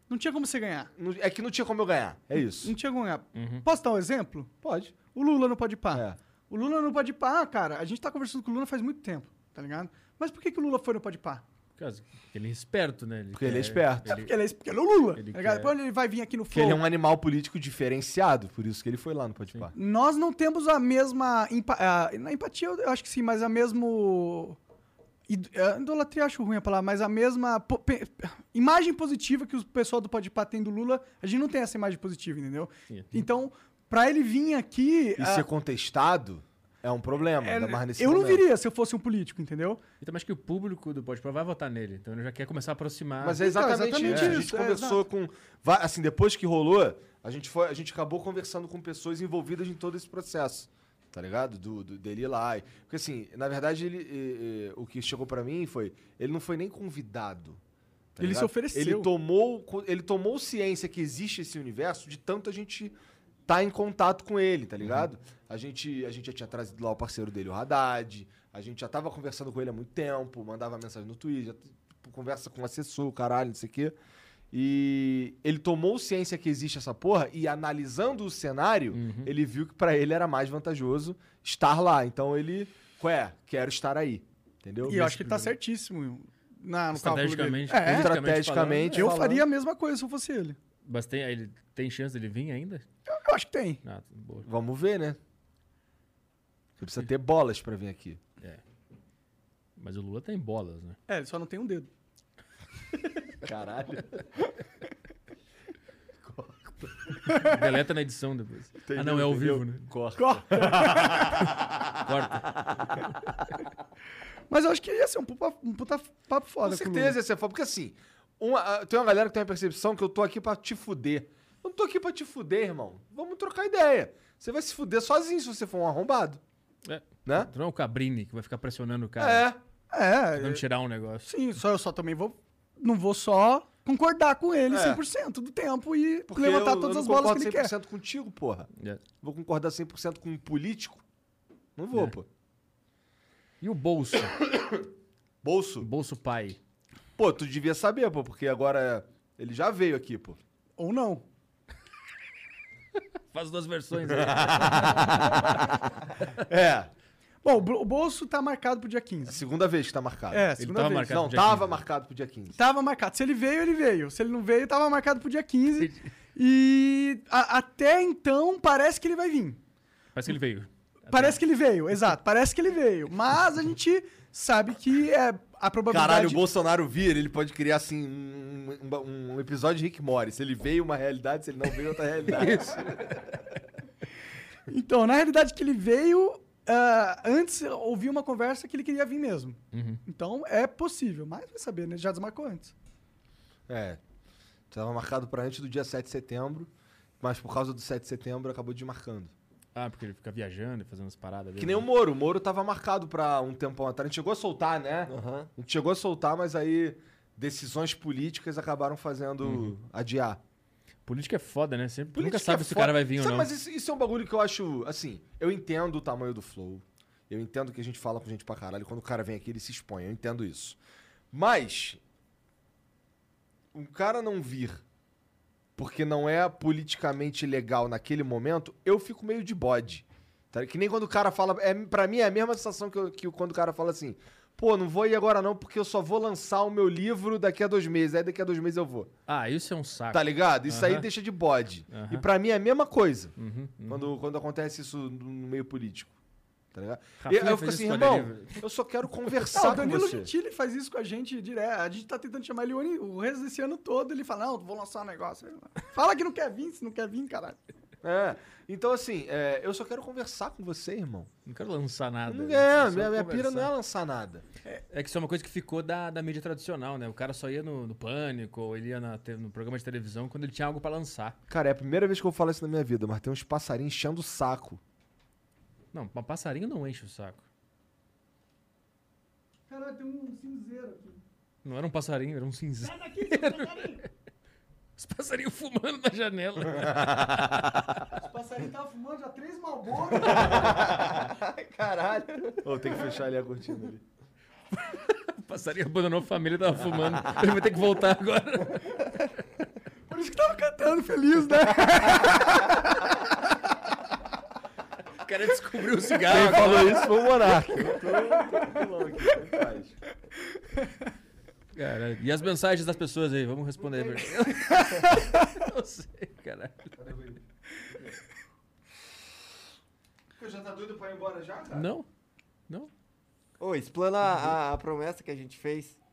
Não tinha como você ganhar.
não- É que não tinha como eu ganhar. É isso.
Não tinha como ganhar.
Uhum.
Posso dar um exemplo?
Pode.
O Lula não pode par.
É.
O Lula não pode par, cara. A gente tá conversando com o Lula faz muito tempo, tá ligado? Mas por que, que o Lula foi no pode par?
Por causa que ele é esperto, né?
Porque ele é esperto.
É porque ele é, porque ele é o Lula.
ele
tá ligado?
quer-
Depois ele vai vir aqui no
Porque
Flow.
ele é um animal político diferenciado, por isso que ele foi lá no Podpah.
Nós não temos a mesma. Empa... a- Na empatia, eu acho que sim, mas a mesmo. id- é, Idolatria, eu acho ruim a palavra, mas a mesma po- pe- imagem positiva que o pessoal do Podpah tem do Lula, a gente não tem essa imagem positiva, entendeu?
Sim.
Então, pra ele vir aqui.
E
a-
ser contestado é um problema,
Ah. é,
ainda é mais nesse
eu não
momento.
viria se eu fosse um político, entendeu?
E também acho que o público do Pode Provar vai votar nele. Então ele já quer começar a aproximar.
Mas é
Então,
exatamente,
exatamente
isso. A gente
isso, é,
conversou com. va- Assim, depois que rolou, a gente, foi, a gente acabou conversando com pessoas envolvidas em todo esse processo. Tá ligado? Do, do- dele ir lá. e- Porque, assim, na verdade, ele, eh, eh, o que chegou pra mim foi. Ele não foi nem convidado. tá
Ele
ligado?
se ofereceu.
Ele tomou, co- ele tomou ciência que existe esse universo de tanto a gente tá em contato com ele, tá ligado?
Uhum.
A, gente, a gente já tinha trazido lá o parceiro dele, o Haddad. A gente já tava conversando com ele há muito tempo, mandava mensagem no Twitter, já t- conversa com o assessor, o caralho, não sei o quê. E ele tomou ciência que existe essa porra e analisando o cenário,
Uhum.
Uhum.
ele viu que pra ele era mais vantajoso estar lá. Então ele, ué, quero estar aí. Entendeu?
E eu acho que ele tá certíssimo na, no cálculo dele.
Estrategicamente.
É,
Estrategicamente,
eu
falando.
faria a mesma coisa se eu fosse ele.
Mas tem, ele tem chance dele vir ainda?
Eu, eu acho que tem.
Ah, boa.
Vamos ver, né? Você precisa ter bolas pra vir
[laughs]
aqui.
Mas o Lula tem bolas, né?
É, ele só não tem um dedo.
Caralho.
Deleta tá na edição depois. ah, não, é ao vivo, né?
Corta.
Corta.
Mas eu acho que ia ser um puta, um puta papo
Com
foda. o Lula.
certeza, essa é foda. Porque assim, uma- ah, tem uma galera que tem a percepção que eu tô aqui pra te fuder. Eu não tô aqui pra te fuder, irmão. Vamos trocar ideia. Você vai se fuder sozinho se você for um arrombado.
É.
Né?
Tu não é o Cabrini que vai ficar pressionando o cara.
É.
É,
Não tirar um negócio.
Sim, só eu só também vou. Não vou só concordar com ele
É.
100% do tempo e
Porque
levantar
eu,
todas
eu
as
não
bolas que
concordo
ele
100%
quer.
contigo, porra.
É.
Vou concordar 100% com um político? Não vou,
É.
pô.
E o bolso? o
Bolso?
bolso pai.
Pô, tu devia saber, pô, porque agora ele já veio aqui, pô.
Ou não.
Faz duas
[laughs]
versões. aí.
É,
Bom, o Bol- o bolso tá marcado pro dia 15.
segunda vez que tá marcado.
É, segunda
tava
vez.
marcado.
Não,
pro dia né?
tava
15.
marcado pro dia 15.
Tava marcado. Se ele veio, ele veio. Se ele não veio, tava marcado pro dia 15. E a- até então, parece que ele vai vir.
Parece que ele veio.
Tá
Parece que ele veio, exato. Parece que ele veio. Mas a gente sabe que é a probabilidade...
Caralho, o Bolsonaro vir, ele pode criar, assim, um, um- um episódio de Rick Morris. Ele veio uma realidade, se ele não veio outra realidade. [laughs]
Então, na realidade que ele veio, ah, antes eu ouvi uma conversa que ele queria vir mesmo.
Uhum.
Então é possível, mas vai saber, né? Já desmarcou antes.
é. Tava marcado pra antes do dia 7 de setembro, mas por causa do 7 de setembro acabou desmarcando.
Ah, porque ele fica viajando e fazendo as paradas.
Que
dele,
nem um o
né?
Moro. O Moro tava marcado pra um tempão atrás. A gente chegou a soltar, né?
Aham.
A gente chegou a soltar, mas aí decisões políticas acabaram fazendo adiar.
Política é foda, né? Sempre, tu nunca
Política
sabe
é
se o
foda.
cara vai vir ou
Sabe,
não.
Mas isso, isso é um bagulho que eu acho. Assim, eu entendo o tamanho do flow. Eu entendo que a gente fala com gente pra caralho. Quando o cara vem aqui, ele se expõe. Eu entendo isso. Mas. Um cara não vir porque não é politicamente legal naquele momento, eu fico meio de bode. Tá? Que nem quando o cara fala. É, pra mim é a mesma sensação que, eu- que quando o cara fala assim. Pô, não vou ir agora não, porque eu só vou lançar o meu livro daqui a dois meses. Aí daqui a dois meses eu vou.
Ah, isso é um saco.
Tá ligado? Isso aí
Aham.
deixa de bode.
Aham.
E pra mim é a mesma coisa.
Uhum, uhum.
Quando, quando acontece isso no meio político. Tá ligado?
Rafinha
eu eu fico
fez
assim,
isso com a
irmão,
deriva.
eu só
[laughs]
quero
Ah, o
conversar com
Danilo
você.
Gentili faz isso com a gente direto. A gente tá tentando chamar ele o ano- o resto desse ano todo. Ele fala, não, vou lançar um negócio. Fala que não quer vir, se não quer vir, caralho.
É. Então, assim, é, eu só quero conversar com você, irmão.
Não quero lançar nada.
Não é,
né?
minha,
Só
minha
conversar.
pira não é lançar nada.
É que isso é uma coisa que ficou da, da mídia tradicional, né? O cara só ia no, no Pânico, ou ele ia na te- no programa de televisão quando ele tinha algo pra lançar.
Cara, é a primeira vez que eu falo isso na minha vida, mas tem uns passarinhos enchendo o
[laughs]
saco.
Não, mas passarinho não enche o saco.
Caralho, tem um cinzeiro aqui.
Não era um passarinho, era um cinza. [laughs] Os passarinhos fumando na janela.
Os passarinhos estavam fumando já três malboros.
Caralho.
Ou tem que fechar ali a cortina
[laughs]
ali.
o passarinho abandonou a família e tava fumando. Ele vai ter que voltar agora.
Por isso que tava cantando Tá feliz,
[laughs]
né?
O cara descobriu o cigarro.
Quem
agora.
um
[laughs]
falou
né?
isso foi o Monark. Eu tô, tô tranquilão aqui, tô em paz.
Caralho. E as mensagens das pessoas aí? Vamos responder. aí, velho. [laughs] Não sei, caralho.
Cadê o Will? Pô, já tá doido pra ir embora já, cara?
Não?
Ô, explana a, a promessa que a gente fez. Tá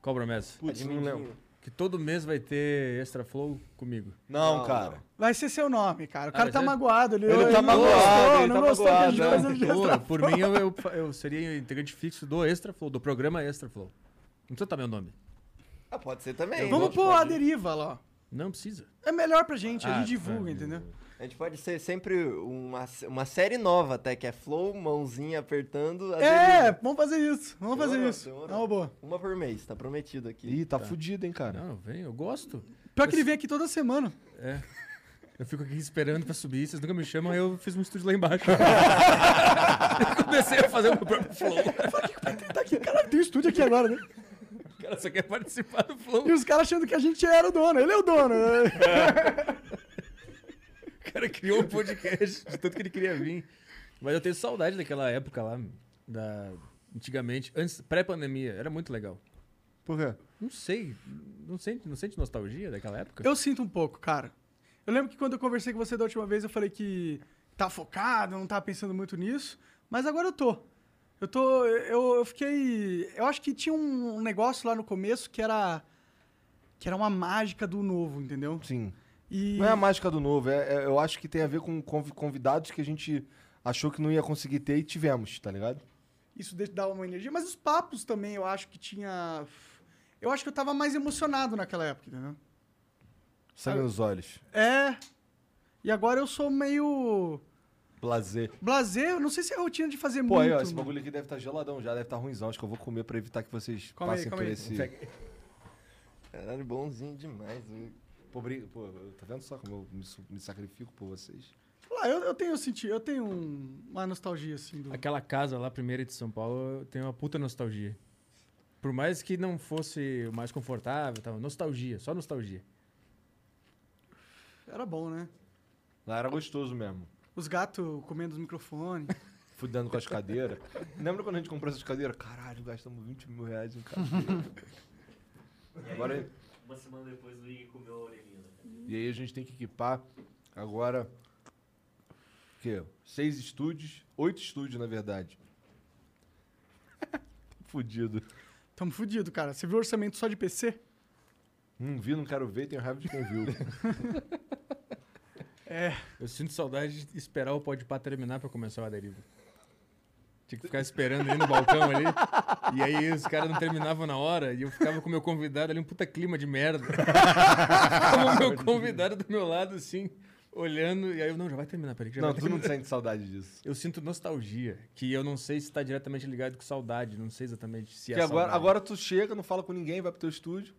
Qual promessa?
Putz, não
Admindinho.
lembro.
Que todo mês vai ter extra flow comigo.
Não,
Não.
cara.
Vai ser seu nome, cara. O
Ah,
cara
mas
tá
é-
magoado. Ele,
Ele tá
não
magoado,
gostou,
ele
não
tá
gostou que a gente
magoado,
fez
né?
ele
Pô,
extra-
por mim, eu, eu, eu seria um integrante fixo do Extra Flow, do programa Extra Flow. Não precisa estar meu nome.
Ah, pode ser também.
Vamos
Pode-
pôr a deriva lá.
Não precisa.
É melhor pra gente, a
Ah,
gente divulga,
é.
entendeu?
A gente pode ser sempre uma, uma série nova até, que é Flow, mãozinha apertando. a
É,
deriva.
vamos fazer isso. Vamos fazer
Demorou,
isso.
demorou.
É uma boa.
Uma por mês, tá prometido aqui.
Ih, tá, fudido, hein, cara.
Não, vem, eu gosto.
Pior que ele vem aqui toda semana.
É. Eu fico aqui esperando pra subir, vocês nunca me chamam, aí eu fiz um estúdio
[laughs]
lá embaixo. Comecei a fazer o meu próprio flow.
Tá aqui, caralho, tem um estúdio aqui agora, né?
O cara só quer participar do flow.
E os caras achando que a gente era o dono. Ele é o dono. né?
O cara criou um podcast de tanto que ele queria vir. Mas eu tenho saudade daquela época lá, da... antigamente, antes, pré-pandemia, era muito legal.
Por quê?
Não sei, não sente, não sente nostalgia daquela época?
Eu sinto um pouco, cara. Eu lembro que quando eu conversei com você da última vez, eu falei que tá focado, não tá pensando muito nisso. Mas agora eu tô. Eu tô. Eu, eu fiquei. Eu acho que tinha um negócio lá no começo que era. Que era uma mágica do novo, entendeu?
Sim.
E.
Não é a mágica do novo, é, é- eu acho que tem a ver com conv- convidados que a gente achou que não ia conseguir ter e tivemos, tá ligado?
isso de- dava uma energia. Mas os papos também, eu acho que tinha. Eu acho que eu tava mais emocionado naquela época, entendeu?
Sangue
Ah,
nos olhos.
É. E agora eu sou meio.
Prazer.
Blazer, eu não sei se é a rotina de fazer
Pô,
muito.
aí, ó, esse
mano.
bagulho aqui deve estar geladão já, deve estar ruimzão. Acho que eu vou comer pra evitar que vocês
Come aí,
passem
come
por
aí.
esse.
Caralho, bonzinho demais. viu?
Pô, bri- pô, tá vendo só como eu me, su- me sacrifico por vocês?
Lá, eu, eu tenho sentido, eu tenho um- uma nostalgia, assim, do.
Hum. Aquela casa lá, primeira de São Paulo, eu tenho uma puta nostalgia. Por mais que não fosse o mais confortável, e tal, nostalgia, só nostalgia.
Era bom, né?
Lá era gostoso mesmo.
Os gatos comendo os microfones.
Fudendo com as [laughs] cadeiras. Lembra quando a gente comprou essas cadeiras? Caralho, gastamos 20 mil [laughs] reais em cadeira. Agora,
Uma semana depois o Iggy comeu a orelhinha, né?
e aí a gente tem que equipar agora. O quê? Seis estúdios. Oito estúdios, na verdade. [laughs] Tá Fudido.
[laughs] Tamo fudido, cara. Você viu o orçamento só de PC?
Não vi, não quero ver, tenho raiva de quem [laughs] viu.
Eu sinto saudade de esperar o Pode Pá terminar pra começar o aderivo. Tinha que ficar esperando ali no balcão ali. E aí os caras não terminavam na hora e eu ficava com o meu convidado ali, um puta clima de merda. [laughs] Ficava o meu convidado do meu lado, assim, olhando. E aí eu, não, já vai terminar, peraí. que Já
Não,
vai
tu
terminar.
não sente saudade disso.
Eu sinto nostalgia, que eu não sei se tá diretamente ligado com saudade, não sei exatamente se é
Porque agora,
saudade.
agora tu chega, não fala com ninguém, vai pro teu estúdio.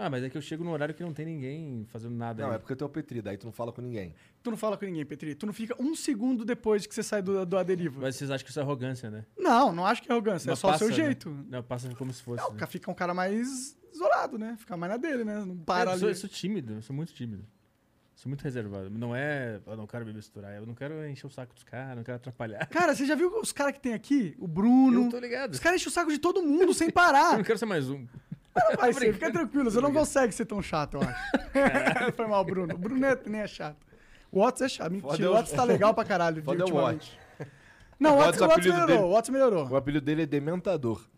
Ah, mas é que eu chego num horário que não tem ninguém fazendo nada.
Não,
aí.
é porque tu é o Petri, daí tu não fala com ninguém.
Tu não fala com ninguém, Petri. Tu não fica um segundo depois que você sai do, do aderivo.
Mas vocês acham que isso é arrogância, né?
Não, não acho que é arrogância.
Mas
é só o seu
passa, né?
jeito.
Não, passa como se fosse.
Não,
né?
fica- fica um cara mais isolado, né? Fica mais na dele, né? Não para
É, eu, sou,
ali.
eu sou tímido, eu sou muito tímido. Sou muito reservado. Não é. Eu não quero me misturar, eu não quero encher o saco dos caras, não quero atrapalhar.
Cara, você já viu os caras que tem aqui? O
Eu
Bruno.
tô ligado.
Os caras enchem o saco de todo mundo sem
Eu [laughs]
parar.
não quero ser mais um.
Não vai ser, fica tranquilo, você não consegue ser tão chato, eu acho. [laughs] Foi mal, Bruno. O Bruno é- nem é chato. O Watts é chato.
Foda é
Mentira,
o-
o Watts tá legal pra caralho.
Foda é o
ultimamente.
Watch.
Não, o
O Watts,
Watts, o Watts
apelido
melhorou,
dele-
o Watts melhorou.
O apelido dele é Dementador.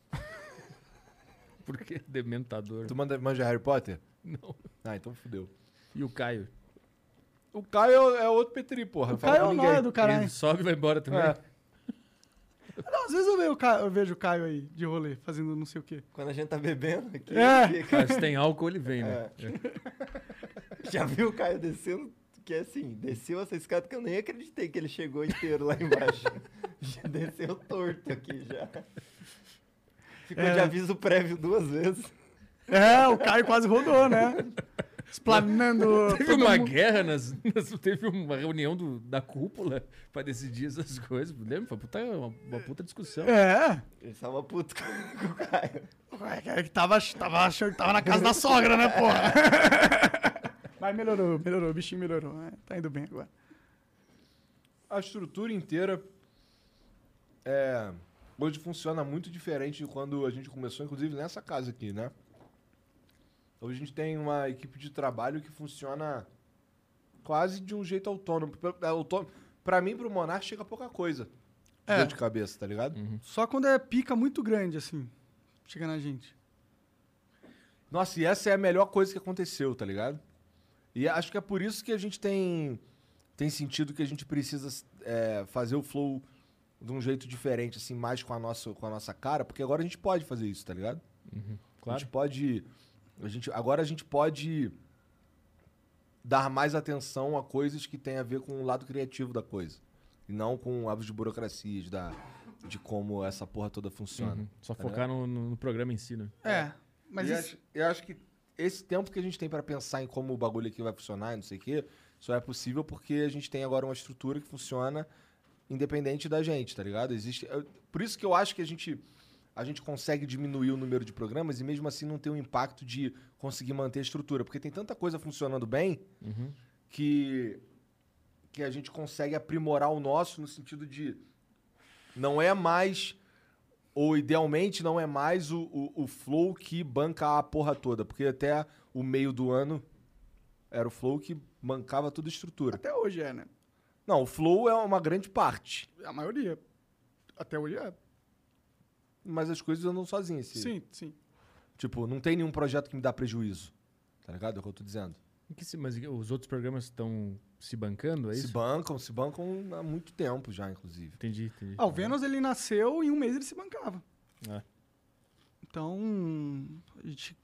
Porque é dementador.
Tu manda, manja Harry Potter?
[laughs] Não.
Ah, então fudeu.
E o Caio.
O Caio é outro Petri, porra.
O Caio é o nóia do caralho.
Ele sobe e vai embora também.
Não, às vezes eu vejo, o Caio, eu vejo o Caio aí, de rolê, fazendo não sei o quê.
Quando a gente tá bebendo aqui,
É.
fica-
Mas Ah, se tem álcool, ele vem, né?
já viu o Caio descendo? Que assim, desceu essa escada que eu nem acreditei que ele chegou inteiro lá embaixo. já desceu torto aqui já. Ficou
É.
de aviso prévio duas vezes.
É, o [laughs] Caio quase rodou, né? Explanando.
Teve uma guerra, nas, nas- teve uma reunião do- da cúpula pra decidir essas coisas. Lembra? Foi puta- uma, uma puta discussão.
É.
Ele tava puto [laughs] com com o Caio.
Ué, cara, que tava, tava, tava na casa da sogra,
[laughs]
né, porra? Mas melhorou, melhorou, o bichinho melhorou. né? Tá indo bem agora.
A estrutura inteira é, hoje funciona muito diferente de quando a gente começou, inclusive nessa casa aqui, né? Hoje a gente tem uma equipe de trabalho que funciona quase de um jeito autônomo. Pe- é autônomo. Pra mim, pro Monar, chega pouca coisa.
É.
Dor de cabeça, tá ligado?
Só quando é pica muito grande, assim, chega na gente.
Nossa, e essa é a melhor coisa que aconteceu, tá ligado? E acho que é por isso que a gente tem, tem sentido que a gente precisa é, fazer o flow de um jeito diferente, assim, mais com a, nossa, com a nossa cara, porque agora a gente pode fazer isso, tá ligado? A gente pode. A gente, agora a gente pode dar mais atenção a coisas que têm a ver com o lado criativo da coisa. E não com avos de burocracias, da, de como essa porra toda funciona.
Uhum. Só
Tá
focar no, no- no programa em si, né?
É. Mas
e
isso,
acho- eu acho que esse tempo que a gente tem pra pensar em como o bagulho aqui vai funcionar e não sei o quê, só é possível porque a gente tem agora uma estrutura que funciona independente da gente, tá ligado? Existe. eu- por isso que eu acho que a gente. A gente consegue diminuir o número de programas e mesmo assim não tem o impacto de conseguir manter a estrutura. Porque tem tanta coisa funcionando bem
Uhum.
que, que a gente consegue aprimorar o nosso no sentido de não é mais ou idealmente não é mais o, o, o flow que banca a porra toda, porque até o meio do ano era o flow que bancava toda a estrutura.
até hoje é, né?
Não, o flow é uma grande parte,
A maioria. Até hoje é.
mas as coisas andam sozinhas. assim.
Sim, sim.
Tipo, não tem nenhum projeto que me dá prejuízo. Tá ligado? É o que eu tô dizendo.
E que se- mas os outros programas estão se bancando, é
se
isso?
bancam, se bancam há muito tempo já, inclusive.
Entendi, entendi.
Ah, o Vênus, ele nasceu e em um mês ele se bancava.
É.
Então, a gente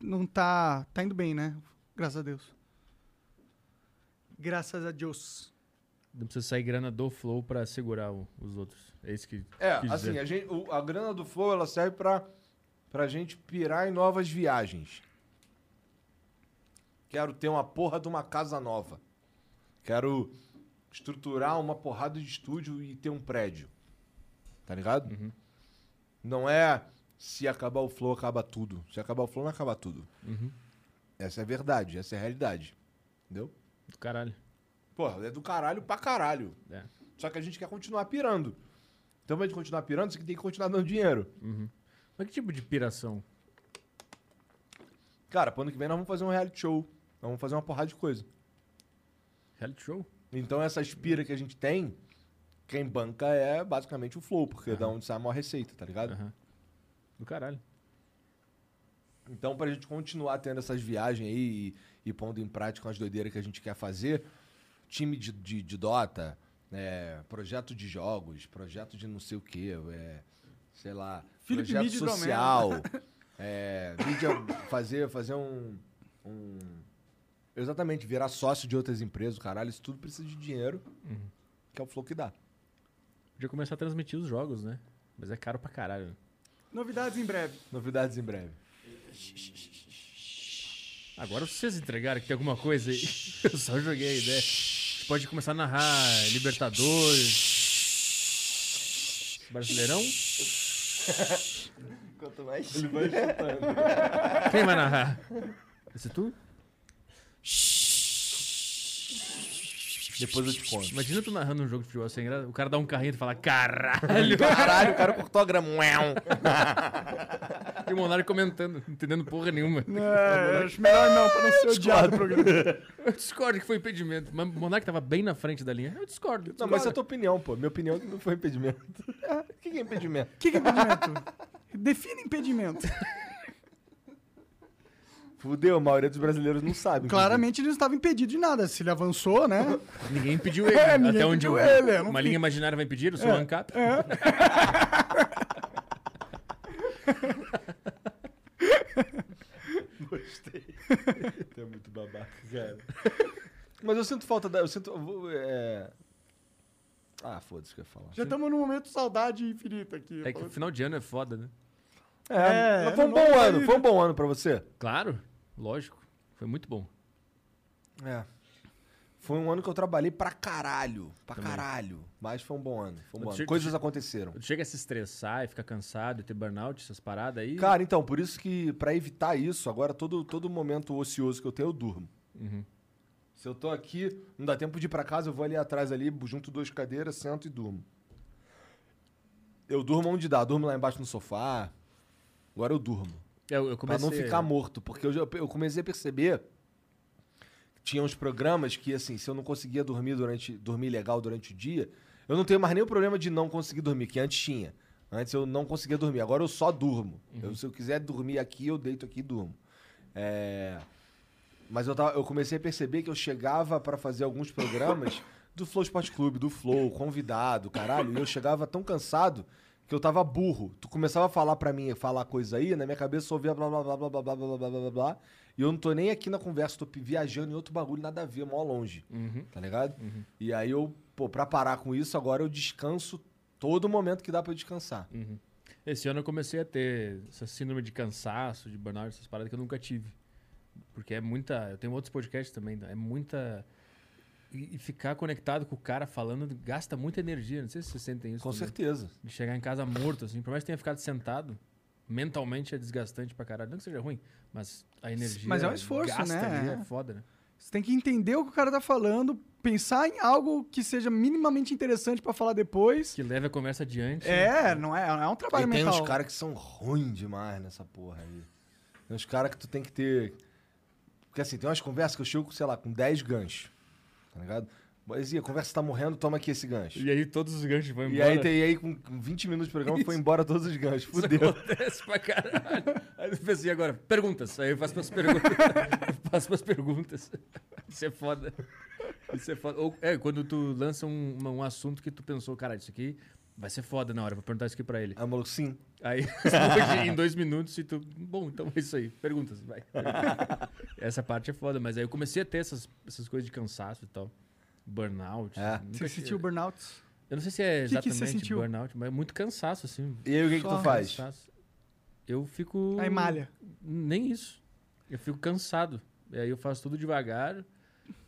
não tá... Tá indo bem, né? Graças a Deus. Graças a Deus.
Não precisa sair grana do Flow pra segurar o- os outros. É isso que.
É,
quis
assim,
dizer.
a, gente, o- a grana do Flow ela serve pra, pra gente pirar em novas viagens. Quero ter uma porra de uma casa nova. Quero estruturar uma porrada de estúdio e ter um prédio. Tá ligado?
Uhum.
Não é se acabar o Flow, acaba tudo. Se acabar o Flow, não acaba tudo.
Uhum.
Essa é a verdade, essa é a realidade. Entendeu?
Do caralho.
Porra, é do caralho pra caralho.
É.
Só que a gente quer continuar pirando. Então, pra gente continuar pirando, você tem que continuar dando dinheiro.
Mas que tipo de piração?
Cara, pro ano que vem nós vamos fazer um reality show. Nós vamos fazer uma porrada de coisa.
Reality show?
Então, essa aspira que a gente tem, quem banca é basicamente o Flow, porque é da onde sai a maior receita, tá ligado?
Aham. Do caralho.
Então, pra gente continuar tendo essas viagens aí e, e pondo em prática as doideiras que a gente quer fazer, time de, de, de Dota, é, projeto de jogos, projeto de não sei o quê, é, sei lá,
Felipe
projeto
Midi Dromera.
social, é, mídia, fazer, fazer um, um- Exatamente, virar sócio de outras empresas, caralho, isso tudo precisa de dinheiro, que é o flow que dá.
Podia começar a transmitir os jogos, né? Mas é caro pra caralho. né?
Novidades em breve.
Novidades em breve.
Agora vocês entregaram que tem alguma coisa aí. [laughs] Eu só joguei a ideia. A gente pode começar a narrar Libertadores. Brasileirão?
Quanto mais.
Quem vai narrar? Esse é tu?
Depois eu te conto.
Imagina tu narrando um jogo de futebol sem graça. O cara dá um carrinho e tu fala, caralho!
Caralho, o cara cortou a grama.
E o Monarca comentando, não entendendo porra nenhuma.
[laughs] É, acho melhor não, pra não ser odiado do programa.
Eu discordo que foi impedimento. Mas o Monarca tava bem na frente da linha. Eu discordo.
Não, mas é a tua opinião, pô. Minha opinião é que não foi impedimento. O que que é impedimento?
O que, que é impedimento? Defina [laughs] impedimento.
Fudeu, a maioria dos brasileiros não sabe.
Claramente ele não estava impedido de nada. Se ele avançou, né?
Ninguém [laughs] impediu ele. né?
É,
até
ninguém
onde
impediu
eu vi. É.
ele, eu não
Uma
vi.
linha imaginária vai impedir, eu sou o ANCAP.
Tu é muito babaca, cara. [laughs] Mas eu sinto falta da. Eu sinto. eu vou, é... Ah, foda-se o que eu ia falar.
Já estamos num momento saudade infinita aqui.
É que o final de ano é foda, né?
É, mas foi um
não
bom
vamos
ano,
sair,
foi um bom ano pra você?
Claro, lógico. Foi muito bom.
É. Foi um ano que eu trabalhei pra caralho. Pra caralho. Mas foi um bom ano. Foi um bom
Mas
ano.
tu-
Coisas aconteceram.
Tu chega a se estressar e ficar cansado e ter burnout, essas paradas aí.
Cara, então, por isso que, pra evitar isso, agora todo, todo momento ocioso que eu tenho, eu durmo. Se eu tô aqui, não dá tempo de ir pra casa, eu vou ali atrás ali, junto duas cadeiras, sento e durmo. Eu durmo onde dá, durmo lá embaixo no sofá. Agora eu durmo.
É, Eu, eu
Pra
comecei.
não ficar morto. Porque eu, já- eu comecei a perceber que tinha uns programas que, assim, se eu não conseguia dormir durante dormir legal durante o dia, eu não tenho mais nenhum problema de não conseguir dormir, que antes tinha. Antes eu não conseguia dormir, agora eu só durmo.
Uhum.
Eu, se eu quiser dormir aqui, eu deito aqui e durmo. É, Mas eu, tava- eu comecei a perceber que eu chegava pra fazer alguns
[coughs]
programas do Flow Esporte Clube, do Flow, convidado, caralho, e eu chegava tão cansado que eu tava burro. Tu começava a falar pra mim, falar coisa aí, na minha cabeça eu ouvia blá blá blá blá blá blá blá blá blá blá blá. E eu não tô nem aqui na conversa, tô pi- viajando em outro bagulho, nada a ver, mó longe. Tá ligado? E aí eu, pô, pra parar com isso, agora eu descanso todo momento que dá pra eu descansar.
Esse ano eu comecei a ter essa síndrome de cansaço, de burnout, essas paradas que eu nunca tive. Porque é muita. Eu tenho outros podcasts também, é muita. E e ficar conectado com o cara falando gasta muita energia. Não sei se vocês sentem isso.
Com
também.
certeza.
De chegar em casa morto, assim. Por mais que tenha ficado sentado, mentalmente é desgastante pra caralho. Não que seja ruim, mas a energia.
Mas é um esforço,
gasta
né?
ali,
É.
é foda, né?
Você tem que entender o que o cara tá falando, pensar em algo que seja minimamente interessante pra falar depois.
Que leva a conversa adiante. né?
É, não é, não é um trabalho
e tem
mental.
uns caras que são ruins demais nessa porra aí. Tem uns caras que tu tem que ter. Porque assim, tem umas conversas que eu chego, sei lá, com 10 ganchos. Tá ligado? Boazinha, a conversa tá morrendo, toma aqui esse gancho.
E aí todos os ganchos vão
E
embora.
aí, tem, e aí com com 20 minutos de programa, foi embora todos os ganchos.
Isso
Fudeu.
acontece pra caralho. Aí eu pensei agora, perguntas. Aí eu faço minhas perguntas. eu [laughs] faço minhas perguntas. Isso é foda. Isso é foda. Ou, é, quando tu lança um, uma- um assunto que tu pensou, cara, isso aqui vai ser foda na hora, vou perguntar isso aqui pra ele.
Aí o maluco, sim.
Aí [laughs] hoje, em dois minutos e tu, bom, então é isso aí, perguntas, vai.
[laughs]
Essa parte é foda, mas aí eu comecei a ter essas, essas coisas de cansaço e tal. Burnout.
É.
nunca
Você
tive.
sentiu burnout?
Eu não sei se é
Que que
exatamente
você sentiu?
burnout, mas é muito cansaço, assim.
E aí o que, que
Só
tu faz?
Cansaço. Eu fico.
Aí malha.
Nem isso. Eu fico cansado. E aí eu faço tudo devagar,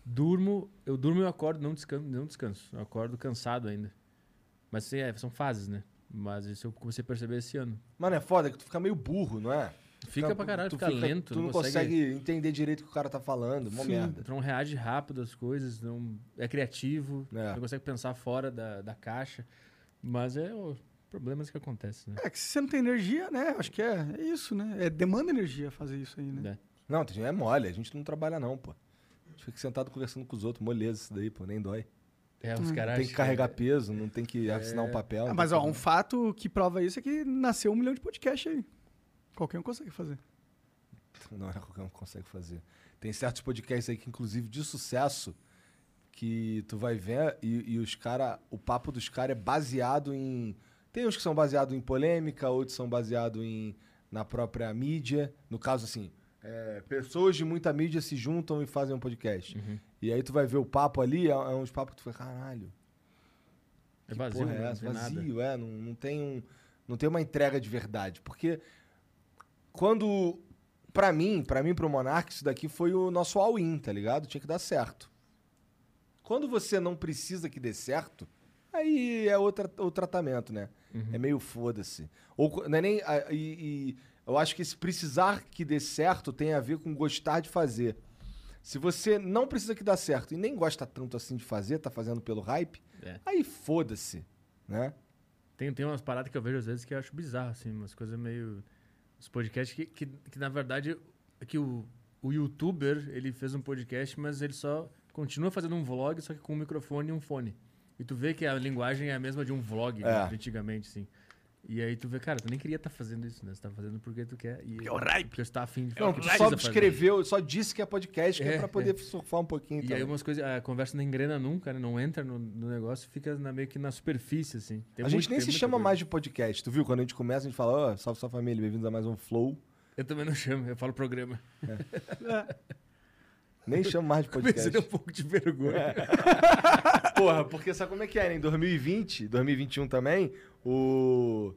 durmo, eu durmo e eu acordo, não descanso, não descanso. Eu acordo cansado ainda. Mas assim, é, são fases, né? Mas isso eu comecei a perceber esse ano.
Mano, é foda que tu fica meio burro, não é?
Fica pra caralho,
tu
fica, lento,
Tu não consegue... entender direito o que o cara tá falando. Mó merda.
Tu não reage rápido às coisas, não é criativo,
É.
não consegue pensar fora da, da caixa. Mas é o problemas que acontecem, né?
É que se você não tem energia, né? Acho que é, é isso, né? É, demanda energia fazer isso aí, né?
É.
Não, tem- é mole. A gente não trabalha, não, pô. A gente fica sentado conversando com os outros. Moleza isso daí, pô. Nem dói.
É, os
Não
caras.
tem que carregar peso, não tem que assinar um papel.
Ah,
não
mas
tem
ó,
que-
um fato que prova isso é que nasceu um milhão de podcast aí. Qualquer um consegue fazer.
[laughs] Não é qualquer um que consegue fazer. Tem certos podcasts aí que, inclusive, de sucesso, que tu vai ver e, e os cara, o papo dos caras é baseado em... Tem uns que são baseados em polêmica, outros são baseados em na própria mídia. No caso, assim, é, pessoas de muita mídia se juntam e fazem um podcast. E aí tu vai ver o papo ali, é, é uns papos que tu fica, caralho,
É vazio,
Porra,
né?
é,
não tem nada.
vazio, é, não, não tem um, não tem uma entrega de verdade, porque quando pra mim, pra mim pro Monark, isso daqui foi o nosso all-in, tá ligado? Tinha que dar certo. Quando você não precisa que dê certo, aí é outra, o tratamento, né?
Uhum.
É meio foda-se. Ou co- não é nem a- e- e eu acho que esse precisar que dê certo tem a ver com gostar de fazer. Se você não precisa que dá certo e nem gosta tanto assim de fazer, tá fazendo pelo hype,
É.
aí foda-se, né?
Tem, tem umas paradas que eu vejo às vezes que eu acho bizarro, assim, umas coisas meio. Os podcasts que, que, que, na verdade, é que o, o youtuber, ele fez um podcast, mas ele só continua fazendo um vlog, só que com um microfone e um fone. E tu vê que a linguagem é a mesma de um vlog
É.
de antigamente, assim. E aí tu vê, cara, tu nem queria estar fazendo isso, né? Você tá fazendo porque tu quer. E,
É
porque tu tá afim de
Não,
porque
tu
precisa
É só
fazer.
escreveu, só disse que é podcast, que é,
É,
pra poder surfar um pouquinho.
E
também.
aí umas coisas, a conversa não engrena nunca, né? Não entra no, no negócio, fica na- meio que na superfície, assim. Tem
a
muito-
gente nem
tem
se
muita
chama
coisa.
mais de podcast, tu viu? Quando a gente começa, a gente fala, ó, salve sua família, bem-vindos a mais um Flow.
Eu também não chamo, eu falo programa.
Nem chama mais de
[laughs] Comecei a ter um
podcast.
pouco de vergonha.
Porra, porque sabe como é que era? Em 2020, 2021 também, o...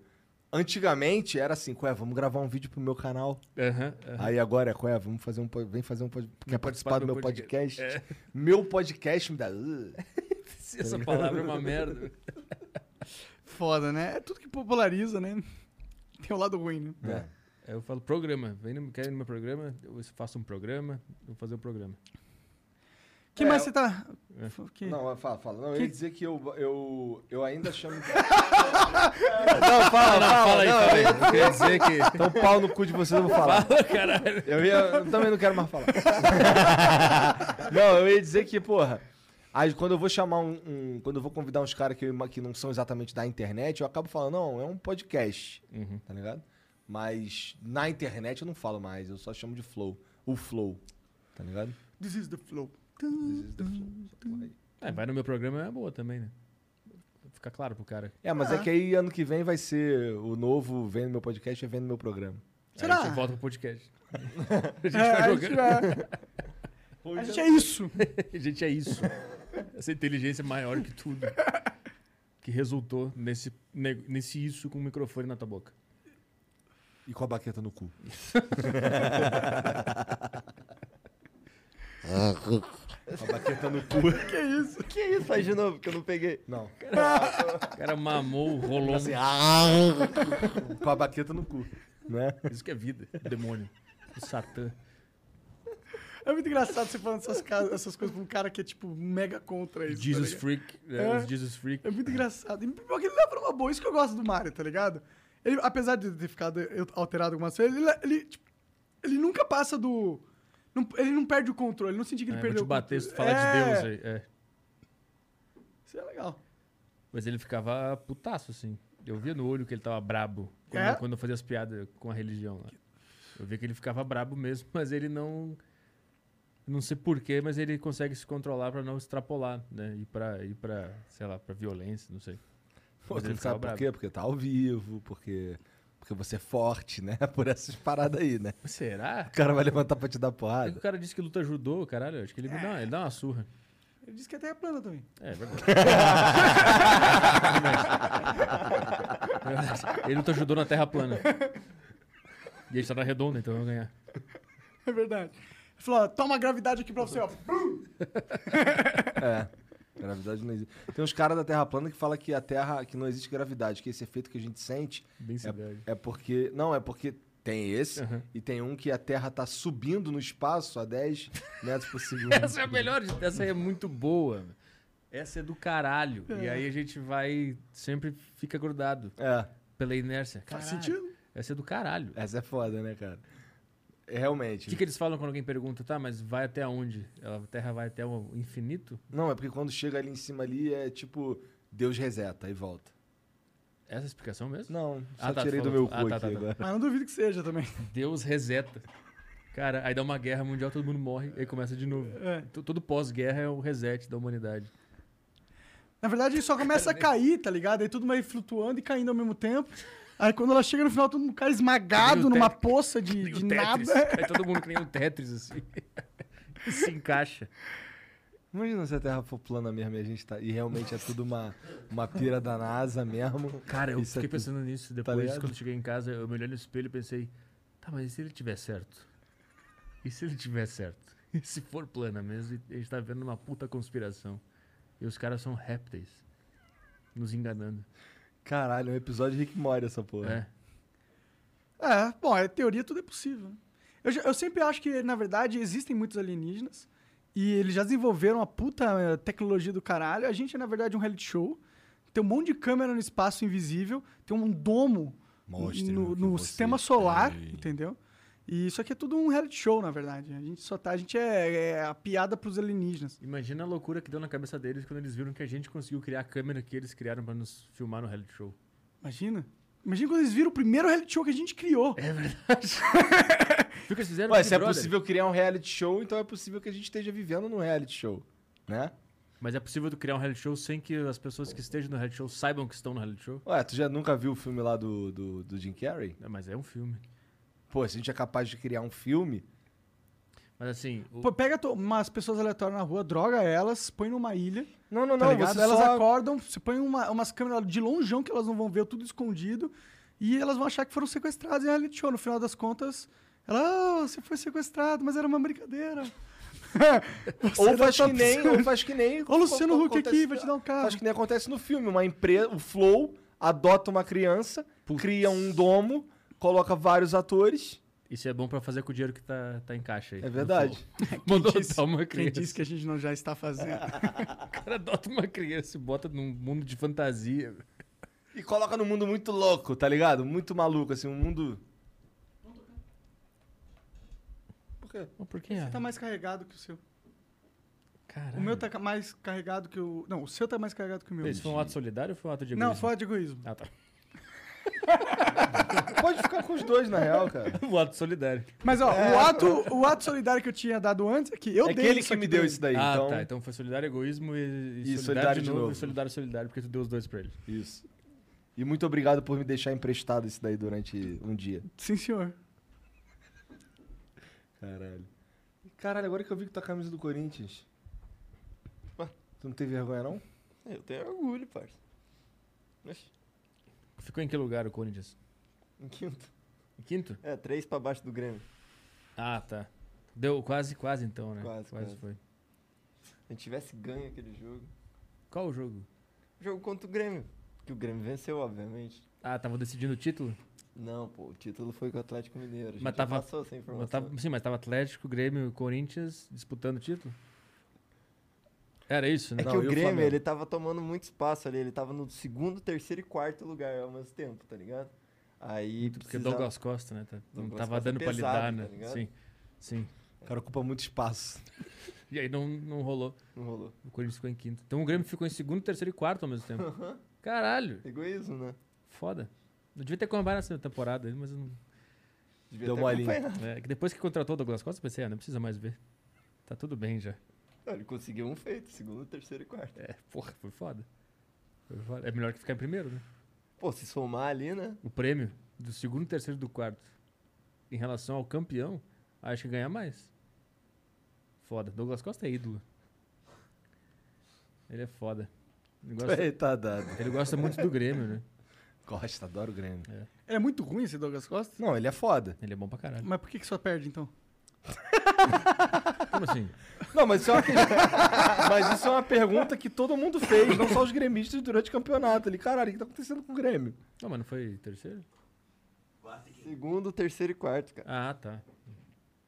Antigamente era assim, Ué, vamos gravar um vídeo pro meu canal.
Aham, aham.
Aí agora é, qual é? Vamos fazer um, po- vem fazer um podcast. Quer participar do meu podcast?
tá É.
Meu podcast me dá. uh.
Essa palavra é uma merda.
Foda, né? É tudo que populariza, né? Tem o lado ruim, né?
É.
Aí eu falo programa, vem no, quer ir no meu programa? Eu faço um programa, eu vou fazer um programa.
O Quem
É,
mais
eu-
você tá. Que-
Não, fala, fala. Não, eu
Que-
ia dizer que eu, eu, eu ainda chamo. não, fala, fala,
fala aí,
não, eu
fala aí.
ia- Eu
[laughs]
ia dizer que. Então, pau no cu de vocês, eu vou falar. [laughs] Eu, ia, eu também não quero mais falar. [laughs] não, eu ia dizer que, porra. Aí, quando eu vou chamar um. um- quando eu vou convidar uns caras que, eu ima- que não são exatamente da internet, eu acabo falando, não, é um podcast.
Uhum.
Tá ligado? Mas na internet eu não falo mais, eu só chamo de flow. O flow. Tá ligado?
This is the flow.
This is the flow, essa porra aí.
É, vai no meu programa é uma boa também, né? Fica claro pro cara.
É, mas é que aí ano que vem vai ser o novo Vendo Meu Podcast é Vendo Meu Programa.
Será?
Aí a gente volta pro podcast. a gente
É,
vai
a, gente
jogando.
vai... a gente é isso.
[laughs] A gente é isso. Essa inteligência é maior que tudo. Que resultou nesse, neg- nesse isso com o microfone na tua boca.
E com a baqueta no cu. com a baqueta no cu.
Que isso? Que isso? Faz de novo, que eu não peguei.
Não,
O cara mamou, rolou.
com a baqueta no cu. Né?
Isso que é vida. O demônio. O Satã.
É muito engraçado você falando essas, casas- essas coisas pra um cara que é, tipo, mega contra isso. tá
Jesus
ligado?
Freak. né?
É.
Os Jesus Freak.
É muito engraçado. E pior que ele leva numa boa, isso que eu gosto do Mario, tá ligado? Ele, apesar de ter ficado eu- alterado algumas vezes, ele, ele, tipo, ele nunca passa do. não- ele não perde o controle, não senti que
É,
ele
vou
perdeu
te
o
bater se tu falar
É,
de Deus aí. É.
Isso é legal.
Mas ele ficava putaço, assim. Eu via no olho que ele tava brabo. Quando,
É?
quando eu fazia as piadas com a religião lá. Eu via que ele ficava brabo mesmo, [laughs] mas ele não. Não sei porquê, mas ele consegue se controlar pra não extrapolar, né? E pra, ir pra sei lá, pra violência, não sei.
Pô,
Mas ele
tu
ficava
sabe por
bravo.
quê? Porque tá ao vivo, porque, porque você é forte, né? [laughs] Por essas paradas aí, né?
Mas será?
O cara vai levantar pra te dar
É que
porrada.
o cara disse que luta judô, caralho. Acho que ele,
É.
dá, ele dá uma surra.
Ele disse que até é plana também. [laughs]
É, é verdade. [laughs] ele luta judô na terra plana. E ele tá na redonda, então eu vou ganhar.
É verdade. Ele falou: ó, toma gravidade aqui pra você, ó.
É. Gravidade não existe. Tem uns caras da Terra plana que falam que a Terra que não existe gravidade, que esse efeito que a gente sente
Bem cidade.
É, é porque. Não, é porque tem esse
Aham.
e tem um que a Terra tá subindo no espaço a 10 metros por segundo.
[laughs] Essa é a melhor, gente. essa aí é muito boa. Essa é do caralho.
É.
E aí a gente vai, sempre fica grudado
É,
pela inércia.
Faz
Caralho,
sentido?
Essa é do caralho.
essa é foda, né, cara? É,
O
Realmente.
que, que eles falam quando alguém pergunta, tá, mas vai até onde? A Terra vai até o infinito?
Não, é porque quando chega ali em cima ali é tipo, Deus reseta e volta.
Essa é a explicação mesmo?
Não, só
Ah, tá, tu
tirei do
falou-
meu
ah,
cu
tá,
aqui
tá, tá.
agora.
Mas não duvido que seja também.
Deus reseta. Cara, aí dá uma guerra mundial, todo mundo morre, aí começa de novo.
É.
T- Todo pós-guerra é o reset da humanidade.
Na verdade, ele só começa a cair, tá ligado? Aí tudo vai flutuando e caindo ao mesmo tempo. Aí quando ela chega no final, todo mundo cai
Que nem
esmagado
o
numa
Tetris.
poça de,
Que nem
de
o Tetris.
nada.
[laughs] Aí todo mundo que nem um Tetris, assim. [laughs] E se encaixa.
Imagina se a Terra for plana mesmo e a gente tá. E realmente é tudo uma, uma pira da NASA mesmo.
Cara, eu
Isso
fiquei
é tudo.
pensando nisso depois,
ligado?
quando eu cheguei em casa, eu me olhei no espelho e pensei, tá, mas e se ele tiver certo? E se ele tiver certo? [laughs] E se for plana mesmo, e a gente tá vendo uma puta conspiração. E os caras são répteis. Nos enganando.
Caralho, é um episódio de Rick Mori essa porra.
É.
É, bom, é teoria, tudo é possível. né? Eu, já- eu sempre acho que, na verdade, existem muitos alienígenas e eles já desenvolveram a puta eh, tecnologia do caralho. A gente é, na verdade, um reality show. Tem um monte de câmera no espaço invisível, tem um domo
Mostre-me
no,
o que
no
você
sistema
tá
solar,
tem.
entendeu? E isso aqui é tudo um reality show, na verdade. A gente só tá. A gente é, é a piada pros alienígenas.
Imagina a loucura que deu na cabeça deles quando eles viram que a gente conseguiu criar a câmera que eles criaram pra nos filmar no reality show.
Imagina? Imagina quando eles viram o primeiro reality show que a gente criou.
É verdade. Viu o que eles fizeram?
Ué,
Big
se é
Brother?
possível criar um reality show, então é possível que a gente esteja vivendo num reality show, né?
Mas é possível tu criar um reality show sem que as pessoas que estejam no reality show saibam que estão no reality show?
Ué, tu já nunca viu o filme lá do, do, do Jim Carrey?
É, mas é um filme.
Pô, se a gente é capaz de criar um filme,
Mas assim, o-
Pô, pega to- umas pessoas aleatórias na rua, droga elas, põe numa ilha.
Não, não,
Tá
não.
ligado?
você
elas
só...
acordam, você põe uma- umas câmeras de longeão que elas não vão ver, tudo escondido, e elas vão achar que foram sequestradas em reality show. No final das contas, ela, "Ah, você foi sequestrado, mas era uma
[laughs]
brincadeira. Você
Ou
não
faz
tá
que nem,
precisando-
ou faz que nem.
Ô, Luciano
co-
Huck
acontece-
aqui, vai te dar um carro.
Faz que nem acontece no filme. Uma empresa, o Flow adota uma criança, cria um domo, coloca vários atores
Isso é bom pra fazer com o dinheiro que tá, tá em caixa aí.
É [laughs] verdade.
Mandou
Quem disse-
adotar uma
Quem
criança.
disse que a gente não já está fazendo?
[laughs] O cara adota uma criança e bota num mundo de fantasia.
E coloca num mundo muito louco, tá ligado? Muito maluco, assim, um mundo. Por quê?
Mas por que? é?
Você tá mais carregado que o seu.
Caralho.
O meu tá ca- mais carregado que o. Não, o seu tá mais carregado que o meu.
É. Esse foi um ato solidário ou foi um ato de egoísmo?
Não, foi de egoísmo.
Ah, tá.
Pode ficar com os dois, na real, cara.
O ato solidário.
Mas ó, o, ato, o ato solidário que eu tinha dado antes é que eu
é
dei.
aquele
isso
que me
aqui
deu
pra
isso daí,
ah,
então.
tá. Então foi solidário, egoísmo e,
E
solidário, de novo, E solidário, solidário, porque tu deu os dois pra ele.
Isso. E muito obrigado por me deixar emprestado isso daí durante um dia.
ele. Sim, senhor.
Caralho. Caralho, agora que eu vi que tu tá com a camisa do Corinthians. Tu não tem vergonha, não?
É, Eu tenho orgulho, parça. Oxi,
Ficou em que lugar o Corinthians?
em quinto.
Em quinto?
É, três pra baixo do Grêmio.
Ah, tá. Deu quase, quase então, né?
Quase, quase.
foi.
Se a gente tivesse ganho aquele jogo.
Qual o jogo?
Jogo contra o Grêmio. Que o Grêmio venceu, obviamente.
Ah, tava decidindo o título?
Não, pô, o título foi com o Atlético Mineiro. A gente
Mas
mas
tava-
passou essa informação.
Mas tava- sim, mas tava Atlético, Grêmio e Corinthians disputando o título? Era isso, né?
É que
Não, e
o
o
Grêmio,
Flamengo?
ele tava tomando muito espaço ali. Ele tava no segundo, terceiro e quarto lugar ao mesmo tempo, tá ligado? Aí
Porque o
precisava-
Douglas Costa, né? tá- não
Douglas
tava
Costa é
dando
pesado,
pra lidar,
tá
né?
ligado?
sim, sim.
O cara ocupa muito espaço.
E aí não, não rolou.
Não rolou.
O Corinthians ficou em quinto. Então o Grêmio ficou em segundo, terceiro e quarto ao mesmo tempo. Caralho,
Egoísmo, né?
foda. Não devia ter acompanhado essa temporada, aí, mas eu não...
Devia
Deu
ter
molinho.
acompanhado.
É, que depois que contratou o Douglas Costa, eu pensei, ah, não precisa mais ver. Tá tudo bem já.
Não, Ele conseguiu um feito, segundo, terceiro e quarto.
É, porra, foi foda. Foi foda. É melhor que ficar em primeiro, né?
Pô, se somar ali, né?
O prêmio do segundo, terceiro e do quarto em relação ao campeão, acho que ganha mais. Foda. Douglas Costa é ídolo. Ele é foda. Ele gosta,
[laughs] Eita, dado.
ele gosta muito do Grêmio, né?
Gosta, adoro o Grêmio.
Ele é muito ruim esse Douglas Costa?
Não, ele é foda.
Ele é bom pra caralho.
Mas por que, que só perde então?
Como assim?
Não, mas isso, é uma... que- [laughs] mas isso é uma pergunta que todo mundo fez, não só os gremistas durante o campeonato. Ali, caralho, o que tá acontecendo com o Grêmio?
Não, mas não foi terceiro?
Segundo, terceiro e quarto, cara.
Ah, tá.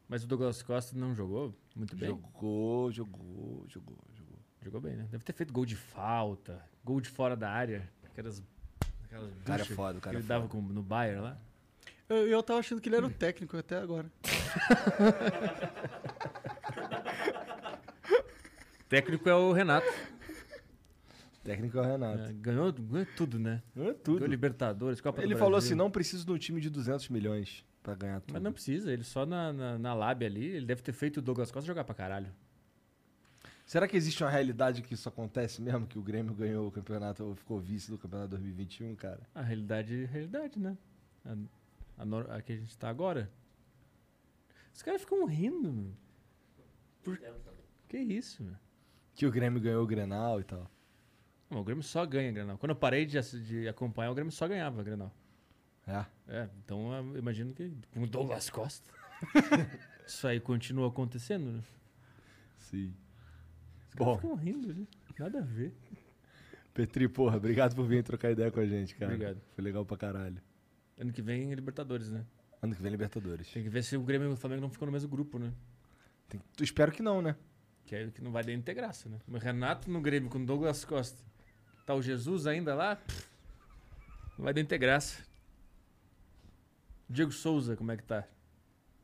Mas o Douglas Costa não jogou muito bem?
Jogou, jogou, jogou, jogou.
Jogou bem, né? Deve ter feito gol de falta, gol de fora da área. Aquelas. aquelas
O cara é
buchas
foda, o
que
cara é
ele
foda.
dava com- no Bayern lá.
Eu, eu tava achando que ele era o técnico até agora.
Técnico é o Renato.
Técnico é o Renato.
É, ganhou, ganhou tudo, né?
É
Ganhou
tudo.
Libertadores, Copa do
Ele
Brasil.
falou assim: não preciso de um time de 200 milhões pra ganhar tudo.
Mas não precisa, ele só na, na, na lábia ali, ele deve ter feito o Douglas Costa jogar pra caralho.
Será que existe uma realidade que isso acontece mesmo? Que o Grêmio ganhou o campeonato ou ficou vice do campeonato 2021, cara?
A realidade é realidade, né? A, a, nor- a que a gente tá agora. Os caras ficam rindo, meu. Por... Que isso, meu?
Que o Grêmio ganhou o Grenal e tal.
Não, o Grêmio só ganha, Grenal. Quando eu parei de, assi- de acompanhar, o Grêmio só ganhava, Grenal.
É.
É, então eu imagino que com o Douglas Costa.
[laughs]
Isso aí continua acontecendo, né?
Sim.
Os
Bom.
caras ficam rindo, né? Nada a ver.
Petri, porra, obrigado por vir trocar ideia com a gente, cara.
Obrigado.
Foi legal pra caralho.
Ano que vem é Libertadores, né?
Ano que vem é Libertadores.
Tem que ver se o Grêmio e o Flamengo não ficam no mesmo grupo, né?
Tem- tu- Espero que não, né?
Que aí que não vai nem ter graça, né? Mas Renato no Grêmio com o Douglas Costa. Tá o Jesus ainda lá? Pff, Não vai nem ter graça. Diego Souza, como é que tá?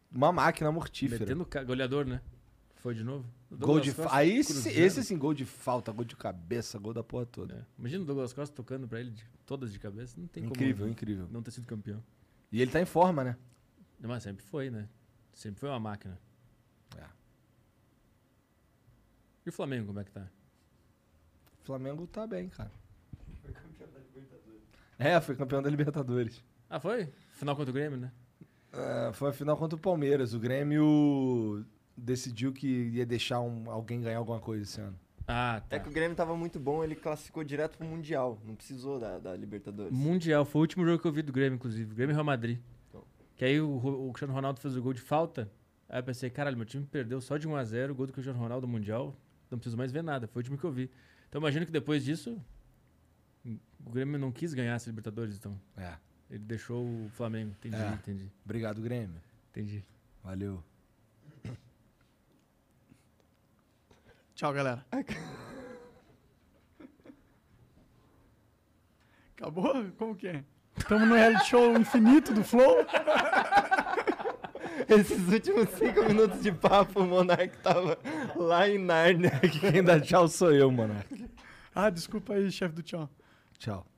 Uma máquina mortífera.
Metendo ca- goleador, né? Foi de novo?
Gol
Douglas
de fa...
Costa,
Aí sim,
Cruzeiro.
esse sim, gol de falta, gol de cabeça, gol da porra toda.
É. Imagina o Douglas Costa tocando pra ele de- todas de cabeça. Não tem
incrível,
como
incrível.
não ter sido campeão.
E ele tá em forma, né?
Não, Mas sempre foi, né? Sempre foi uma máquina.
É.
E o Flamengo, como é que tá?
O Flamengo tá bem, cara. É, foi campeão da Libertadores.
Ah, foi? Final contra o Grêmio, né?
É, foi a final contra o Palmeiras. O Grêmio decidiu que ia deixar um- alguém ganhar alguma coisa esse ano.
Ah, tá.
É que o Grêmio tava muito bom, ele classificou direto pro Mundial. Não precisou da, da Libertadores.
Mundial, foi o último jogo que eu vi do Grêmio, inclusive. Grêmio e Real Madrid.
Então.
Que aí o, Ro- o Cristiano Ronaldo fez o gol de falta. Aí eu pensei, caralho, meu time perdeu só de 1x0, o gol do Cristiano Ronaldo Mundial. Não preciso mais ver nada, foi o time que eu vi. Então imagino que depois disso, o Grêmio não quis ganhar essa Libertadores, então.
É.
Ele deixou o Flamengo. Entendi,
É.
entendi.
Obrigado, Grêmio.
Entendi.
[laughs] Valeu.
Tchau, galera. [laughs] Acabou? Como que é? Estamos no reality show infinito do Flow.
Esses últimos cinco minutos de papo, o Monark tava lá em Nárnia.
Quem dá tchau sou eu, mano.
Ah, desculpa aí, chefe do tchau.
Tchau.